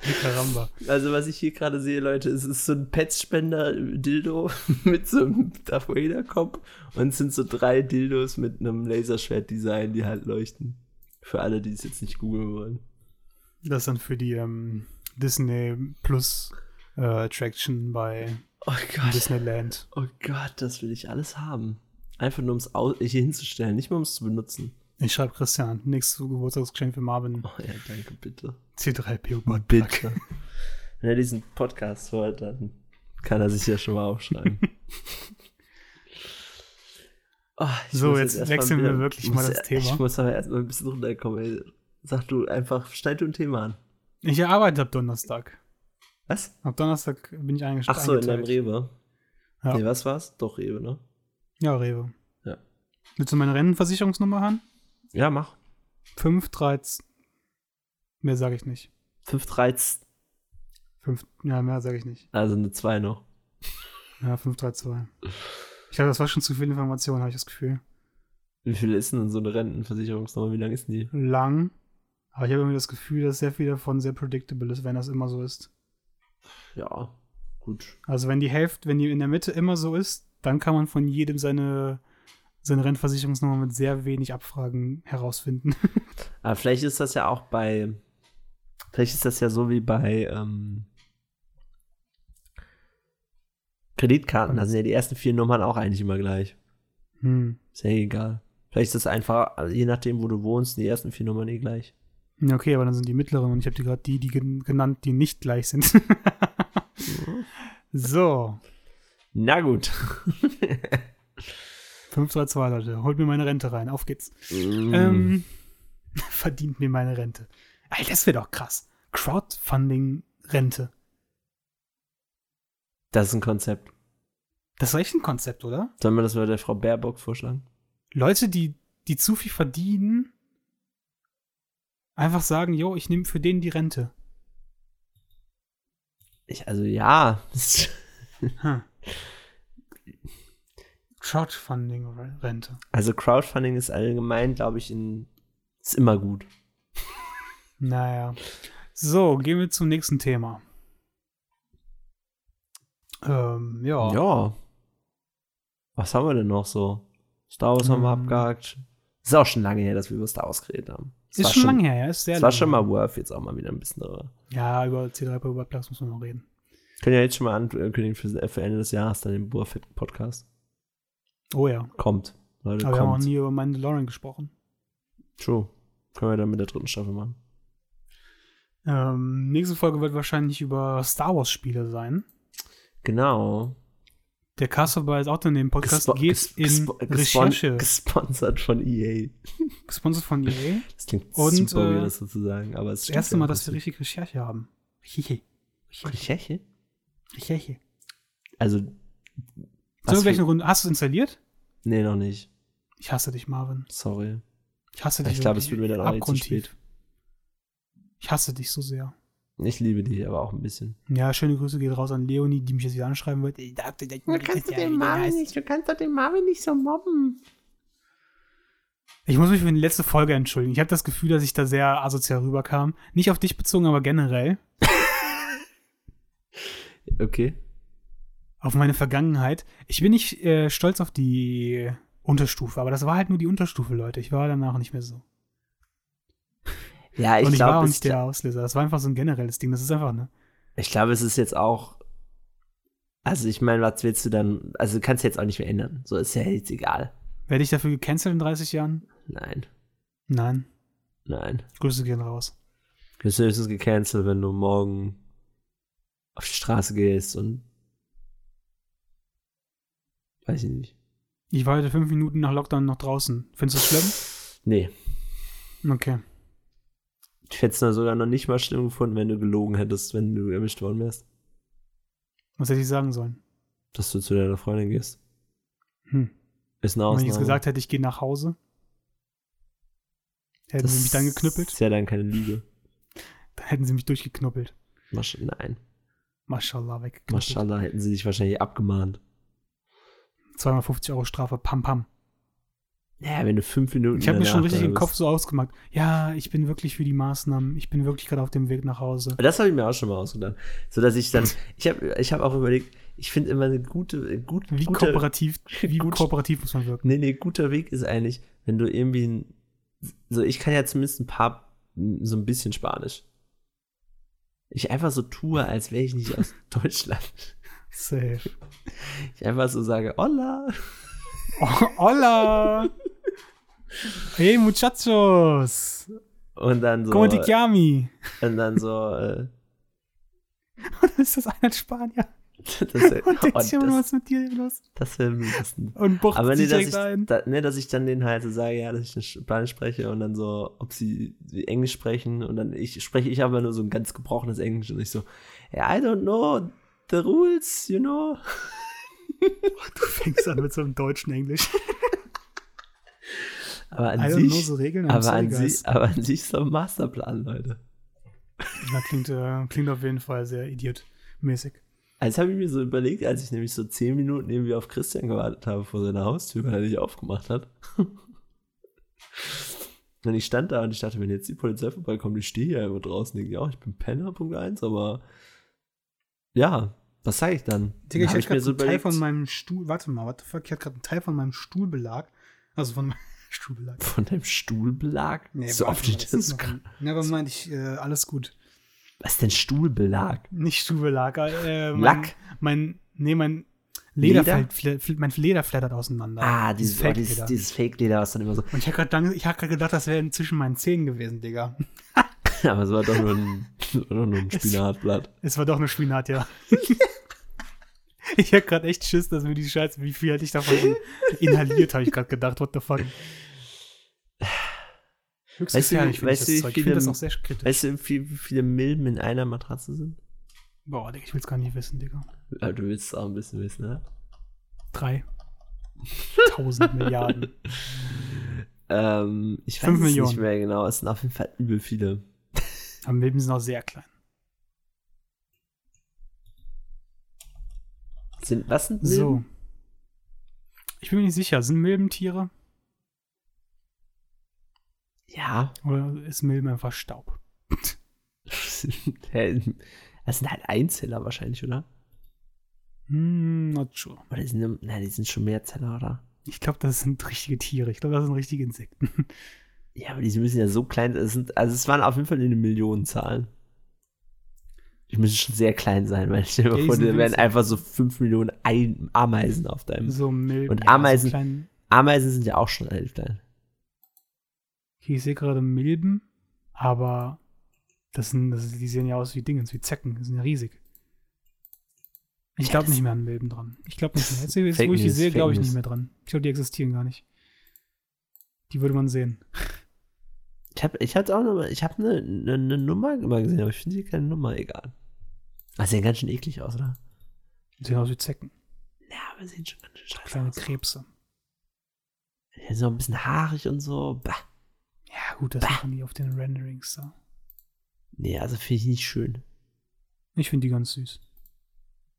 Speaker 1: Wie Karamba.
Speaker 2: Also, was ich hier gerade sehe, Leute, es ist so ein Petspender-Dildo mit so einem Darth Vader-Kopf und es sind so drei Dildos mit einem Laserschwert-Design, die halt leuchten. Für alle, die es jetzt nicht googeln wollen.
Speaker 1: Das ist dann für die ähm, Disney Plus äh, Attraction bei
Speaker 2: Oh Gott,
Speaker 1: Disneyland.
Speaker 2: oh Gott, das will ich alles haben. Einfach nur, um es au- hier hinzustellen, nicht mal um es zu benutzen.
Speaker 1: Ich schreibe Christian, nächstes Geburtstagsgeschenk für Marvin.
Speaker 2: Oh ja, danke, bitte.
Speaker 1: C3PO Buttplug.
Speaker 2: Wenn er diesen Podcast hört, dann kann er sich ja schon mal aufschreiben. Oh, ich
Speaker 1: So,
Speaker 2: muss
Speaker 1: jetzt
Speaker 2: erst mal
Speaker 1: wechseln wir
Speaker 2: wieder-
Speaker 1: wirklich
Speaker 2: muss,
Speaker 1: mal das Thema.
Speaker 2: Ich muss aber erstmal ein bisschen runterkommen. Ey. Sag du einfach, schneid du ein Thema an.
Speaker 1: Ich arbeite ab Donnerstag.
Speaker 2: Was?
Speaker 1: Ab Donnerstag bin ich eingestellt.
Speaker 2: Ach so, in deinem Rewe.
Speaker 1: Ja.
Speaker 2: Nee, was war's? Doch, Rewe, ne?
Speaker 1: Ja, Rewe.
Speaker 2: Ja.
Speaker 1: Willst du meine Rentenversicherungsnummer haben?
Speaker 2: Ja, mach.
Speaker 1: 513. Mehr sage ich nicht.
Speaker 2: 513,
Speaker 1: Fünf, ja, mehr sage ich nicht.
Speaker 2: also eine 2 noch.
Speaker 1: Ja, 532. Ich glaube, das war schon zu viel Information, habe ich das Gefühl.
Speaker 2: Wie viel ist denn so eine Rentenversicherungsnummer? Wie lang ist denn die?
Speaker 1: lang. Aber ich habe irgendwie das Gefühl, dass sehr viel davon sehr predictable ist, wenn das immer so ist.
Speaker 2: Ja, gut.
Speaker 1: Also wenn die Hälfte, wenn die in der Mitte immer so ist, dann kann man von jedem seine, seine Rentenversicherungsnummer mit sehr wenig Abfragen herausfinden.
Speaker 2: Aber vielleicht ist das ja auch bei. Vielleicht ist das ja so wie bei. Ähm, Kreditkarten, da sind ja die ersten vier Nummern auch eigentlich immer gleich.
Speaker 1: Hm.
Speaker 2: Ist ja eh egal. Vielleicht ist das einfach, also je nachdem, wo du wohnst, sind die ersten vier Nummern eh gleich.
Speaker 1: Ja, Okay, aber dann sind die mittleren und ich habe dir gerade die, die gen- genannt, die nicht gleich sind. so,
Speaker 2: Na gut.
Speaker 1: 532, Leute. Holt mir meine Rente rein. Auf geht's.
Speaker 2: Ähm,
Speaker 1: Ähm, verdient mir meine Rente. Alter, das wäre doch krass. Crowdfunding-Rente.
Speaker 2: das ist ein Konzept.
Speaker 1: Das ist echt ein Konzept, oder?
Speaker 2: Sollen wir das mal der Frau Baerbock vorschlagen?
Speaker 1: Leute, die, die zu viel verdienen, einfach sagen, yo, ich nehme für den die Rente.
Speaker 2: Ich, also ja,
Speaker 1: Hm. Crowdfunding-Rente.
Speaker 2: also Crowdfunding ist allgemein, glaube ich, in, ist immer gut.
Speaker 1: Naja. So, gehen wir zum nächsten Thema. Ähm, ja.
Speaker 2: Ja. Was haben wir denn noch so? Star Wars haben wir
Speaker 1: Hm.
Speaker 2: abgehakt. Ist auch schon lange her, dass wir über Star Wars geredet haben. Es
Speaker 1: Ist
Speaker 2: war
Speaker 1: schon lange her, ja. Ist sehr
Speaker 2: Es war
Speaker 1: lange
Speaker 2: schon
Speaker 1: her.
Speaker 2: mal worth, jetzt auch mal wieder ein bisschen darüber.
Speaker 1: Ja, über C3PO Überplatz muss man noch reden.
Speaker 2: Können ja jetzt schon mal ankündigen für, für Ende des Jahres dann den Boa Fett Podcast.
Speaker 1: Oh ja.
Speaker 2: Kommt. Leute,
Speaker 1: Aber wir haben auch
Speaker 2: kommt.
Speaker 1: nie über Mandalorian gesprochen.
Speaker 2: True. Können wir dann mit der dritten Staffel machen.
Speaker 1: Ähm, nächste Folge wird wahrscheinlich über Star Wars-Spiele sein.
Speaker 2: Genau.
Speaker 1: Der Castlebar ist auch in dem Podcast,
Speaker 2: Gespo-
Speaker 1: geht
Speaker 2: ges-
Speaker 1: in
Speaker 2: gespo- gespon-
Speaker 1: Recherche,
Speaker 2: Gesponsert von EA.
Speaker 1: gesponsert von EA.
Speaker 2: Das klingt
Speaker 1: Und,
Speaker 2: super
Speaker 1: äh,
Speaker 2: weird, das sozusagen, aber es
Speaker 1: Das
Speaker 2: stimmt
Speaker 1: erste
Speaker 2: ja
Speaker 1: Mal,
Speaker 2: im
Speaker 1: dass wir
Speaker 2: Prinzip.
Speaker 1: richtig Recherche haben. Recherche.
Speaker 2: Recherche?
Speaker 1: Recherche.
Speaker 2: Also.
Speaker 1: Sollen wir
Speaker 2: was
Speaker 1: gleich
Speaker 2: für-
Speaker 1: eine Runde? Hast du es installiert?
Speaker 2: Nee, noch nicht.
Speaker 1: Ich hasse dich, Marvin.
Speaker 2: Sorry.
Speaker 1: Ich hasse dich.
Speaker 2: Ich glaube, es wird
Speaker 1: wirklich
Speaker 2: mir dann auch nicht zu
Speaker 1: abgrundtief.
Speaker 2: spät.
Speaker 1: Ich hasse dich so sehr.
Speaker 2: Ich liebe dich aber auch ein bisschen.
Speaker 1: Ja, schöne Grüße geht raus an Leonie, die mich jetzt wieder anschreiben wird. Ich darf dir nicht- Ja, wie der heißt.
Speaker 2: du kannst doch den Marvin nicht so mobben.
Speaker 1: Ich muss mich für die letzte Folge entschuldigen. Ich habe das Gefühl, dass ich da sehr asozial rüberkam. Nicht auf dich bezogen, aber generell.
Speaker 2: Okay.
Speaker 1: auf meine Vergangenheit. Ich bin nicht äh, stolz auf die Unterstufe, aber das war halt nur die Unterstufe, Leute. Ich war danach nicht mehr so.
Speaker 2: Ja, ich
Speaker 1: Und ich war auch
Speaker 2: glaube,
Speaker 1: nicht
Speaker 2: ich,
Speaker 1: der Auslöser. Das war einfach so ein generelles Ding. Das ist einfach, ne?
Speaker 2: ich glaube, es ist jetzt auch. Also, ich meine, was willst du dann. Also, du kannst jetzt auch nicht mehr ändern. So ist ja jetzt egal.
Speaker 1: Werde ich dafür gecancelt in 30 Jahren?
Speaker 2: Nein,
Speaker 1: Nein.
Speaker 2: nein.
Speaker 1: Grüße gehen raus.
Speaker 2: Du bist höchstens gecancelt, wenn du morgen auf die Straße gehst und. Weiß ich nicht.
Speaker 1: Ich war heute fünf Minuten nach Lockdown noch draußen. Findest du das
Speaker 2: Nee.
Speaker 1: schlimm? Okay.
Speaker 2: Ich hätte es nur sogar noch nicht mal schlimm gefunden, wenn du gelogen hättest, wenn du erwischt worden wärst,
Speaker 1: Was hätte ich sagen sollen?
Speaker 2: dass du zu deiner Freundin gehst.
Speaker 1: Hm.
Speaker 2: Ist eine
Speaker 1: Wenn
Speaker 2: Ausnahme.
Speaker 1: ich jetzt gesagt hätte, ich gehe nach Hause, hätten sie mich dann geknüppelt,
Speaker 2: Ist ja dann keine Lüge.
Speaker 1: dann hätten sie mich durchgeknüppelt.
Speaker 2: Masch Nein.
Speaker 1: Mashallah, weggeknüppelt.
Speaker 2: Maschallah hätten sie dich wahrscheinlich abgemahnt.
Speaker 1: 250 Euro Strafe, pam, pam.
Speaker 2: Naja, wenn du fünf Minuten.
Speaker 1: Ich habe mir
Speaker 2: danach
Speaker 1: schon richtig
Speaker 2: da
Speaker 1: den
Speaker 2: bist.
Speaker 1: Kopf so ausgemacht. Ja, ich bin wirklich für die Maßnahmen. Ich bin wirklich gerade auf dem Weg nach Hause.
Speaker 2: Das habe ich mir auch schon mal ausgedacht. So dass ich dann. Ich habe ich hab auch überlegt, ich finde immer eine gute. Gut,
Speaker 1: Wie
Speaker 2: guter,
Speaker 1: kooperativ, wie
Speaker 2: gut-
Speaker 1: kooperativ muss man wirken?
Speaker 2: nee, nee, guter Weg ist eigentlich, wenn du irgendwie. Ein, so, ich kann ja zumindest ein paar. So ein bisschen Spanisch. Ich einfach so tue, als wäre ich nicht aus Deutschland.
Speaker 1: Safe.
Speaker 2: Ich einfach so sage, hola.
Speaker 1: Oh, hola! Hey, muchachos!
Speaker 2: Und dann so. äh,
Speaker 1: Como te chiami?
Speaker 2: Und dann so. Äh,
Speaker 1: Und ist das einer in Spanier?
Speaker 2: das, wär-
Speaker 1: Und denkt
Speaker 2: oh,
Speaker 1: sich immer,
Speaker 2: das,
Speaker 1: was ist mit dir los?
Speaker 2: das wäre am liebsten.
Speaker 1: Und bucht
Speaker 2: Aber nee,
Speaker 1: sich direkt
Speaker 2: dass ich,
Speaker 1: ein.
Speaker 2: da, nee, dass ich dann denen halt so sage, ja, dass ich nicht Spanisch spreche und dann so, ob sie sie Englisch sprechen und dann ich spreche ich aber nur so ein ganz gebrochenes Englisch und ich so, yeah, I don't know the rules, you know.
Speaker 1: Du fängst an mit so einem deutschen Englisch.
Speaker 2: Aber an
Speaker 1: Also nur
Speaker 2: sich,
Speaker 1: so Regeln. I'm
Speaker 2: aber
Speaker 1: sorry,
Speaker 2: an
Speaker 1: guys.
Speaker 2: sich, aber an sich so ein Masterplan, Leute.
Speaker 1: Na, klingt, äh, klingt auf jeden Fall sehr idiotmäßig.
Speaker 2: Als habe ich mir so überlegt, als ich nämlich so zehn Minuten irgendwie auf Christian gewartet habe vor seiner Haustür, weil er nicht aufgemacht hat. und ich stand da und ich dachte, wenn jetzt die Polizei vorbeikommt, ich stehe ja immer draußen, denke ich auch, ich bin Penner, Punkt 1, aber ja, was sage ich dann?
Speaker 1: Digga, ich
Speaker 2: Dann hab
Speaker 1: hatte gerade einen Teil
Speaker 2: überlegt,
Speaker 1: von meinem Stuhl. Warte mal, what the fuck? Ich hatte gerade einen Teil von meinem Stuhlbelag. Also von meinem Stuhlbelag.
Speaker 2: von deinem Stuhlbelag? so
Speaker 1: warte
Speaker 2: oft
Speaker 1: mal,
Speaker 2: steht das.
Speaker 1: ist noch- Never mind, ich, äh, alles gut.
Speaker 2: Was ist denn Stuhlbelag?
Speaker 1: Nicht Stuhlbelag, äh, mein,
Speaker 2: Lack?
Speaker 1: Mein, nee, mein Leder,
Speaker 2: Leder?
Speaker 1: fällt- fl- fl- mein Leder flattert auseinander.
Speaker 2: Ah, dieses, oh, dieses,
Speaker 1: Fake-Leder.
Speaker 2: dieses Fake-Leder, was dann immer so.
Speaker 1: Und ich habe gerade gedacht, das wäre inzwischen meinen Zähnen gewesen, Digga.
Speaker 2: Aber es war doch nur ein, es war doch nur ein Spinatblatt.
Speaker 1: Es war doch eine Spinat, ja. ich hab grad echt Schiss, dass mir die Scheiße, wie viel hätte ich davon in, inhaliert, habe ich grad gedacht. What the fuck? Höchst
Speaker 2: Weißt du,
Speaker 1: gefährlich, finde ich
Speaker 2: weißt du,
Speaker 1: das
Speaker 2: wie
Speaker 1: Zeug. Ich
Speaker 2: viele-
Speaker 1: finde das auch sehr kritisch.
Speaker 2: Weißt du, wie wie viele Milben in einer Matratze sind?
Speaker 1: Boah, Digga, ich will's gar nicht wissen, Digga.
Speaker 2: Ah, Du willst es auch ein bisschen wissen, ne?
Speaker 1: Drei. Tausend Milliarden.
Speaker 2: Ähm, ich weiß
Speaker 1: Fünf
Speaker 2: es
Speaker 1: Millionen.
Speaker 2: nicht mehr genau. Es sind auf jeden Fall übel viele.
Speaker 1: Aber Milben sind auch sehr klein.
Speaker 2: Sind, was sind Milben?
Speaker 1: So. Ich bin mir nicht sicher, sind Milben Tiere
Speaker 2: Ja.
Speaker 1: oder ist Milben einfach Staub?
Speaker 2: Hä? das sind halt Einzeller wahrscheinlich, oder?
Speaker 1: Hm, not sure.
Speaker 2: Oder die sind, nein, die sind schon Mehrzeller, oder?
Speaker 1: Ich glaube, das sind richtige Tiere. Ich glaube, das sind richtige Insekten.
Speaker 2: Ja, aber die müssen ja so klein sein. Es sind, also es waren auf jeden Fall in den Millionenzahlen. Die müssen schon sehr klein sein, weil ich stell
Speaker 1: Ja,
Speaker 2: mir
Speaker 1: die
Speaker 2: vor,
Speaker 1: sind
Speaker 2: da wären
Speaker 1: winzig.
Speaker 2: einfach so 5 Millionen Ein- Ameisen auf deinem.
Speaker 1: So Milben.
Speaker 2: Hm. Und
Speaker 1: ja, also so
Speaker 2: Ameisen-
Speaker 1: kleinen-
Speaker 2: Ameisen sind ja auch schon relativ klein.
Speaker 1: Okay, ich sehe gerade Milben, aber das sind, das, die sehen ja aus wie Dingens, wie Zecken, die sind ja riesig. Ich
Speaker 2: Ja,
Speaker 1: glaube
Speaker 2: das-
Speaker 1: nicht mehr an Milben dran. Ich glaube nicht mehr. Jetzt, jetzt
Speaker 2: Fake
Speaker 1: wo ich die
Speaker 2: News,
Speaker 1: sehe,
Speaker 2: Fake
Speaker 1: glaube ich
Speaker 2: News.
Speaker 1: nicht mehr dran. Ich glaube, die existieren gar nicht. Die würde man sehen.
Speaker 2: Ich habe ich hatte auch noch, mal- ich habe eine ne, ne Nummer immer gesehen, aber ich finde hier keine Nummer egal. Also sehen ganz schön eklig aus, oder?
Speaker 1: Die sehen aus wie Zecken.
Speaker 2: Ja, aber sehen schon ganz schön scheiße
Speaker 1: Kleine
Speaker 2: aus.
Speaker 1: Krebse.
Speaker 2: Die sind auch ein bisschen haarig und so. Bah.
Speaker 1: Ja, gut, das
Speaker 2: Bah.
Speaker 1: machen die auf den Renderings da.
Speaker 2: Nee, also finde ich nicht schön.
Speaker 1: Ich finde die ganz süß.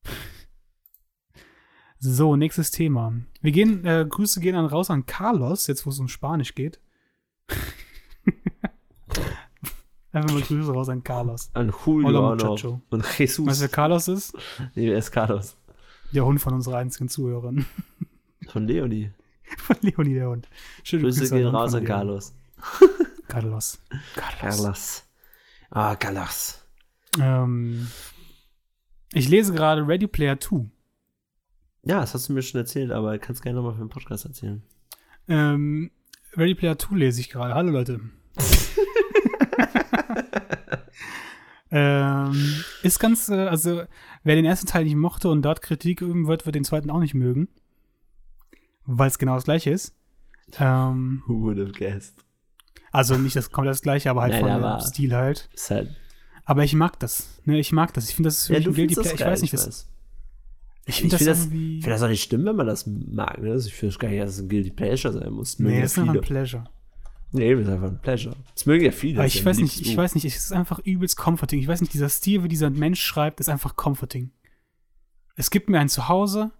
Speaker 1: So, nächstes Thema. Wir gehen, äh, Grüße gehen dann raus an Carlos, jetzt wo es um Spanisch geht. Einfach mal Grüße raus an Carlos.
Speaker 2: An
Speaker 1: Hola,
Speaker 2: Julio
Speaker 1: muchacho.
Speaker 2: noch. und
Speaker 1: Weißt du,
Speaker 2: Jesus.
Speaker 1: wer Carlos ist?
Speaker 2: Nee, wer ist Carlos?
Speaker 1: Der Hund von unserer einzigen Zuhörerin.
Speaker 2: Von Leonie.
Speaker 1: Von Leonie, der Hund. Schöne
Speaker 2: Grüße gehen
Speaker 1: den Hund
Speaker 2: raus
Speaker 1: von
Speaker 2: an
Speaker 1: Leonie.
Speaker 2: Carlos.
Speaker 1: Carlos. Carlos.
Speaker 2: Carlos. Ah, Carlos.
Speaker 1: Ähm, ich lese gerade Ready Player 2.
Speaker 2: Ja, das hast du mir schon erzählt, aber kannst gerne nochmal für den Podcast erzählen.
Speaker 1: Ähm, Ready Player 2 lese ich gerade. Hallo Leute. ähm, ist ganz, äh, also wer den ersten Teil nicht mochte und dort Kritik üben wird, wird den zweiten auch nicht mögen. Weil es genau das gleiche ist. Ähm,
Speaker 2: Who would have guessed?
Speaker 1: also nicht das komplett das gleiche, aber halt
Speaker 2: Nein,
Speaker 1: von
Speaker 2: aber-
Speaker 1: dem Stil halt.
Speaker 2: Ist halt,
Speaker 1: Aber ich mag das. Ne, ich mag das. Ich finde, das ist für
Speaker 2: ja,
Speaker 1: mich
Speaker 2: du
Speaker 1: ein Guilty
Speaker 2: findest das
Speaker 1: Pleasure.
Speaker 2: geil,
Speaker 1: Ich weiß nicht, das,
Speaker 2: weiß.
Speaker 1: ich
Speaker 2: Ich
Speaker 1: finde das,
Speaker 2: find das-
Speaker 1: irgendwie.
Speaker 2: Ich finde das auch nicht schlimm, wenn man das mag. Ne? Also ich finde es gar nicht, dass es ein Guilty Pleasure sein muss. Mögen
Speaker 1: nee,
Speaker 2: ja
Speaker 1: das ist einfach ein
Speaker 2: viele.
Speaker 1: Pleasure.
Speaker 2: Nee, das ist einfach ein Pleasure. Das mögen ja viele.
Speaker 1: Aber
Speaker 2: das ist
Speaker 1: ich
Speaker 2: ja
Speaker 1: weiß
Speaker 2: ein
Speaker 1: nicht, ich
Speaker 2: Lieblingsbuch.
Speaker 1: weiß nicht, es ist einfach übelst comforting. Ich weiß nicht, dieser Stil, wie dieser Mensch schreibt, ist einfach comforting. Es gibt mir ein Zuhause,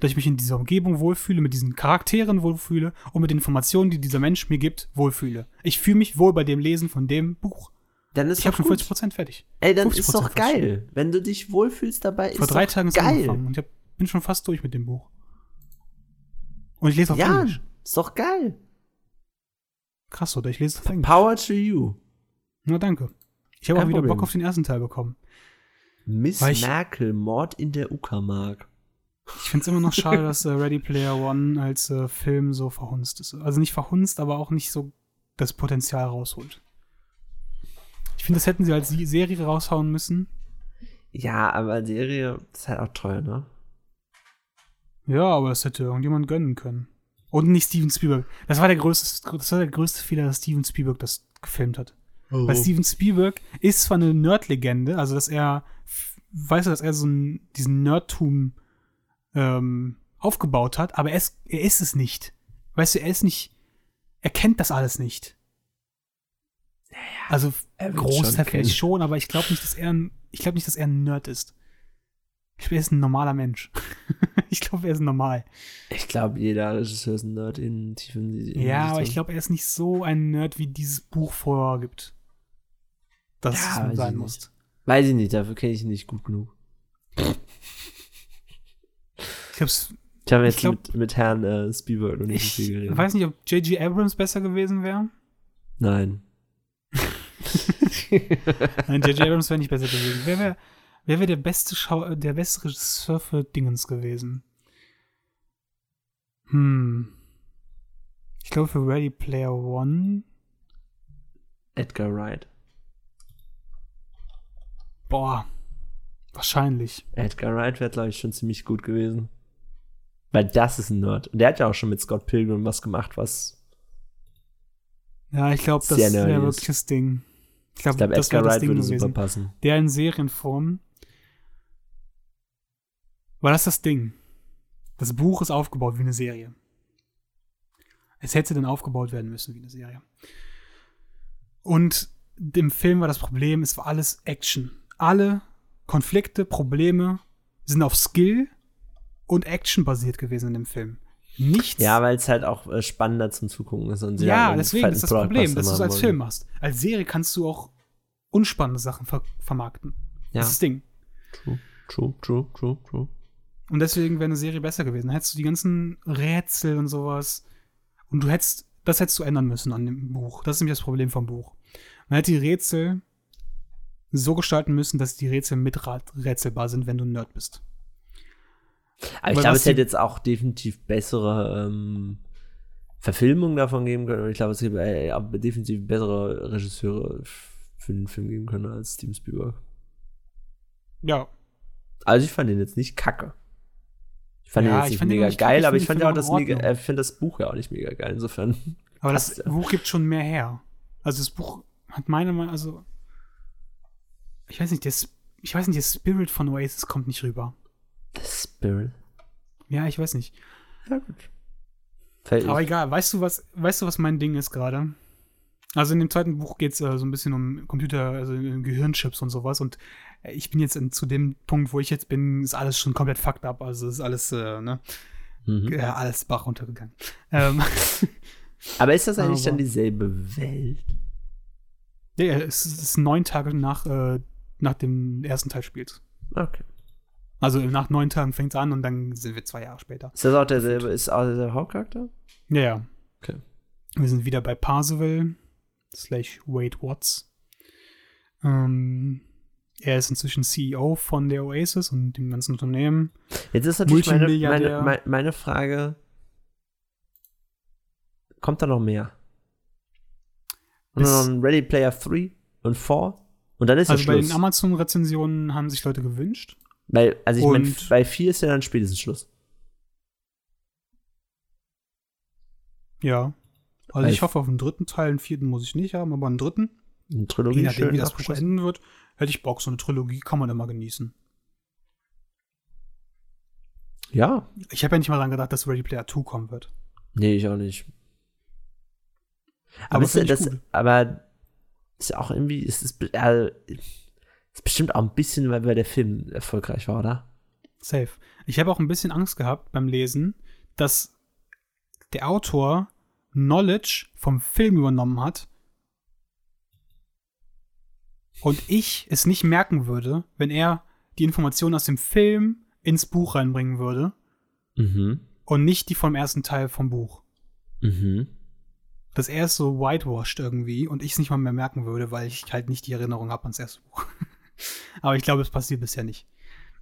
Speaker 1: dass ich mich in dieser Umgebung wohlfühle, mit diesen Charakteren wohlfühle und mit den Informationen, die dieser Mensch mir gibt, wohlfühle. Ich fühle mich wohl bei dem Lesen von dem Buch.
Speaker 2: Dann ist
Speaker 1: ich habe
Speaker 2: doch
Speaker 1: schon
Speaker 2: gut.
Speaker 1: 40% fertig.
Speaker 2: Ey, dann
Speaker 1: 50%
Speaker 2: ist doch
Speaker 1: fast schon.
Speaker 2: geil. Wenn du dich wohlfühlst dabei, ist
Speaker 1: Vor drei
Speaker 2: doch
Speaker 1: Tagen ist es
Speaker 2: geil.
Speaker 1: angefangen und ich hab, bin schon fast durch mit dem Buch. Und ich lese auf
Speaker 2: Ja,
Speaker 1: Englisch.
Speaker 2: ist doch geil.
Speaker 1: Krass, oder? Ich lese auf Englisch.
Speaker 2: Power to you.
Speaker 1: Na, danke. Ich habe auch
Speaker 2: Kein
Speaker 1: wieder
Speaker 2: Problem.
Speaker 1: Bock auf den ersten Teil bekommen.
Speaker 2: Miss
Speaker 1: Weil ich-
Speaker 2: Merkel, Mord in der Uckermark.
Speaker 1: Ich finde es immer noch schade, dass äh, Ready Player One als äh, Film so verhunzt ist. Also nicht verhunzt, aber auch nicht so das Potenzial rausholt. Ich finde, das hätten sie als Sie- Serie raushauen müssen.
Speaker 2: Ja, aber Serie ist halt auch teuer, ne?
Speaker 1: Ja, aber das hätte irgendjemand gönnen können. Und nicht Steven Spielberg. Das war der größte, das war der größte Fehler, dass Steven Spielberg das gefilmt hat.
Speaker 2: Oh.
Speaker 1: Weil Steven Spielberg ist zwar eine Nerd-Legende, also dass er, f- weißt du, dass er so einen, diesen Nerdtum ähm, aufgebaut hat, aber er ist, er ist es nicht. Weißt du, er ist nicht, er kennt das alles nicht. also
Speaker 2: er wird schon
Speaker 1: Großteil
Speaker 2: kennen.
Speaker 1: vielleicht schon, aber ich glaube nicht, dass er ein, ich glaube nicht, dass er ein Nerd ist. Ich glaube, er ist ein normaler Mensch. ich glaube, er ist normal.
Speaker 2: Ich glaube, jeder Regisseur ist ein Nerd in tiefen. in-
Speaker 1: Ja, aber
Speaker 2: in-
Speaker 1: ich glaube, er ist nicht so ein Nerd, wie dieses Buch vorgibt. Dass
Speaker 2: Ja,
Speaker 1: es
Speaker 2: weiß
Speaker 1: sein
Speaker 2: ich
Speaker 1: muss.
Speaker 2: Weiß ich nicht, dafür kenne ich ihn nicht gut genug.
Speaker 1: Ich hab's
Speaker 2: Ich habe jetzt
Speaker 1: glaub-
Speaker 2: mit, mit Herrn äh, Spielberg noch nicht
Speaker 1: Ich
Speaker 2: so viel geredet.
Speaker 1: weiß nicht, ob J.G. Abrams besser gewesen wäre.
Speaker 2: Nein.
Speaker 1: Nein, J.G. Abrams wäre nicht besser gewesen. Wer wäre wer wär der, beste Schau äh, der beste Regisseur für Dingens gewesen? Hm. Ich glaube, für Ready Player One.
Speaker 2: Edgar Wright.
Speaker 1: Boah. Wahrscheinlich.
Speaker 2: Edgar Wright wäre, glaube ich, schon ziemlich gut gewesen. Weil das ist ein Nerd. Und der hat ja auch schon mit Scott Pilgrim was gemacht, was.
Speaker 1: Ja, ich glaube, das
Speaker 2: Sehr nerdy
Speaker 1: wäre
Speaker 2: ist.
Speaker 1: wirklich das Ding. Ich glaube,
Speaker 2: Ich glaube,
Speaker 1: das
Speaker 2: Edgar
Speaker 1: wäre das
Speaker 2: Wright
Speaker 1: Ding
Speaker 2: würde super
Speaker 1: gewesen.
Speaker 2: passen.
Speaker 1: Der in Serienform. War das das Ding? Das Buch ist aufgebaut wie eine Serie. Es hätte dann aufgebaut werden müssen wie eine Serie. Und im Film war das Problem, es war alles Action. Alle Konflikte, Probleme sind auf Skill und Action basiert gewesen in dem Film. Nichts.
Speaker 2: Ja, weil es halt auch äh, spannender zum Zugucken ist. Und sie
Speaker 1: Ja,
Speaker 2: halt einen
Speaker 1: deswegen
Speaker 2: fetten
Speaker 1: ist das
Speaker 2: Blockbuster
Speaker 1: Problem, dass du es
Speaker 2: machen
Speaker 1: als
Speaker 2: wollen.
Speaker 1: Film machst. Als Serie kannst du auch unspannende Sachen ver vermarkten.
Speaker 2: Ja,
Speaker 1: Das ist das Ding.
Speaker 2: true, true, true, true, true.
Speaker 1: Und deswegen wäre eine Serie besser gewesen. Dann hättest du die ganzen Rätsel und sowas. Und du hättest, das hättest du ändern müssen an dem Buch. Das ist nämlich das Problem vom Buch. Man hätte die Rätsel so gestalten müssen, dass die Rätsel miträtselbar sind, wenn du ein Nerd bist.
Speaker 2: Aber ich
Speaker 1: Aber
Speaker 2: glaube,
Speaker 1: was
Speaker 2: es hätte
Speaker 1: die-
Speaker 2: jetzt auch definitiv bessere ähm, Verfilmungen davon geben können. Und ich glaube, es hätte äh, aber definitiv bessere Regisseure f- für den Film geben können als Steven Spielberg.
Speaker 1: Ja.
Speaker 2: Also ich fand den jetzt nicht kacke. Ich fand
Speaker 1: Ja,
Speaker 2: den jetzt
Speaker 1: ich
Speaker 2: nicht
Speaker 1: fand den
Speaker 2: mega
Speaker 1: auch nicht kacke,
Speaker 2: geil,
Speaker 1: ich
Speaker 2: aber
Speaker 1: fand den
Speaker 2: ich fand ja auch
Speaker 1: Film
Speaker 2: das,
Speaker 1: in
Speaker 2: mega,
Speaker 1: Ordnung.
Speaker 2: äh, ich find das Buch ja auch nicht mega geil. Insofern.
Speaker 1: Aber das
Speaker 2: Passt ja.
Speaker 1: Buch gibt schon mehr her. Also das Buch hat meiner Meinung also ich weiß nicht, der, Sp- ich weiß nicht, der Spirit von Oasis kommt nicht rüber.
Speaker 2: The Spirit.
Speaker 1: Ja, ich weiß nicht.
Speaker 2: Ja, gut. Fällt
Speaker 1: Aber
Speaker 2: ich,
Speaker 1: egal, weißt du, was, weißt du, was mein Ding ist gerade? Also in dem zweiten Buch geht es äh, so ein bisschen um Computer, also um Gehirnchips und sowas. Und äh, ich bin jetzt in, zu dem Punkt, wo ich jetzt bin, ist alles schon komplett fucked up. Also ist alles, äh, ne,
Speaker 2: mhm.
Speaker 1: äh, alles Bach runtergegangen. Ähm,
Speaker 2: aber ist das eigentlich
Speaker 1: aber-
Speaker 2: dann dieselbe Welt?
Speaker 1: ja, es ist neun Tage nach, äh, nach dem ersten Teil spielt.
Speaker 2: Okay.
Speaker 1: Also nach neun Tagen fängt es an und dann sind wir zwei Jahre später.
Speaker 2: Ist das auch derselbe, ist auch derselbe Hauptcharakter?
Speaker 1: Ja, ja.
Speaker 2: Okay.
Speaker 1: Wir sind wieder bei Parzival slash Wade Watts. Ähm, er ist inzwischen CEO von der Oasis und dem ganzen Unternehmen.
Speaker 2: Jetzt ist natürlich meine, meine,
Speaker 1: Multimilliardär.
Speaker 2: meine, meine Frage: Kommt da noch mehr? Und
Speaker 1: Bis-
Speaker 2: dann noch ein Ready Player 3 und 4? Und dann ist ja
Speaker 1: also bei den
Speaker 2: Schluss.
Speaker 1: Amazon-Rezensionen haben sich Leute gewünscht.
Speaker 2: Weil, also ich meine,
Speaker 1: Und-
Speaker 2: bei 4 ist ja dann spätestens Schluss.
Speaker 1: Ja. Also
Speaker 2: Weil-
Speaker 1: ich hoffe auf einen dritten Teil, einen vierten muss ich nicht haben, aber einen dritten,
Speaker 2: Eine
Speaker 1: je
Speaker 2: Trilogie
Speaker 1: nachdem,
Speaker 2: schön
Speaker 1: wie das Buch
Speaker 2: abgeschlossen.
Speaker 1: enden wird, hätte ich Bock. So eine Trilogie kann man immer genießen.
Speaker 2: Ja.
Speaker 1: Ich habe ja nicht mal dran gedacht, dass Ready Player 2 kommen wird.
Speaker 2: Nee, ich auch nicht. Aber,
Speaker 1: Aber
Speaker 2: ist ja
Speaker 1: finde ich
Speaker 2: das,
Speaker 1: gut.
Speaker 2: aber ist ja auch irgendwie, ist, ist, also, ist bestimmt auch ein bisschen, weil, weil der Film erfolgreich war, oder?
Speaker 1: Safe. Ich habe auch ein bisschen Angst gehabt beim Lesen, dass der Autor Knowledge vom Film übernommen hat und ich es nicht merken würde, wenn er die Informationen aus dem Film ins Buch reinbringen würde
Speaker 2: Mhm.
Speaker 1: und nicht die vom ersten Teil vom Buch.
Speaker 2: Mhm.
Speaker 1: Dass er es so whitewashed irgendwie und ich es nicht mal mehr merken würde, weil ich halt nicht die Erinnerung habe ans erste Buch. Aber ich glaube, es passiert bisher nicht.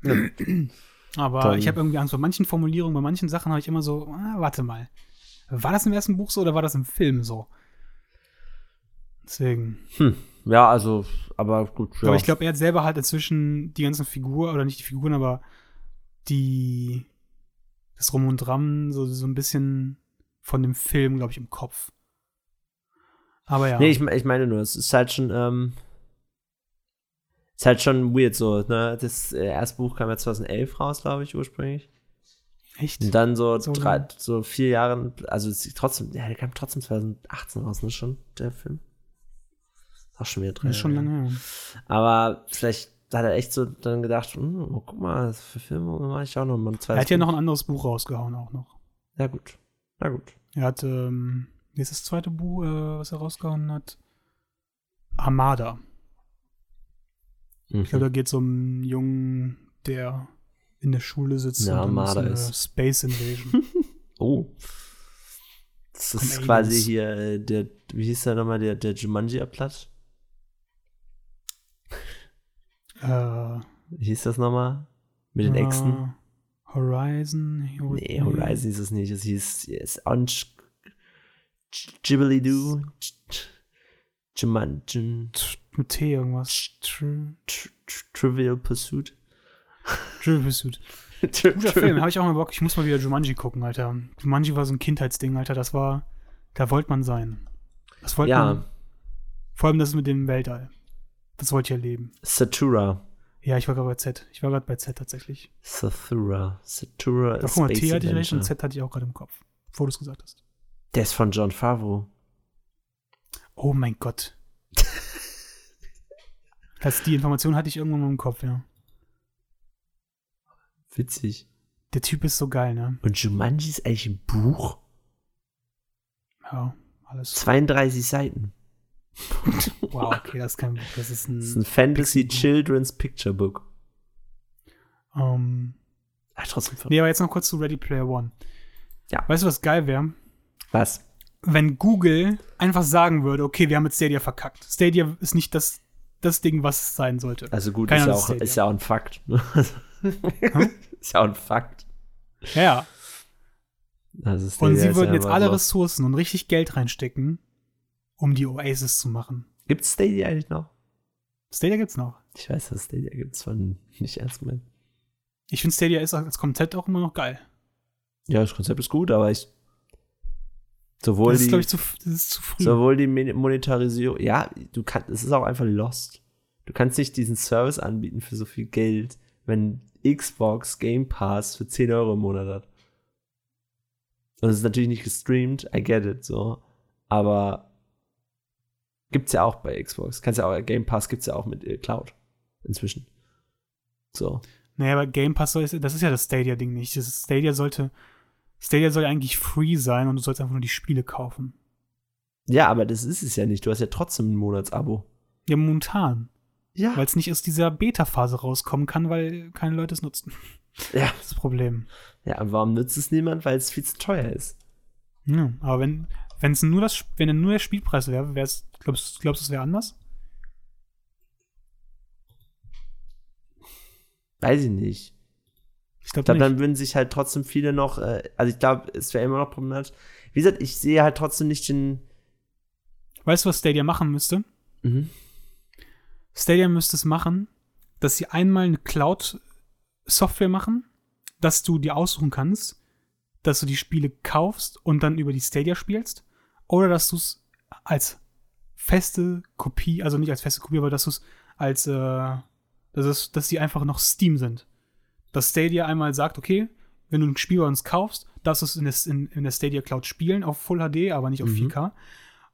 Speaker 1: Aber
Speaker 2: Dann-
Speaker 1: ich habe irgendwie Angst bei manchen Formulierungen, bei manchen Sachen habe ich immer so, ah, warte mal. War das im ersten Buch so oder war das im Film so? Deswegen.
Speaker 2: Hm. Ja, also, aber gut. Ja.
Speaker 1: Aber ich glaube, er hat selber halt inzwischen die ganzen Figuren, oder nicht die Figuren, aber die das Rum und Dram, so, so ein bisschen von dem Film, glaube ich, im Kopf. Aber ja.
Speaker 2: Nee, ich, me- ich meine nur, es ist halt schon, ähm, ist halt schon weird so, ne? Das äh, erste Buch kam ja 2011 raus, glaube ich, ursprünglich.
Speaker 1: echt?
Speaker 2: Und dann so,
Speaker 1: So
Speaker 2: drei,
Speaker 1: lang.
Speaker 2: so vier Jahre, also es ist trotzdem, ja, der kam trotzdem 2018 raus, ne, schon, der Film. Ist auch schon wieder drei
Speaker 1: Das ist schon
Speaker 2: Jahre her.
Speaker 1: lange her.
Speaker 2: Aber vielleicht hat er echt so dann gedacht, hm, oh, guck mal, das Verfilmung mache ich auch noch mal ein
Speaker 1: Er
Speaker 2: zweites
Speaker 1: hat ja
Speaker 2: Buch.
Speaker 1: noch ein anderes Buch rausgehauen auch noch.
Speaker 2: Na gut, na gut.
Speaker 1: Er hat, ähm, wie ist das zweite Buch, äh, was er rausgehauen hat? Armada.
Speaker 2: Mhm.
Speaker 1: Ich glaube,
Speaker 2: Hm.
Speaker 1: da geht es um einen Jungen, der in der Schule sitzt
Speaker 2: Eine
Speaker 1: und dann ist
Speaker 2: Armada
Speaker 1: eine
Speaker 2: ist.
Speaker 1: Space Invasion.
Speaker 2: Oh. Das ist
Speaker 1: Aliens.
Speaker 2: quasi hier äh, der, wie hieß der nochmal, der, der Jumanji-Platz?
Speaker 1: äh, Ähm,
Speaker 2: Wie hieß das nochmal? Mit den Echsen?
Speaker 1: äh, Horizon.
Speaker 2: Nee, Horizon hieß es nicht. Es hieß es on Ghibli Do.
Speaker 1: Mit T irgendwas. True.
Speaker 2: Trivial Pursuit.
Speaker 1: True Pursuit. Guter Film, habe ich auch mal Bock. Ich muss mal wieder Jumanji gucken, Alter. Jumanji war so ein Kindheitsding, Alter. Das war, da wollte man sein. Das wollte
Speaker 2: Ja.
Speaker 1: man. Vor allem das mit dem Weltall. Das wollte ich erleben.
Speaker 2: Satura.
Speaker 1: Ja, ich war gerade bei Z. Ich war gerade bei Z tatsächlich.
Speaker 2: Satura. Satura
Speaker 1: Ach,
Speaker 2: ist
Speaker 1: guck mal, T
Speaker 2: Space
Speaker 1: hatte ich recht und
Speaker 2: Adventure.
Speaker 1: Z hatte ich auch gerade im Kopf, bevor du es gesagt hast.
Speaker 2: Der ist von John Favreau.
Speaker 1: Oh mein Gott. das, die Information hatte ich irgendwann mal im Kopf, ja.
Speaker 2: Witzig.
Speaker 1: Der Typ ist so geil, ne?
Speaker 2: Und Jumanji ist eigentlich ein Buch?
Speaker 1: Ja, alles.
Speaker 2: 32 Seiten.
Speaker 1: Wow, okay, das ist kein Buch. Das ist
Speaker 2: Das ist
Speaker 1: ein.
Speaker 2: ein Fantasy Children's Picture Book.
Speaker 1: Ähm,
Speaker 2: Ach, trotzdem. ver-
Speaker 1: nee, aber jetzt noch kurz zu Ready Player One.
Speaker 2: Ja.
Speaker 1: Weißt du, was geil wäre?
Speaker 2: Was?
Speaker 1: Wenn Google einfach sagen würde, okay, wir haben mit Stadia verkackt. Stadia ist nicht das, das Ding, was es sein sollte.
Speaker 2: Also gut,
Speaker 1: Keine
Speaker 2: ist ja,
Speaker 1: Ahnung, das
Speaker 2: auch,
Speaker 1: zählt
Speaker 2: ist
Speaker 1: ja.
Speaker 2: ja auch ein Fakt. ne?
Speaker 1: Hm?
Speaker 2: ist ja auch ein Fakt. Äh.
Speaker 1: Ja, ja.
Speaker 2: Also es
Speaker 1: Und
Speaker 2: ist ja-
Speaker 1: sie würden
Speaker 2: ja
Speaker 1: jetzt
Speaker 2: immer
Speaker 1: alle
Speaker 2: noch-
Speaker 1: Ressourcen und richtig Geld reinstecken, um die Oasis zu machen.
Speaker 2: Gibt's Stadia eigentlich noch?
Speaker 1: Stadia gibt's noch.
Speaker 2: Ich weiß, dass Stadia gibt's von nicht ernst gemeint.
Speaker 1: Ich finde Stadia ist als Konzept auch immer noch geil.
Speaker 2: Ja, das Konzept ist gut, aber ich sowohl
Speaker 1: das ist, glaube
Speaker 2: die
Speaker 1: ich, zu, f- das ist zu früh.
Speaker 2: sowohl die Min- Monetarisierung, ja, du kannst es ist auch einfach lost. Du kannst nicht diesen Service anbieten für so viel Geld, wenn Xbox Game Pass für 10 Euro im Monat hat. Und es ist natürlich nicht gestreamt, I get it, so. Aber gibt's ja auch bei Xbox. Kannst ja auch, Game Pass gibt's ja auch mit äh, Cloud inzwischen. So.
Speaker 1: Naja, aber Game Pass, soll, das ist ja das Stadia-Ding nicht. Das ist- Stadia sollte, Stadia soll eigentlich free sein und du sollst einfach nur die Spiele kaufen.
Speaker 2: Ja, aber das ist es ja nicht. Du hast ja trotzdem ein Monatsabo.
Speaker 1: Ja, momentan.
Speaker 2: Ja.
Speaker 1: Weil es nicht aus dieser Beta-Phase rauskommen kann, weil keine Leute es nutzen.
Speaker 2: Ja.
Speaker 1: Das ist das Problem.
Speaker 2: Ja, und warum nutzt es niemand? Weil es viel zu teuer ist.
Speaker 1: Ja, aber wenn wenn es nur das, wenn nur der Spielpreis wäre, wär's, glaubst, glaubst du, es wäre anders?
Speaker 2: Weiß ich nicht.
Speaker 1: Ich
Speaker 2: Ich glaube,
Speaker 1: glaube nicht.
Speaker 2: dann würden sich halt trotzdem viele noch, äh, also ich glaube, es wäre immer noch problematisch. Wie gesagt, ich sehe halt trotzdem nicht den.
Speaker 1: Weißt du, was Stadia machen müsste?
Speaker 2: Mhm.
Speaker 1: Stadia müsste es machen, dass sie einmal eine Cloud-Software machen, dass du dir aussuchen kannst, dass du die Spiele kaufst und dann über die Stadia spielst, oder dass du es als feste Kopie, also nicht als feste Kopie, aber dass du es als, äh, dass, es, dass die einfach noch Steam sind. Dass Stadia einmal sagt, okay, wenn du ein Spiel bei uns kaufst, darfst du es in der, in, in der Stadia Cloud spielen, auf Full HD, aber nicht auf
Speaker 2: Mhm.
Speaker 1: 4K.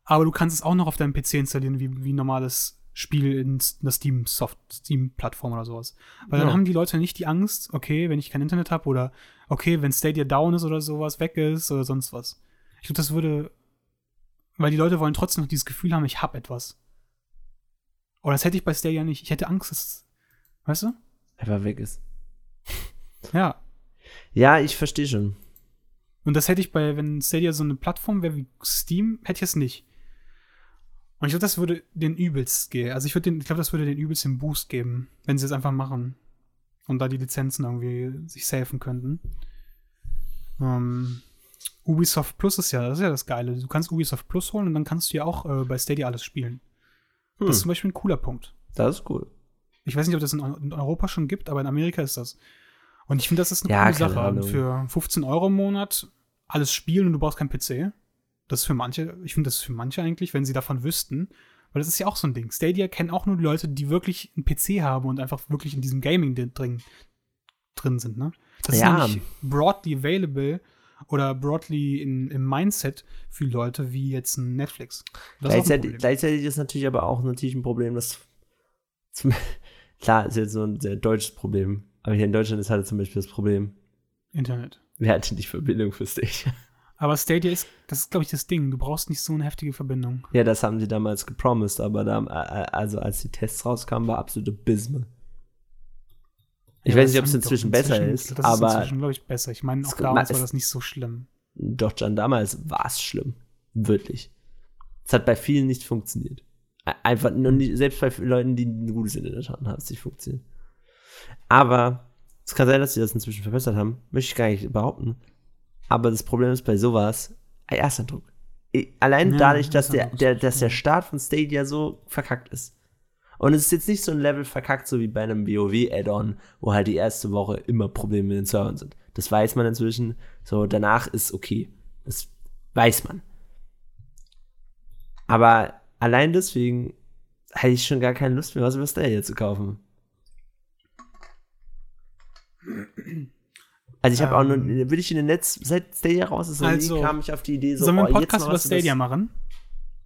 Speaker 1: Aber du kannst es auch noch auf deinem PC installieren, wie, wie ein normales Spiel in s- einer Steam-Soft, Steam-Plattform oder sowas. Weil dann
Speaker 2: Ja.
Speaker 1: haben die Leute nicht die Angst, okay, wenn ich kein Internet habe oder okay, wenn Stadia down ist oder sowas, weg ist oder sonst was. Ich glaube, das würde, weil die Leute wollen trotzdem noch dieses Gefühl haben, ich hab etwas. Oder das hätte ich bei Stadia nicht. Ich hätte Angst, dass, weißt du?
Speaker 2: Einfach weg ist.
Speaker 1: Ja.
Speaker 2: Ja, ich verstehe schon.
Speaker 1: Und das hätte ich bei, wenn Stadia so eine Plattform wäre wie Steam, hätte ich es nicht. Und ich glaube, das würde den übelst gehen. Also ich, würd den- ich glaube, das würde den übelst den Boost geben, wenn sie es einfach machen. Und da die Lizenzen irgendwie sich safen könnten. Ähm, Ubisoft Plus ist ja, das ist ja das Geile. Du kannst Ubisoft Plus holen und dann kannst du ja auch äh, bei Stadia alles spielen.
Speaker 2: Hm,
Speaker 1: Das ist zum Beispiel ein cooler Punkt.
Speaker 2: das ist cool.
Speaker 1: Ich weiß nicht, ob das in Eu- in Europa schon gibt, aber in Amerika ist das. Und ich finde, das ist eine
Speaker 2: Ja,
Speaker 1: coole
Speaker 2: keine
Speaker 1: Sache. Und
Speaker 2: Ahnung.
Speaker 1: Für 15 Euro im Monat alles spielen und du brauchst keinen PC. Das ist für manche, ich finde das ist für manche eigentlich, wenn sie davon wüssten. Weil das ist ja auch so ein Ding. Stadia kennen auch nur die Leute, die wirklich einen PC haben und einfach wirklich in diesem Gaming di- drin, drin sind, ne? Das
Speaker 2: Ja.
Speaker 1: ist nämlich broadly available oder broadly in, im Mindset für Leute wie jetzt ein Netflix. Das ist auch ein
Speaker 2: Gleichzeitig,
Speaker 1: Problem.
Speaker 2: gleichzeitig ist natürlich aber auch natürlich ein Problem, dass zum, klar ist jetzt so ein sehr deutsches Problem, aber hier in Deutschland ist halt zum Beispiel das Problem,
Speaker 1: Internet.
Speaker 2: wer hat denn die Verbindung für Stage?
Speaker 1: Aber Stadia ist, das ist, glaube ich, das Ding. Du brauchst nicht so eine heftige Verbindung.
Speaker 2: Ja, das haben sie damals gepromised, aber da, also als die Tests rauskamen, war absolute Abysmal. Ich
Speaker 1: Ja,
Speaker 2: weiß
Speaker 1: das
Speaker 2: nicht, ob es
Speaker 1: haben die doch
Speaker 2: inzwischen besser ist,
Speaker 1: das
Speaker 2: aber
Speaker 1: ist inzwischen, glaube ich, besser. Ich meine, auch
Speaker 2: Es-
Speaker 1: damals
Speaker 2: es-
Speaker 1: war das nicht so schlimm.
Speaker 2: doch schon damals war es schlimm. Wirklich. Es hat bei vielen nicht funktioniert. E- Einfach, nur nicht, selbst bei Leuten, die ein gutes Internet hatten, hat es nicht funktioniert. Aber Es kann sein, dass sie das inzwischen verbessert haben. Möchte ich gar nicht behaupten. Aber das Problem ist bei sowas, ein Ersteindruck. Ich- Allein
Speaker 1: Ja,
Speaker 2: dadurch, dass der,
Speaker 1: Ersteindruck.
Speaker 2: der, dass der Start von Stadia so verkackt ist. Und es ist jetzt nicht so ein Level verkackt, so wie bei einem WoW-Add-on, wo halt die erste Woche immer Probleme mit den Servern sind. Das weiß man inzwischen. So, danach ist okay. Das weiß man. Aber allein deswegen hätte ich schon gar keine Lust mehr, was über Stadia zu kaufen. Also ich habe auch
Speaker 1: Ähm.
Speaker 2: nur, will ich in den Netz, seit Stadia raus ist, noch
Speaker 1: Also,
Speaker 2: nie kam ich auf die Idee, so,
Speaker 1: Sollen wir
Speaker 2: oh,
Speaker 1: einen
Speaker 2: jetzt
Speaker 1: Podcast
Speaker 2: mal
Speaker 1: über
Speaker 2: was
Speaker 1: Stadia machen?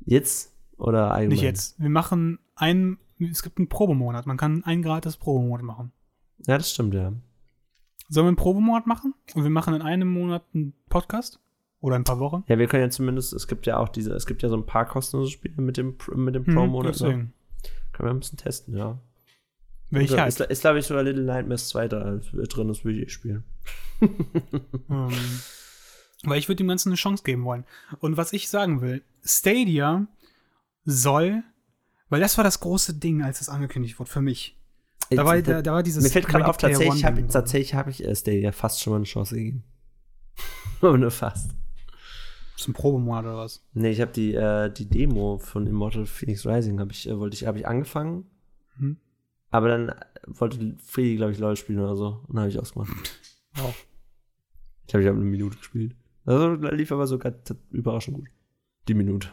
Speaker 2: Jetzt oder allgemein?
Speaker 1: Nicht jetzt. Wir machen einen, es gibt einen Probemonat. Man kann einen gratis Probemonat machen.
Speaker 2: Ja, das stimmt, ja.
Speaker 1: Sollen wir einen Probemonat machen? Und wir machen in einem Monat einen Podcast? Oder ein paar Wochen?
Speaker 2: Ja, wir können ja zumindest, es gibt ja auch diese, es gibt ja so ein paar kostenlose Spiele mit dem, Pro- mit dem
Speaker 1: Hm,
Speaker 2: Pro-Monat. ne?
Speaker 1: deswegen.
Speaker 2: Können wir ein bisschen testen, ja.
Speaker 1: Welcher?
Speaker 2: Also, ist, ist glaube ich, sogar Little Nightmares 2 da drin, das würde ich eh spielen.
Speaker 1: Ähm, weil ich würde dem Ganzen eine Chance geben wollen. Und was ich sagen will, Stadia soll, weil das war das große Ding, als es angekündigt wurde, für mich. Da war, da, da war dieses
Speaker 2: Äh, Mir fällt gerade auf,
Speaker 1: Ready Player
Speaker 2: tatsächlich
Speaker 1: One
Speaker 2: habe
Speaker 1: Ding.
Speaker 2: tatsächlich hab ich äh, Stadia fast schon mal eine Chance gegeben. Aber nur fast.
Speaker 1: Das ist ein Probemonat oder was?
Speaker 2: Nee, ich habe die, äh, die Demo von Immortal Phoenix Rising habe ich, äh, wollte ich, habe ich angefangen.
Speaker 1: Mhm.
Speaker 2: Aber dann äh, wollte Freddy, glaube ich, LOL spielen oder so. Und dann habe ich ausgemacht.
Speaker 1: Wow.
Speaker 2: Ich glaube, ich habe eine Minute gespielt. Also lief aber sogar t- überraschend gut. Die Minute.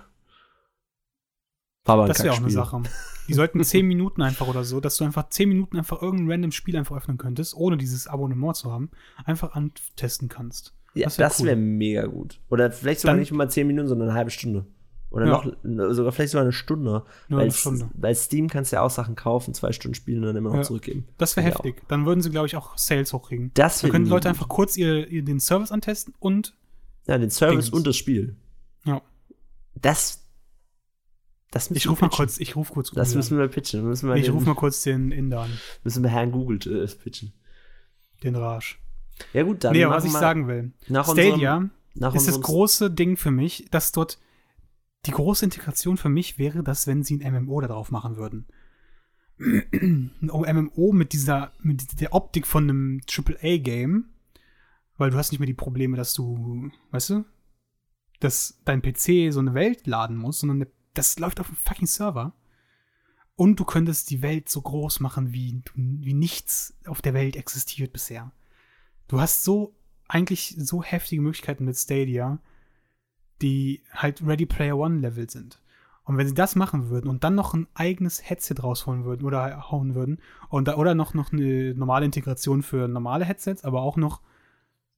Speaker 2: War aber Oh, ein
Speaker 1: Das wäre auch eine Sache.
Speaker 2: Kackspiel.
Speaker 1: Die sollten 10 Minuten einfach oder so, dass du einfach 10 Minuten einfach irgendein random Spiel einfach öffnen könntest, ohne dieses Abonnement zu haben, einfach antesten kannst.
Speaker 2: Ja,
Speaker 1: Das
Speaker 2: das
Speaker 1: wär
Speaker 2: wäre
Speaker 1: cool.
Speaker 2: mega gut. Oder vielleicht sogar
Speaker 1: Dann-
Speaker 2: nicht immer 10 Minuten, sondern eine halbe Stunde. Oder
Speaker 1: Ja.
Speaker 2: noch, sogar vielleicht sogar eine Stunde.
Speaker 1: Nur
Speaker 2: weil
Speaker 1: eine
Speaker 2: es-
Speaker 1: Stunde.
Speaker 2: Bei Steam kannst du ja auch Sachen kaufen, zwei Stunden spielen und dann immer noch
Speaker 1: Ja.
Speaker 2: zurückgeben.
Speaker 1: Das wäre
Speaker 2: Ja.
Speaker 1: heftig. Dann würden sie, glaube ich, auch Sales hochkriegen.
Speaker 2: Das
Speaker 1: Dann
Speaker 2: wär
Speaker 1: können die
Speaker 2: mega
Speaker 1: Leute
Speaker 2: gut.
Speaker 1: einfach kurz ihr, ihr den Service antesten und
Speaker 2: Ja, den Service
Speaker 1: Dings.
Speaker 2: und das Spiel.
Speaker 1: Ja.
Speaker 2: Das. Das müssen
Speaker 1: ich
Speaker 2: wir
Speaker 1: rufe mal
Speaker 2: pitchen.
Speaker 1: kurz, ich rufe kurz
Speaker 2: Das
Speaker 1: Google
Speaker 2: müssen wir pitchen. Müssen wir,
Speaker 1: an. Ich
Speaker 2: den,
Speaker 1: rufe mal kurz den Inder an,
Speaker 2: müssen wir Herrn Google äh, pitchen.
Speaker 1: den Raj.
Speaker 2: Ja, gut, dann.
Speaker 1: nee, aber
Speaker 2: machen
Speaker 1: was ich
Speaker 2: wir
Speaker 1: sagen will.
Speaker 2: nach
Speaker 1: Stadia
Speaker 2: Unserem, nach
Speaker 1: ist das
Speaker 2: unserem-
Speaker 1: große Ding für mich, dass dort die große Integration für mich wäre, dass wenn sie ein MMO da drauf machen würden. Oh, ein MMO mit dieser, mit der Optik von einem AAA-Game, weil du hast nicht mehr die Probleme, dass du, weißt du, dass dein PC so eine Welt laden muss, sondern das läuft auf einem fucking Server. Und du könntest die Welt so groß machen, wie, wie nichts auf der Welt existiert bisher. Du hast so eigentlich so heftige Möglichkeiten mit Stadia, die halt Ready Player One Level sind. Und wenn sie das machen würden und dann noch ein eigenes Headset rausholen würden oder hauen würden und da, oder noch, noch eine normale Integration für normale Headsets, aber auch noch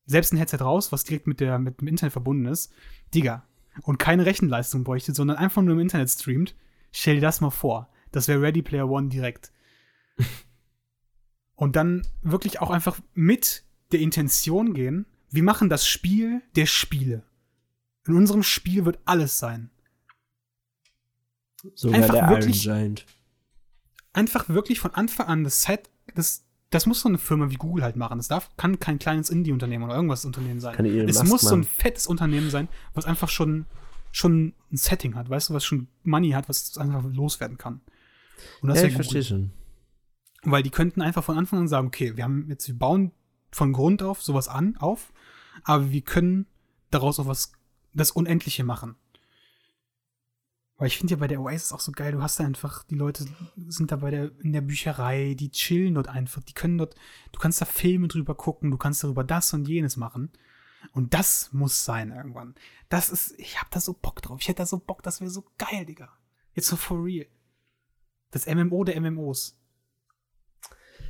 Speaker 1: selbst ein Headset raus, was direkt mit, der, mit dem Internet verbunden ist, Digga, und keine Rechenleistung bräuchte, sondern einfach nur im Internet streamt, stell dir das mal vor. Das wäre Ready Player One direkt. und dann wirklich auch einfach mit der Intention gehen, wir machen das Spiel der Spiele. In unserem Spiel wird alles sein.
Speaker 2: Sogar
Speaker 1: Einfach
Speaker 2: der
Speaker 1: wirklich-
Speaker 2: Iron Giant.
Speaker 1: Einfach wirklich von Anfang an, das, Set, das, das muss so eine Firma wie Google halt machen. Das darf, kann kein kleines Indie-Unternehmen oder irgendwas Unternehmen sein.
Speaker 2: Kann Elon
Speaker 1: es
Speaker 2: Musk
Speaker 1: muss so ein
Speaker 2: machen.
Speaker 1: fettes Unternehmen sein, was einfach schon, schon ein Setting hat, weißt du, was schon Money hat, was einfach loswerden kann. Und
Speaker 2: Ja,
Speaker 1: wär
Speaker 2: ich
Speaker 1: gut.
Speaker 2: verstehe schon.
Speaker 1: Weil die könnten einfach von Anfang an sagen, okay, wir haben jetzt, wir bauen von Grund auf sowas an, auf, aber wir können daraus auch was, das Unendliche machen. Weil ich finde ja bei der Oasis auch so geil, du hast da einfach, die Leute sind da bei der, in der Bücherei, die chillen dort einfach, die können dort, du kannst da Filme drüber gucken, du kannst darüber das und jenes machen. Und das muss sein irgendwann. Das ist, ich hab da so Bock drauf, ich hätte da so Bock, das wäre so geil, Digga. Jetzt so for real. Das MMO der MMOs.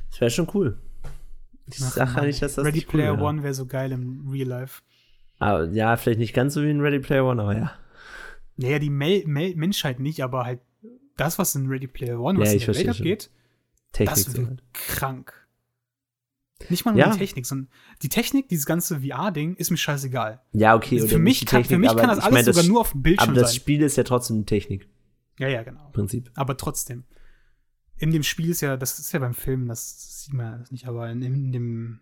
Speaker 2: Das wäre schon cool. Ich
Speaker 1: Ach,
Speaker 2: sage ja
Speaker 1: Mann,
Speaker 2: nicht, dass das
Speaker 1: Ready
Speaker 2: nicht cool
Speaker 1: Player
Speaker 2: wäre.
Speaker 1: One wäre so geil im Real Life.
Speaker 2: Aber, ja, vielleicht nicht ganz so wie in Ready Player One, aber ja.
Speaker 1: Naja, die Mel Mel Menschheit nicht, aber halt das, was in Ready Player One, was
Speaker 2: Ja,
Speaker 1: in
Speaker 2: ich
Speaker 1: der Welt
Speaker 2: verstehe schon.
Speaker 1: abgeht,
Speaker 2: Technik
Speaker 1: das
Speaker 2: so. halt.
Speaker 1: wird krank. Nicht mal nur
Speaker 2: Ja.
Speaker 1: die Technik, sondern die Technik, dieses ganze VR-Ding, ist mir scheißegal.
Speaker 2: Ja, okay. oder
Speaker 1: für, mich
Speaker 2: nicht die
Speaker 1: kann, für
Speaker 2: Technik,
Speaker 1: mich
Speaker 2: aber
Speaker 1: kann das
Speaker 2: ich
Speaker 1: alles
Speaker 2: mein,
Speaker 1: sogar nur auf dem Bildschirm
Speaker 2: Aber das
Speaker 1: sein.
Speaker 2: Spiel ist ja trotzdem Technik, im
Speaker 1: Ja, ja, genau.
Speaker 2: Prinzip.
Speaker 1: Aber trotzdem. In dem Spiel ist ja, das ist ja beim Film, das sieht man ja alles nicht, aber in, in dem,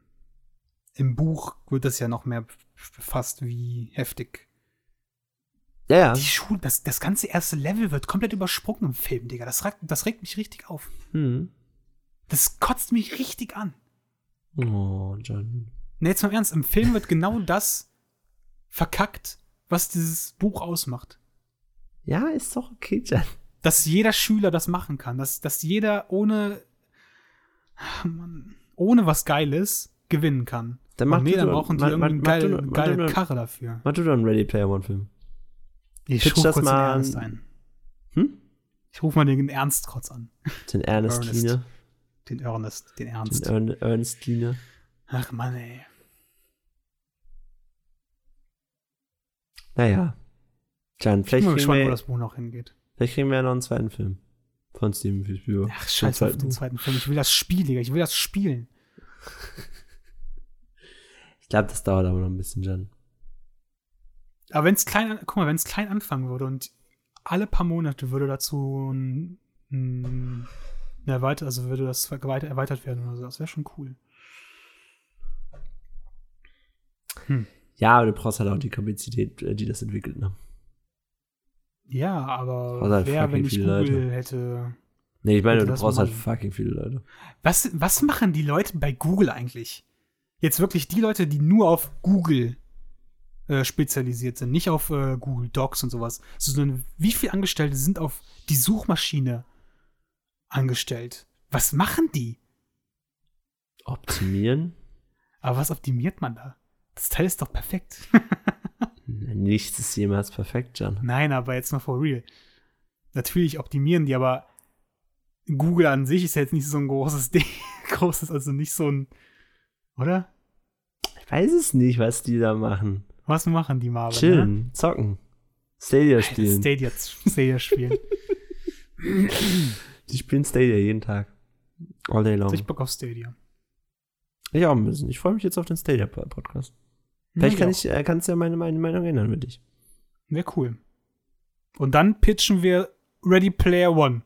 Speaker 1: im Buch wird das ja noch mehr befasst, wie heftig
Speaker 2: Ja, ja.
Speaker 1: Die Schule, das, das ganze erste Level wird komplett übersprungen im Film, Digga. Das regt, das regt mich richtig auf.
Speaker 2: Hm.
Speaker 1: Das kotzt mich richtig an.
Speaker 2: Oh, John.
Speaker 1: Nee, jetzt mal im ernst, im Film wird genau das verkackt, was dieses Buch ausmacht.
Speaker 2: Ja, ist doch okay, John.
Speaker 1: Dass jeder Schüler das machen kann, dass, dass jeder ohne, Ah, Mann, ohne was Geiles gewinnen kann.
Speaker 2: Dann
Speaker 1: Und
Speaker 2: mach
Speaker 1: Oh nee,
Speaker 2: du
Speaker 1: dann
Speaker 2: doch-
Speaker 1: brauchen die
Speaker 2: mach-
Speaker 1: irgendeine
Speaker 2: mach- mach du
Speaker 1: geile,
Speaker 2: doch- mach
Speaker 1: geile
Speaker 2: du doch-
Speaker 1: Karre dafür.
Speaker 2: Mach du doch einen Ready Player One Film.
Speaker 1: Ich
Speaker 2: pitch
Speaker 1: ruf
Speaker 2: das
Speaker 1: kurz den
Speaker 2: mal
Speaker 1: Ernst
Speaker 2: an.
Speaker 1: ein.
Speaker 2: Hm?
Speaker 1: Ich rufe mal den Ernst kurz an.
Speaker 2: Den Ernest
Speaker 1: Ernest.
Speaker 2: Kline.
Speaker 1: Den Ernest, den
Speaker 2: Den
Speaker 1: Ernst.
Speaker 2: Ern Ernest Kline.
Speaker 1: Ach Mann, ey.
Speaker 2: Naja. John,
Speaker 1: Ich bin
Speaker 2: vielleicht
Speaker 1: mal
Speaker 2: kriegen,
Speaker 1: gespannt, wo
Speaker 2: wir,
Speaker 1: das Buch noch hingeht.
Speaker 2: vielleicht kriegen wir ja noch einen zweiten Film. Von Steven Spielberg.
Speaker 1: Ach, scheiße auf den zweiten Film. Ich will das Spiel, Digga. Ich will das spielen.
Speaker 2: Ich glaube, das dauert aber noch ein bisschen, John.
Speaker 1: Aber wenn es klein, an- guck mal, wenn es klein anfangen würde und alle paar Monate würde dazu ein, ein, eine erweitert, also würde das weiter erweitert werden oder so. Das wäre schon cool.
Speaker 2: Ja, aber du brauchst halt auch die Kapazität, äh, die das entwickelt, ne?
Speaker 1: Ja, aber
Speaker 2: Also halt
Speaker 1: wer,
Speaker 2: fucking
Speaker 1: wenn ich
Speaker 2: viele
Speaker 1: Google hätte.
Speaker 2: Nee, ich meine,
Speaker 1: Hätte
Speaker 2: du
Speaker 1: das
Speaker 2: brauchst halt
Speaker 1: Mann.
Speaker 2: fucking viele Leute.
Speaker 1: Was, was machen die Leute bei Google eigentlich? Jetzt wirklich die Leute, die nur auf Google äh, spezialisiert sind, nicht auf äh, Google Docs und sowas, sondern wie viele Angestellte sind auf die Suchmaschine angestellt? Was machen die?
Speaker 2: Optimieren?
Speaker 1: Aber was optimiert man da? Das Teil ist doch perfekt.
Speaker 2: Nichts ist jemals perfekt, John.
Speaker 1: Nein, aber jetzt mal for real. Natürlich optimieren die, aber Google an sich ist ja jetzt nicht so ein großes Ding. Großes, also nicht so ein. Oder?
Speaker 2: Ich weiß es nicht, was die da machen.
Speaker 1: Was machen die Marvin? Ne?
Speaker 2: Chillen, zocken, Stadia spielen.
Speaker 1: Stadia, Stadia spielen.
Speaker 2: die spielen Stadia jeden Tag. All day long.
Speaker 1: Hab ich
Speaker 2: Ich,
Speaker 1: Bock auf Stadia.
Speaker 2: auch ein bisschen. Ich freue mich jetzt auf den Stadia-Podcast. Vielleicht kann ich, äh, kannst du ja meine, meine Meinung ändern mit dich.
Speaker 1: Wäre cool. Und dann pitchen wir Ready Player One.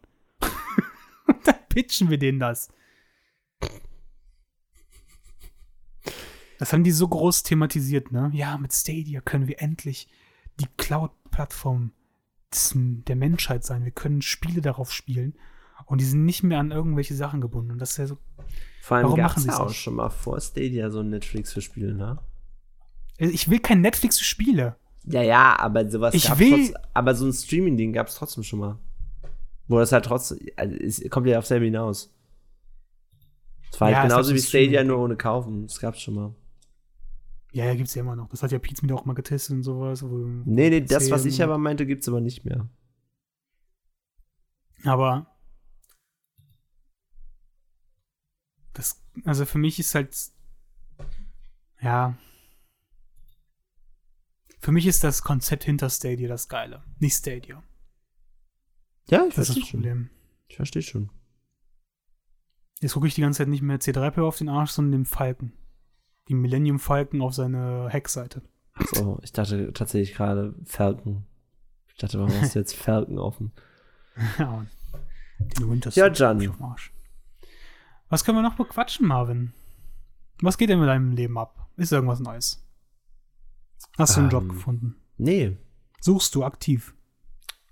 Speaker 1: Und dann pitchen wir denen das. Das haben die so groß thematisiert, ne? Ja, mit Stadia können wir endlich die Cloud-Plattform des- der Menschheit sein. Wir können Spiele darauf spielen. Und die sind nicht mehr an irgendwelche Sachen gebunden. Und das ist ja so.
Speaker 2: Vor allem
Speaker 1: Warum
Speaker 2: gab's
Speaker 1: machen
Speaker 2: ja
Speaker 1: sie's
Speaker 2: auch
Speaker 1: nicht?
Speaker 2: schon mal vor Stadia so ein Netflix für Spiele, ne?
Speaker 1: also Ich will kein Netflix für Spiele.
Speaker 2: Ja, ja, aber sowas
Speaker 1: Ich
Speaker 2: gab's
Speaker 1: will-
Speaker 2: trotz- aber so ein Streaming-Ding gab es trotzdem schon mal. Wo das halt trotzdem, also es kommt ja auf selbe hinaus. Es war
Speaker 1: Ja,
Speaker 2: halt
Speaker 1: es
Speaker 2: genauso
Speaker 1: gab
Speaker 2: wie
Speaker 1: so ein
Speaker 2: Stadia, nur ohne kaufen. Das gab's schon mal.
Speaker 1: Ja, ja, gibt's ja immer noch. Das hat ja Pete mir auch mal getestet und sowas. Also, wo-
Speaker 2: Nee, nee, das, was
Speaker 1: Zehn-
Speaker 2: ich aber meinte, gibt's aber nicht mehr.
Speaker 1: Aber das, also für mich ist halt, ja, für mich ist das Konzept hinter Stadia das Geile, nicht Stadia.
Speaker 2: Ja, ich
Speaker 1: Das ist
Speaker 2: verstehe
Speaker 1: das
Speaker 2: schon.
Speaker 1: Problem.
Speaker 2: Ich verstehe schon.
Speaker 1: Jetzt gucke ich die ganze Zeit nicht mehr C3PO auf den Arsch, sondern dem Falken. Die Millennium Falken auf seine Hackseite.
Speaker 2: Ach So, ich dachte tatsächlich gerade Falcon. Ich dachte, warum hast du jetzt Falcon offen?
Speaker 1: Ja, und den Winter
Speaker 2: Ja,
Speaker 1: Soldier
Speaker 2: Gian.
Speaker 1: hab ich auf dem Arsch. Was können wir noch bequatschen, Marvin? Was geht denn mit deinem Leben ab? Ist irgendwas Neues? Hast du einen Job
Speaker 2: Ähm,
Speaker 1: gefunden?
Speaker 2: Nee,
Speaker 1: Suchst du aktiv?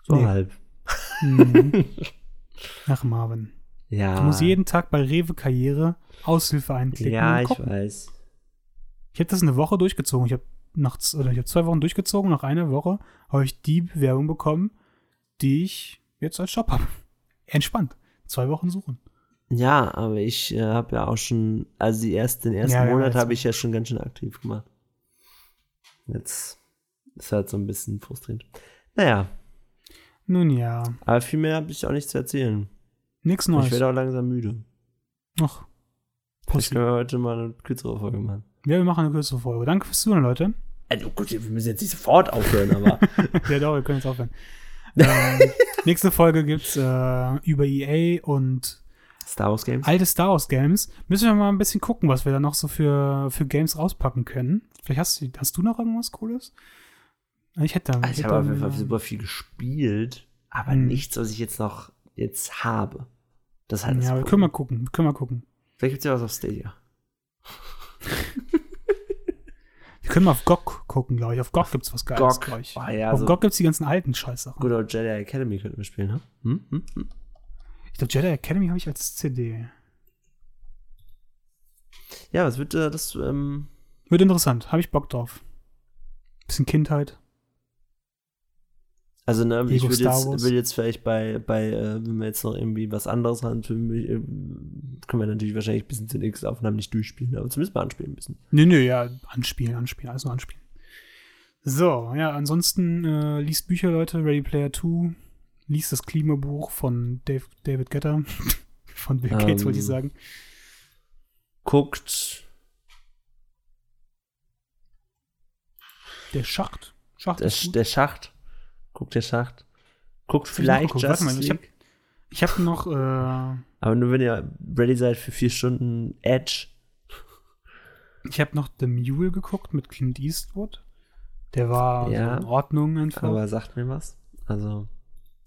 Speaker 2: so
Speaker 1: Nee.
Speaker 2: halb.
Speaker 1: Mhm. Ach, Marvin.
Speaker 2: Ja.
Speaker 1: Du musst jeden Tag bei Rewe Karriere Aushilfe einklicken.
Speaker 2: Ah. Ja,
Speaker 1: und
Speaker 2: ich
Speaker 1: gucken.
Speaker 2: weiß.
Speaker 1: ich habe das eine Woche durchgezogen. Ich habe nach z- oder ich habe zwei Wochen durchgezogen. Nach einer Woche habe ich die Bewerbung bekommen, die ich jetzt als Job habe. Entspannt. Zwei Wochen suchen.
Speaker 2: Ja, aber ich äh, habe ja auch schon, also die ersten, den ersten
Speaker 1: Ja, wir haben
Speaker 2: Monat
Speaker 1: jetzt-
Speaker 2: habe ich ja schon ganz schön aktiv gemacht. Jetzt ist halt so ein bisschen frustrierend. Naja,
Speaker 1: Nun ja,
Speaker 2: aber viel mehr habe ich auch nicht zu erzählen.
Speaker 1: nichts
Speaker 2: Ich
Speaker 1: Neues.
Speaker 2: werde auch langsam müde.
Speaker 1: Ach.
Speaker 2: Vielleicht
Speaker 1: Pussy.
Speaker 2: können wir heute mal eine kürzere Folge machen.
Speaker 1: Ja, wir machen eine kürzere Folge. Danke fürs Zuhören, Leute.
Speaker 2: Also gut, wir müssen jetzt nicht sofort aufhören, aber
Speaker 1: ja, doch, wir können jetzt aufhören. ähm, nächste Folge gibt's äh, über EA und
Speaker 2: Star Wars Games.
Speaker 1: alte Star Wars Games. Müssen wir mal ein bisschen gucken, was wir da noch so für, für Games rauspacken können. Vielleicht hast du, hast du noch irgendwas Cooles? Ich hätte da.
Speaker 2: Ah, Ich
Speaker 1: hätte
Speaker 2: habe
Speaker 1: da-
Speaker 2: auf jeden Fall super viel gespielt, aber
Speaker 1: Hm.
Speaker 2: nichts, was ich jetzt noch jetzt habe. Das ist halt das
Speaker 1: Ja, wir
Speaker 2: Problem.
Speaker 1: können mal gucken. Wir können mal gucken.
Speaker 2: Vielleicht gibt es ja was auf Stadia.
Speaker 1: Wir können mal auf GOG gucken, glaube ich. Auf GOG gibt's was Geiles, glaube ich.
Speaker 2: Oh, ja,
Speaker 1: auf
Speaker 2: so
Speaker 1: GOG gibt's die ganzen alten Scheißsachen.
Speaker 2: Good Old Jedi Academy könnten wir spielen, ne? Hm? Hm? Hm?
Speaker 1: Ich glaube, Jedi Academy habe ich als CD.
Speaker 2: Ja, was wird äh, das? Ähm,
Speaker 1: Wird interessant, habe ich Bock drauf. Bisschen Kindheit.
Speaker 2: also, ne, ich
Speaker 1: Lego
Speaker 2: würde
Speaker 1: Star
Speaker 2: jetzt,
Speaker 1: Wars.
Speaker 2: würd jetzt vielleicht bei, bei äh, wenn wir jetzt noch irgendwie was anderes haben, für mich, ähm, können wir natürlich wahrscheinlich bis zur nächsten Aufnahme nicht durchspielen, aber zumindest mal anspielen müssen.
Speaker 1: Nö, nö, ja, anspielen, anspielen, alles nur anspielen. So, ja, ansonsten äh, liest Bücher, Leute, Ready Player 2, liest das Klimabuch von Dave, David Getter, von Bill Gates,
Speaker 2: Ähm.
Speaker 1: wollte ich sagen.
Speaker 2: Guckt
Speaker 1: Der Schacht. Schacht
Speaker 2: der,
Speaker 1: ist
Speaker 2: Sch-
Speaker 1: gut.
Speaker 2: der Schacht. Guckt der Schacht. Guckt
Speaker 1: Hab ich noch
Speaker 2: vielleicht
Speaker 1: geguckt. Warte
Speaker 2: Justice
Speaker 1: mal, ich hab-
Speaker 2: League.
Speaker 1: Ich habe noch, äh,
Speaker 2: Aber nur wenn ihr ready seid für vier Stunden Edge.
Speaker 1: ich habe noch The Mule geguckt mit Clint Eastwood. Der war
Speaker 2: Ja.
Speaker 1: so in Ordnung einfach.
Speaker 2: Aber sagt mir was. Also,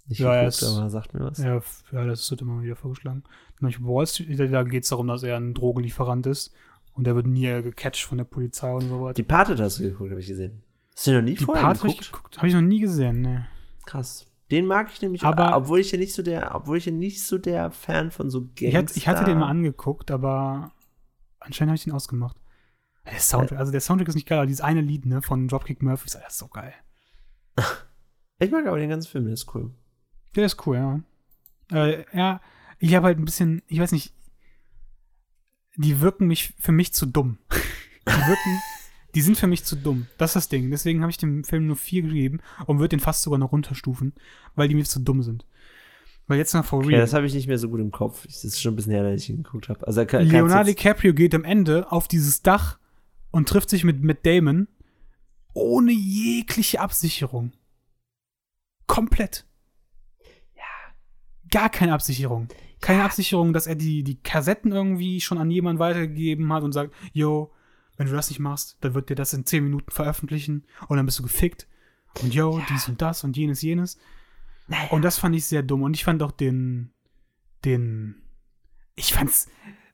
Speaker 2: nicht
Speaker 1: Ja, er
Speaker 2: geguckt,
Speaker 1: ist-
Speaker 2: aber sagt mir was.
Speaker 1: Ja, f- ja, das wird immer wieder vorgeschlagen. Dann hab ich Wall Street, da- da geht es darum, dass er ein Drogenlieferant ist und er wird nie äh, gecatcht von der Polizei und so weiter.
Speaker 2: Die Pate hast du geguckt, habe ich gesehen. Hast du den noch nie vorher
Speaker 1: Part habe ich
Speaker 2: geguckt?
Speaker 1: geguckt, habe ich noch nie gesehen, ne.
Speaker 2: Krass. Den mag ich nämlich,
Speaker 1: Aber-
Speaker 2: obwohl ich ja nicht so der, obwohl ich ja nicht so der Fan von so Gangster.
Speaker 1: Ich, hatte- ich hatte den mal angeguckt, aber anscheinend habe ich den ausgemacht. Der Soundtrack, also der Soundtrack ist nicht geil, aber dieses eine Lied, ne, von Dropkick Murphys, das ist so geil.
Speaker 2: Ich mag aber den ganzen Film, der ist cool.
Speaker 1: Der ist cool, ja. Äh, ja, ich habe halt ein bisschen, ich weiß nicht, die wirken mich für mich zu dumm. Die wirken, die sind für mich zu dumm. Das ist das Ding. Deswegen habe ich dem Film nur vier gegeben und würde den fast sogar noch runterstufen, weil die mir zu dumm sind. Weil jetzt mal for
Speaker 2: Ja,
Speaker 1: real.
Speaker 2: das habe ich nicht mehr so gut im Kopf. Ich- Das ist schon ein bisschen her, dass ich ihn geguckt habe. Also, da kann, kannst
Speaker 1: Leonardo
Speaker 2: jetzt,
Speaker 1: DiCaprio geht am Ende auf dieses Dach und trifft sich mit Matt Damon ohne jegliche Absicherung. Komplett. Ja. Gar keine Absicherung. Keine Absicherung, dass er die, die Kassetten irgendwie schon an jemanden weitergegeben hat und sagt, yo, wenn du das nicht machst, dann wird dir das in 10 Minuten veröffentlichen und dann bist du gefickt. Und yo, dies und das und jenes, jenes. Und das fand ich sehr dumm. Und ich fand auch den, den, ich fand's,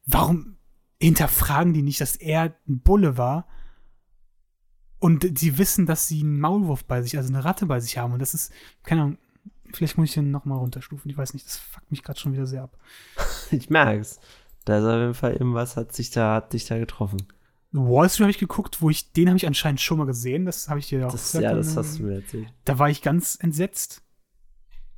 Speaker 1: warum hinterfragen die nicht, dass er ein Bulle war? Und sie wissen, dass sie einen Maulwurf bei sich, also eine Ratte bei sich haben. Und das ist, keine Ahnung, vielleicht muss ich den nochmal runterstufen. Ich weiß nicht, das fuckt mich gerade schon wieder sehr ab.
Speaker 2: ich merk's. Da ist auf jeden Fall irgendwas, hat sich da, hat dich da getroffen.
Speaker 1: Wall Street habe ich geguckt, wo ich, den habe ich anscheinend schon mal gesehen. Das habe ich äh, dir auch
Speaker 2: Das,
Speaker 1: gesagt.
Speaker 2: ja, das hast du mir erzählt.
Speaker 1: Da war ich ganz entsetzt.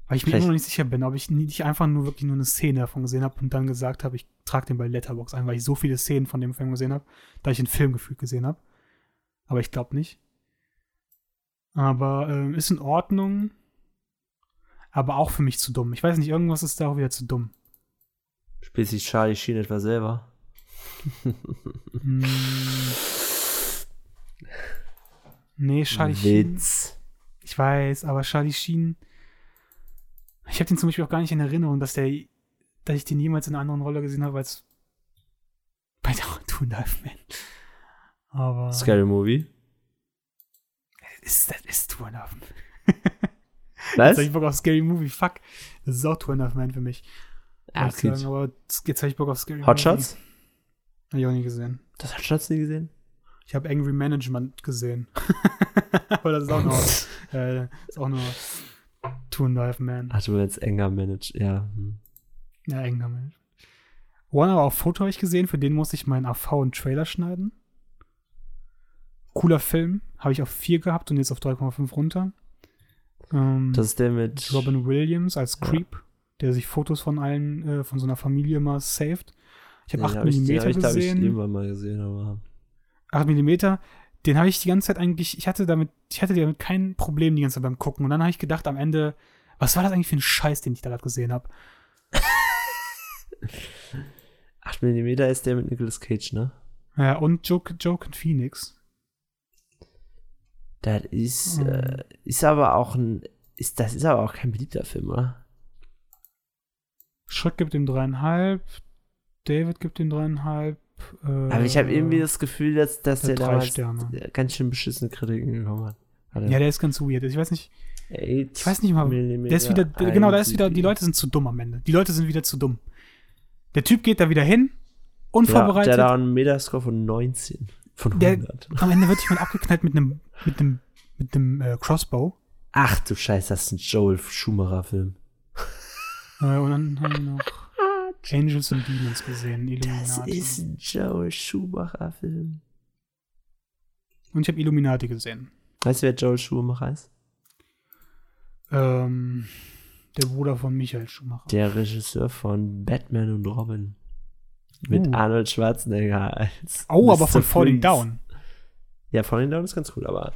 Speaker 1: Weil ich mir
Speaker 2: Vielleicht-
Speaker 1: immer noch nicht sicher bin, ob ich nicht einfach nur wirklich nur eine Szene davon gesehen habe und dann gesagt habe, ich trage den bei Letterbox ein, weil ich so viele Szenen von dem Film gesehen habe, da ich den Film gefühlt gesehen habe. Aber ich glaube nicht. Aber ähm, ist in Ordnung. Aber auch für mich zu dumm. Ich weiß nicht, irgendwas ist da auch wieder zu dumm.
Speaker 2: Spielt sich Charlie Sheen etwa selber?
Speaker 1: Hm. Nee, Charlie Sheen.
Speaker 2: Witz.
Speaker 1: Ich weiß, aber Charlie Sheen. Ich habe den zum Beispiel auch gar nicht in Erinnerung, dass der, dass ich den jemals in einer anderen Rolle gesehen habe als bei der Two and a Half Men. Aber
Speaker 2: Scary Movie.
Speaker 1: ist das ist Two and a Half Men.
Speaker 2: Was?
Speaker 1: Jetzt hab ich Bock auf Scary Movie. Fuck, das ist auch Two and a Half Men für mich.
Speaker 2: Ah,
Speaker 1: muss ich
Speaker 2: gut.
Speaker 1: sagen, aber jetzt habe ich Bock auf Scary
Speaker 2: Hot Shots?
Speaker 1: Movie. Hab ich auch nie gesehen.
Speaker 2: Das hat Shots nie gesehen?
Speaker 1: Ich habe Angry Management gesehen. aber das ist auch nur, äh, ist auch nur Two and a Half Men.
Speaker 2: Ach, du jetzt enger managed, ja.
Speaker 1: Mhm.
Speaker 2: hm.
Speaker 1: Ja, eng damit. One Hour auf Foto habe ich gesehen, für den musste ich meinen AV und Trailer schneiden. Cooler Film, habe ich auf 4 gehabt und jetzt auf 3,5 runter. Ähm,
Speaker 2: Das ist der mit.
Speaker 1: Robin Williams als
Speaker 2: Ja.
Speaker 1: Creep, der sich Fotos von allen, äh, von so einer Familie mal saved. Ich habe
Speaker 2: Den
Speaker 1: 8
Speaker 2: hab ich, den
Speaker 1: mm
Speaker 2: hab ich, glaub ich,
Speaker 1: gesehen.
Speaker 2: irgendwann mal gesehen, aber.
Speaker 1: 8 mm, den habe ich die ganze Zeit eigentlich, ich hatte damit, ich hatte damit kein Problem die ganze Zeit beim Gucken. Und dann habe ich gedacht am Ende, was war das eigentlich für ein Scheiß, den ich da gerade gesehen habe?
Speaker 2: 8 mm ist der mit Nicolas Cage, ne?
Speaker 1: Ja, und Joke, Joke und Phoenix.
Speaker 2: Das ist.
Speaker 1: Mhm.
Speaker 2: Äh, ist aber auch ein. Ist, das ist aber auch kein beliebter Film, oder?
Speaker 1: Schröck gibt ihm dreieinhalb, David gibt ihm dreieinhalb. Äh,
Speaker 2: Aber ich habe irgendwie das Gefühl, dass, dass
Speaker 1: der
Speaker 2: der
Speaker 1: drei
Speaker 2: damals äh,
Speaker 1: Sterne.
Speaker 2: ganz schön beschissene Kritiken bekommen hat. Hat er
Speaker 1: Ja, der ist ganz weird. Ich weiß nicht,
Speaker 2: eight
Speaker 1: ich weiß nicht mal.
Speaker 2: Millimeter
Speaker 1: Der ist wieder, genau, da ist wieder,
Speaker 2: IMDb.
Speaker 1: die Leute sind zu dumm am Ende. Die Leute sind wieder zu dumm. Der Typ geht da wieder hin,
Speaker 2: Der, der
Speaker 1: unvorbereitet.
Speaker 2: hat auch einen Metascore von 19. Von
Speaker 1: Der-
Speaker 2: 100.
Speaker 1: am Ende wird jemand abgeknallt mit einem, mit einem, mit einem äh, Crossbow.
Speaker 2: Ach du Scheiße, das ist ein Joel Schumacher-Film.
Speaker 1: Äh, und dann haben wir noch Angels and Demons gesehen,
Speaker 2: Das
Speaker 1: Illuminati.
Speaker 2: ist ein Joel Schumacher-Film.
Speaker 1: Und ich habe Illuminati gesehen.
Speaker 2: Weißt du, wer Joel Schumacher ist?
Speaker 1: Ähm, der Bruder von Michael Schumacher.
Speaker 2: Der Regisseur von Batman und Robin. Mit
Speaker 1: Uh.
Speaker 2: Arnold Schwarzenegger als.
Speaker 1: oh, aber
Speaker 2: Mr.
Speaker 1: von Falling
Speaker 2: Freeze.
Speaker 1: Down.
Speaker 2: Ja, Falling Down ist ganz cool, aber,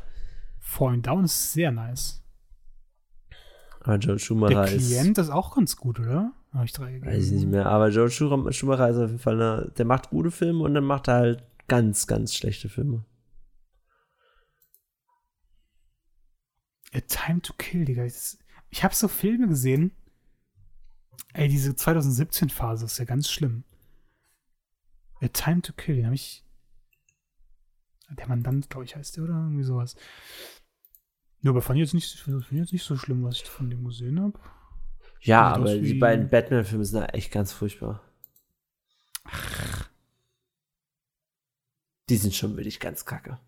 Speaker 1: Falling Down ist sehr nice.
Speaker 2: aber Joel
Speaker 1: Der
Speaker 2: Schumacher ist.
Speaker 1: Klient ist auch ganz gut, oder? Habe ich drei gegeben.
Speaker 2: Weiß ich nicht mehr, aber Joel Schu- Schumacher ist auf jeden Fall, eine, der macht gute Filme und dann macht er halt ganz, ganz schlechte Filme.
Speaker 1: A Time to Kill, Digga. Das- Ich habe so Filme gesehen. Ey, diese 2017-Phase ist ja ganz schlimm. A Time to Kill, den habe ich. Der Mandant, glaube ich, heißt der, oder? Irgendwie sowas. Nur aber fand ich jetzt nicht, fand ich jetzt nicht so schlimm, was ich von dem gesehen habe.
Speaker 2: Ja,
Speaker 1: Sieht aus
Speaker 2: aber die
Speaker 1: wie-
Speaker 2: beiden Batman-Filme sind halt echt ganz furchtbar. Die sind schon wirklich ganz kacke.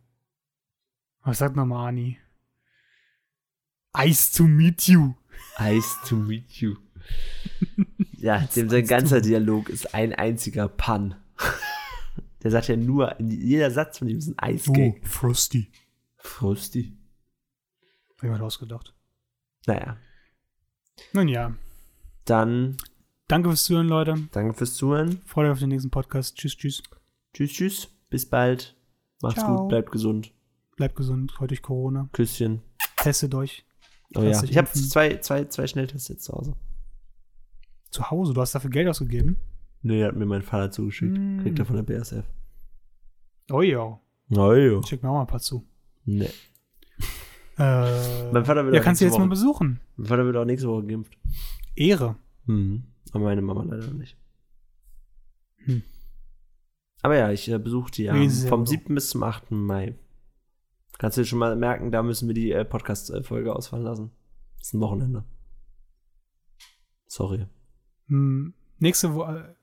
Speaker 1: Was sagt nochmal Ani? Ice to meet you.
Speaker 2: Nice to meet you. Ja, dem sein ganzer Dialog ist ein einziger Pun. Der sagt ja nur, jeder Satz von ihm ist ein
Speaker 1: Oh.
Speaker 2: Eisgag.
Speaker 1: Frosty.
Speaker 2: Frosty.
Speaker 1: Hab ich mal ausgedacht.
Speaker 2: Naja,
Speaker 1: Nun ja.
Speaker 2: dann
Speaker 1: Danke fürs Zuhören, Leute.
Speaker 2: danke fürs Zuhören.
Speaker 1: Freut euch auf den nächsten Podcast. Tschüss, tschüss.
Speaker 2: Tschüss, tschüss. Bis bald. Macht's
Speaker 1: Ciao.
Speaker 2: gut, bleibt gesund.
Speaker 1: Bleibt gesund, heute durch Corona.
Speaker 2: Küsschen.
Speaker 1: Testet euch
Speaker 2: Oh
Speaker 1: Lass
Speaker 2: ja.
Speaker 1: dich
Speaker 2: Ich habe
Speaker 1: impfen.
Speaker 2: zwei, zwei, zwei Schnelltests jetzt zu Hause.
Speaker 1: zu Hause. Du hast dafür Geld ausgegeben.
Speaker 2: Nee, hat mir mein Vater zugeschickt.
Speaker 1: Mm.
Speaker 2: Kriegt er von der BSF.
Speaker 1: Oh ja.
Speaker 2: Naja.
Speaker 1: Schick mir auch mal ein paar zu.
Speaker 2: Nee.
Speaker 1: Äh,
Speaker 2: Mein Vater wird
Speaker 1: ja,
Speaker 2: auch
Speaker 1: kannst du
Speaker 2: nächste
Speaker 1: jetzt mal
Speaker 2: Woche-
Speaker 1: besuchen.
Speaker 2: Mein Vater wird auch nächste Woche geimpft.
Speaker 1: Ehre.
Speaker 2: Mhm. Aber meine Mama leider nicht.
Speaker 1: Hm.
Speaker 2: Aber ja, ich äh, besuche die am-
Speaker 1: Riesen-
Speaker 2: vom 7. bis zum 8. Mai. Kannst du dir schon mal merken, da müssen wir die äh, Podcast-Folge ausfallen lassen. Ist ein Wochenende. Sorry.
Speaker 1: Hm, nächste, Wo äh,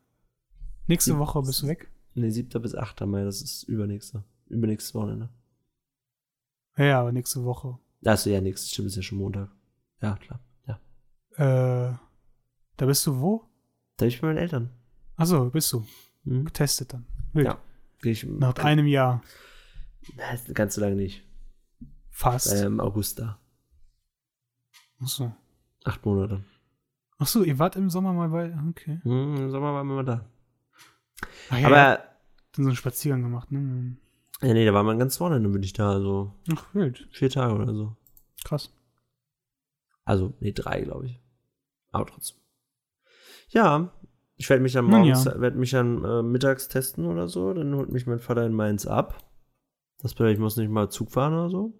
Speaker 1: nächste
Speaker 2: Ja.
Speaker 1: Woche bist du weg.
Speaker 2: Nee, 7. bis 8. Mai, das ist übernächste. Übernächstes Wochenende.
Speaker 1: Ja, Ja, aber nächste Woche.
Speaker 2: Achso, ja, nächstes stimmt, ist ja schon Montag. Ja, klar. Ja.
Speaker 1: Äh, da bist du wo?
Speaker 2: Da bin ich bei meinen Eltern.
Speaker 1: Achso, bist du.
Speaker 2: Mhm.
Speaker 1: Getestet dann. Wild.
Speaker 2: Ja. Geh Ich, äh,
Speaker 1: Nach einem Jahr.
Speaker 2: Nein, ganz so lange nicht.
Speaker 1: Fast.
Speaker 2: Äh, Im August da.
Speaker 1: Achso.
Speaker 2: Acht Monate.
Speaker 1: Achso, ihr wart im Sommer mal bei. Okay.
Speaker 2: Hm, Im Sommer waren wir mal da.
Speaker 1: Ach ja, ihr habt
Speaker 2: Aber,
Speaker 1: dann so einen Spaziergang gemacht, ne?
Speaker 2: ja, nee, da war man ganz vorne, dann bin ich da, also
Speaker 1: Ach, wild.
Speaker 2: vier Tage oder so.
Speaker 1: Krass.
Speaker 2: Also, nee, drei, glaube ich. Aber trotzdem. Ja, ich werde mich dann
Speaker 1: Nun
Speaker 2: morgens, werde mich dann äh, mittags testen oder so, dann holt mich mein Vater in Mainz ab. Das bedeutet, ich muss nicht mal Zug fahren oder so.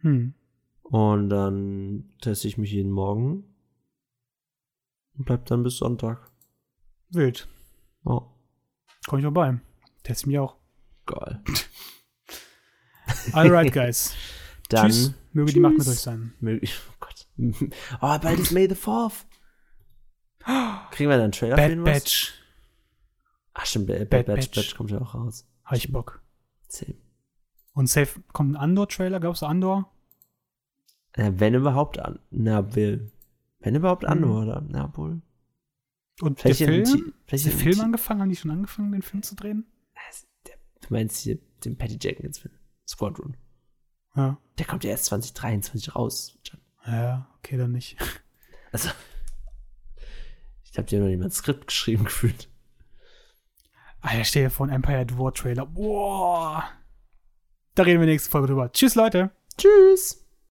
Speaker 1: Hm.
Speaker 2: Und dann teste ich mich jeden Morgen. Und bleib dann bis Sonntag.
Speaker 1: Wild.
Speaker 2: Oh,
Speaker 1: Komm ich vorbei. Test mich auch.
Speaker 2: geil.
Speaker 1: Alright, guys.
Speaker 2: Dann.
Speaker 1: Tschüss. Möge die Macht mit
Speaker 2: Tschüss.
Speaker 1: euch sein.
Speaker 2: Möglich. Oh Gott. oh, bald ist May the 4th. Kriegen wir dann einen Trailer für
Speaker 1: Bad
Speaker 2: den was?
Speaker 1: Batch.
Speaker 2: Ach stimmt, Bad,
Speaker 1: Bad
Speaker 2: Bad Batch.
Speaker 1: Batch.
Speaker 2: Batch kommt ja auch raus.
Speaker 1: Hab ich Bock.
Speaker 2: Zehn.
Speaker 1: Und safe kommt ein Andor-Trailer. Glaubst du Andor?
Speaker 2: Äh, wenn überhaupt an. Na, will. Wenn überhaupt an,
Speaker 1: Mhm.
Speaker 2: oder? Na, wohl.
Speaker 1: Und der
Speaker 2: in
Speaker 1: Film?
Speaker 2: Ti-
Speaker 1: Ist
Speaker 2: vielleicht
Speaker 1: der
Speaker 2: in
Speaker 1: Film
Speaker 2: Ti-
Speaker 1: angefangen? Haben die schon angefangen, den Film zu drehen?
Speaker 2: Du meinst hier den Patty Jenkins-Film? Squadron.
Speaker 1: Ja.
Speaker 2: Der kommt ja erst 2023 raus. John.
Speaker 1: Ja, okay, dann nicht.
Speaker 2: Also. Ich hab dir noch nicht mal ein Skript geschrieben gefühlt.
Speaker 1: Alter, Ah, stell dir vor, ein Empire at War-Trailer. Boah. Da reden wir nächste Folge drüber. Tschüss, Leute.
Speaker 2: Tschüss!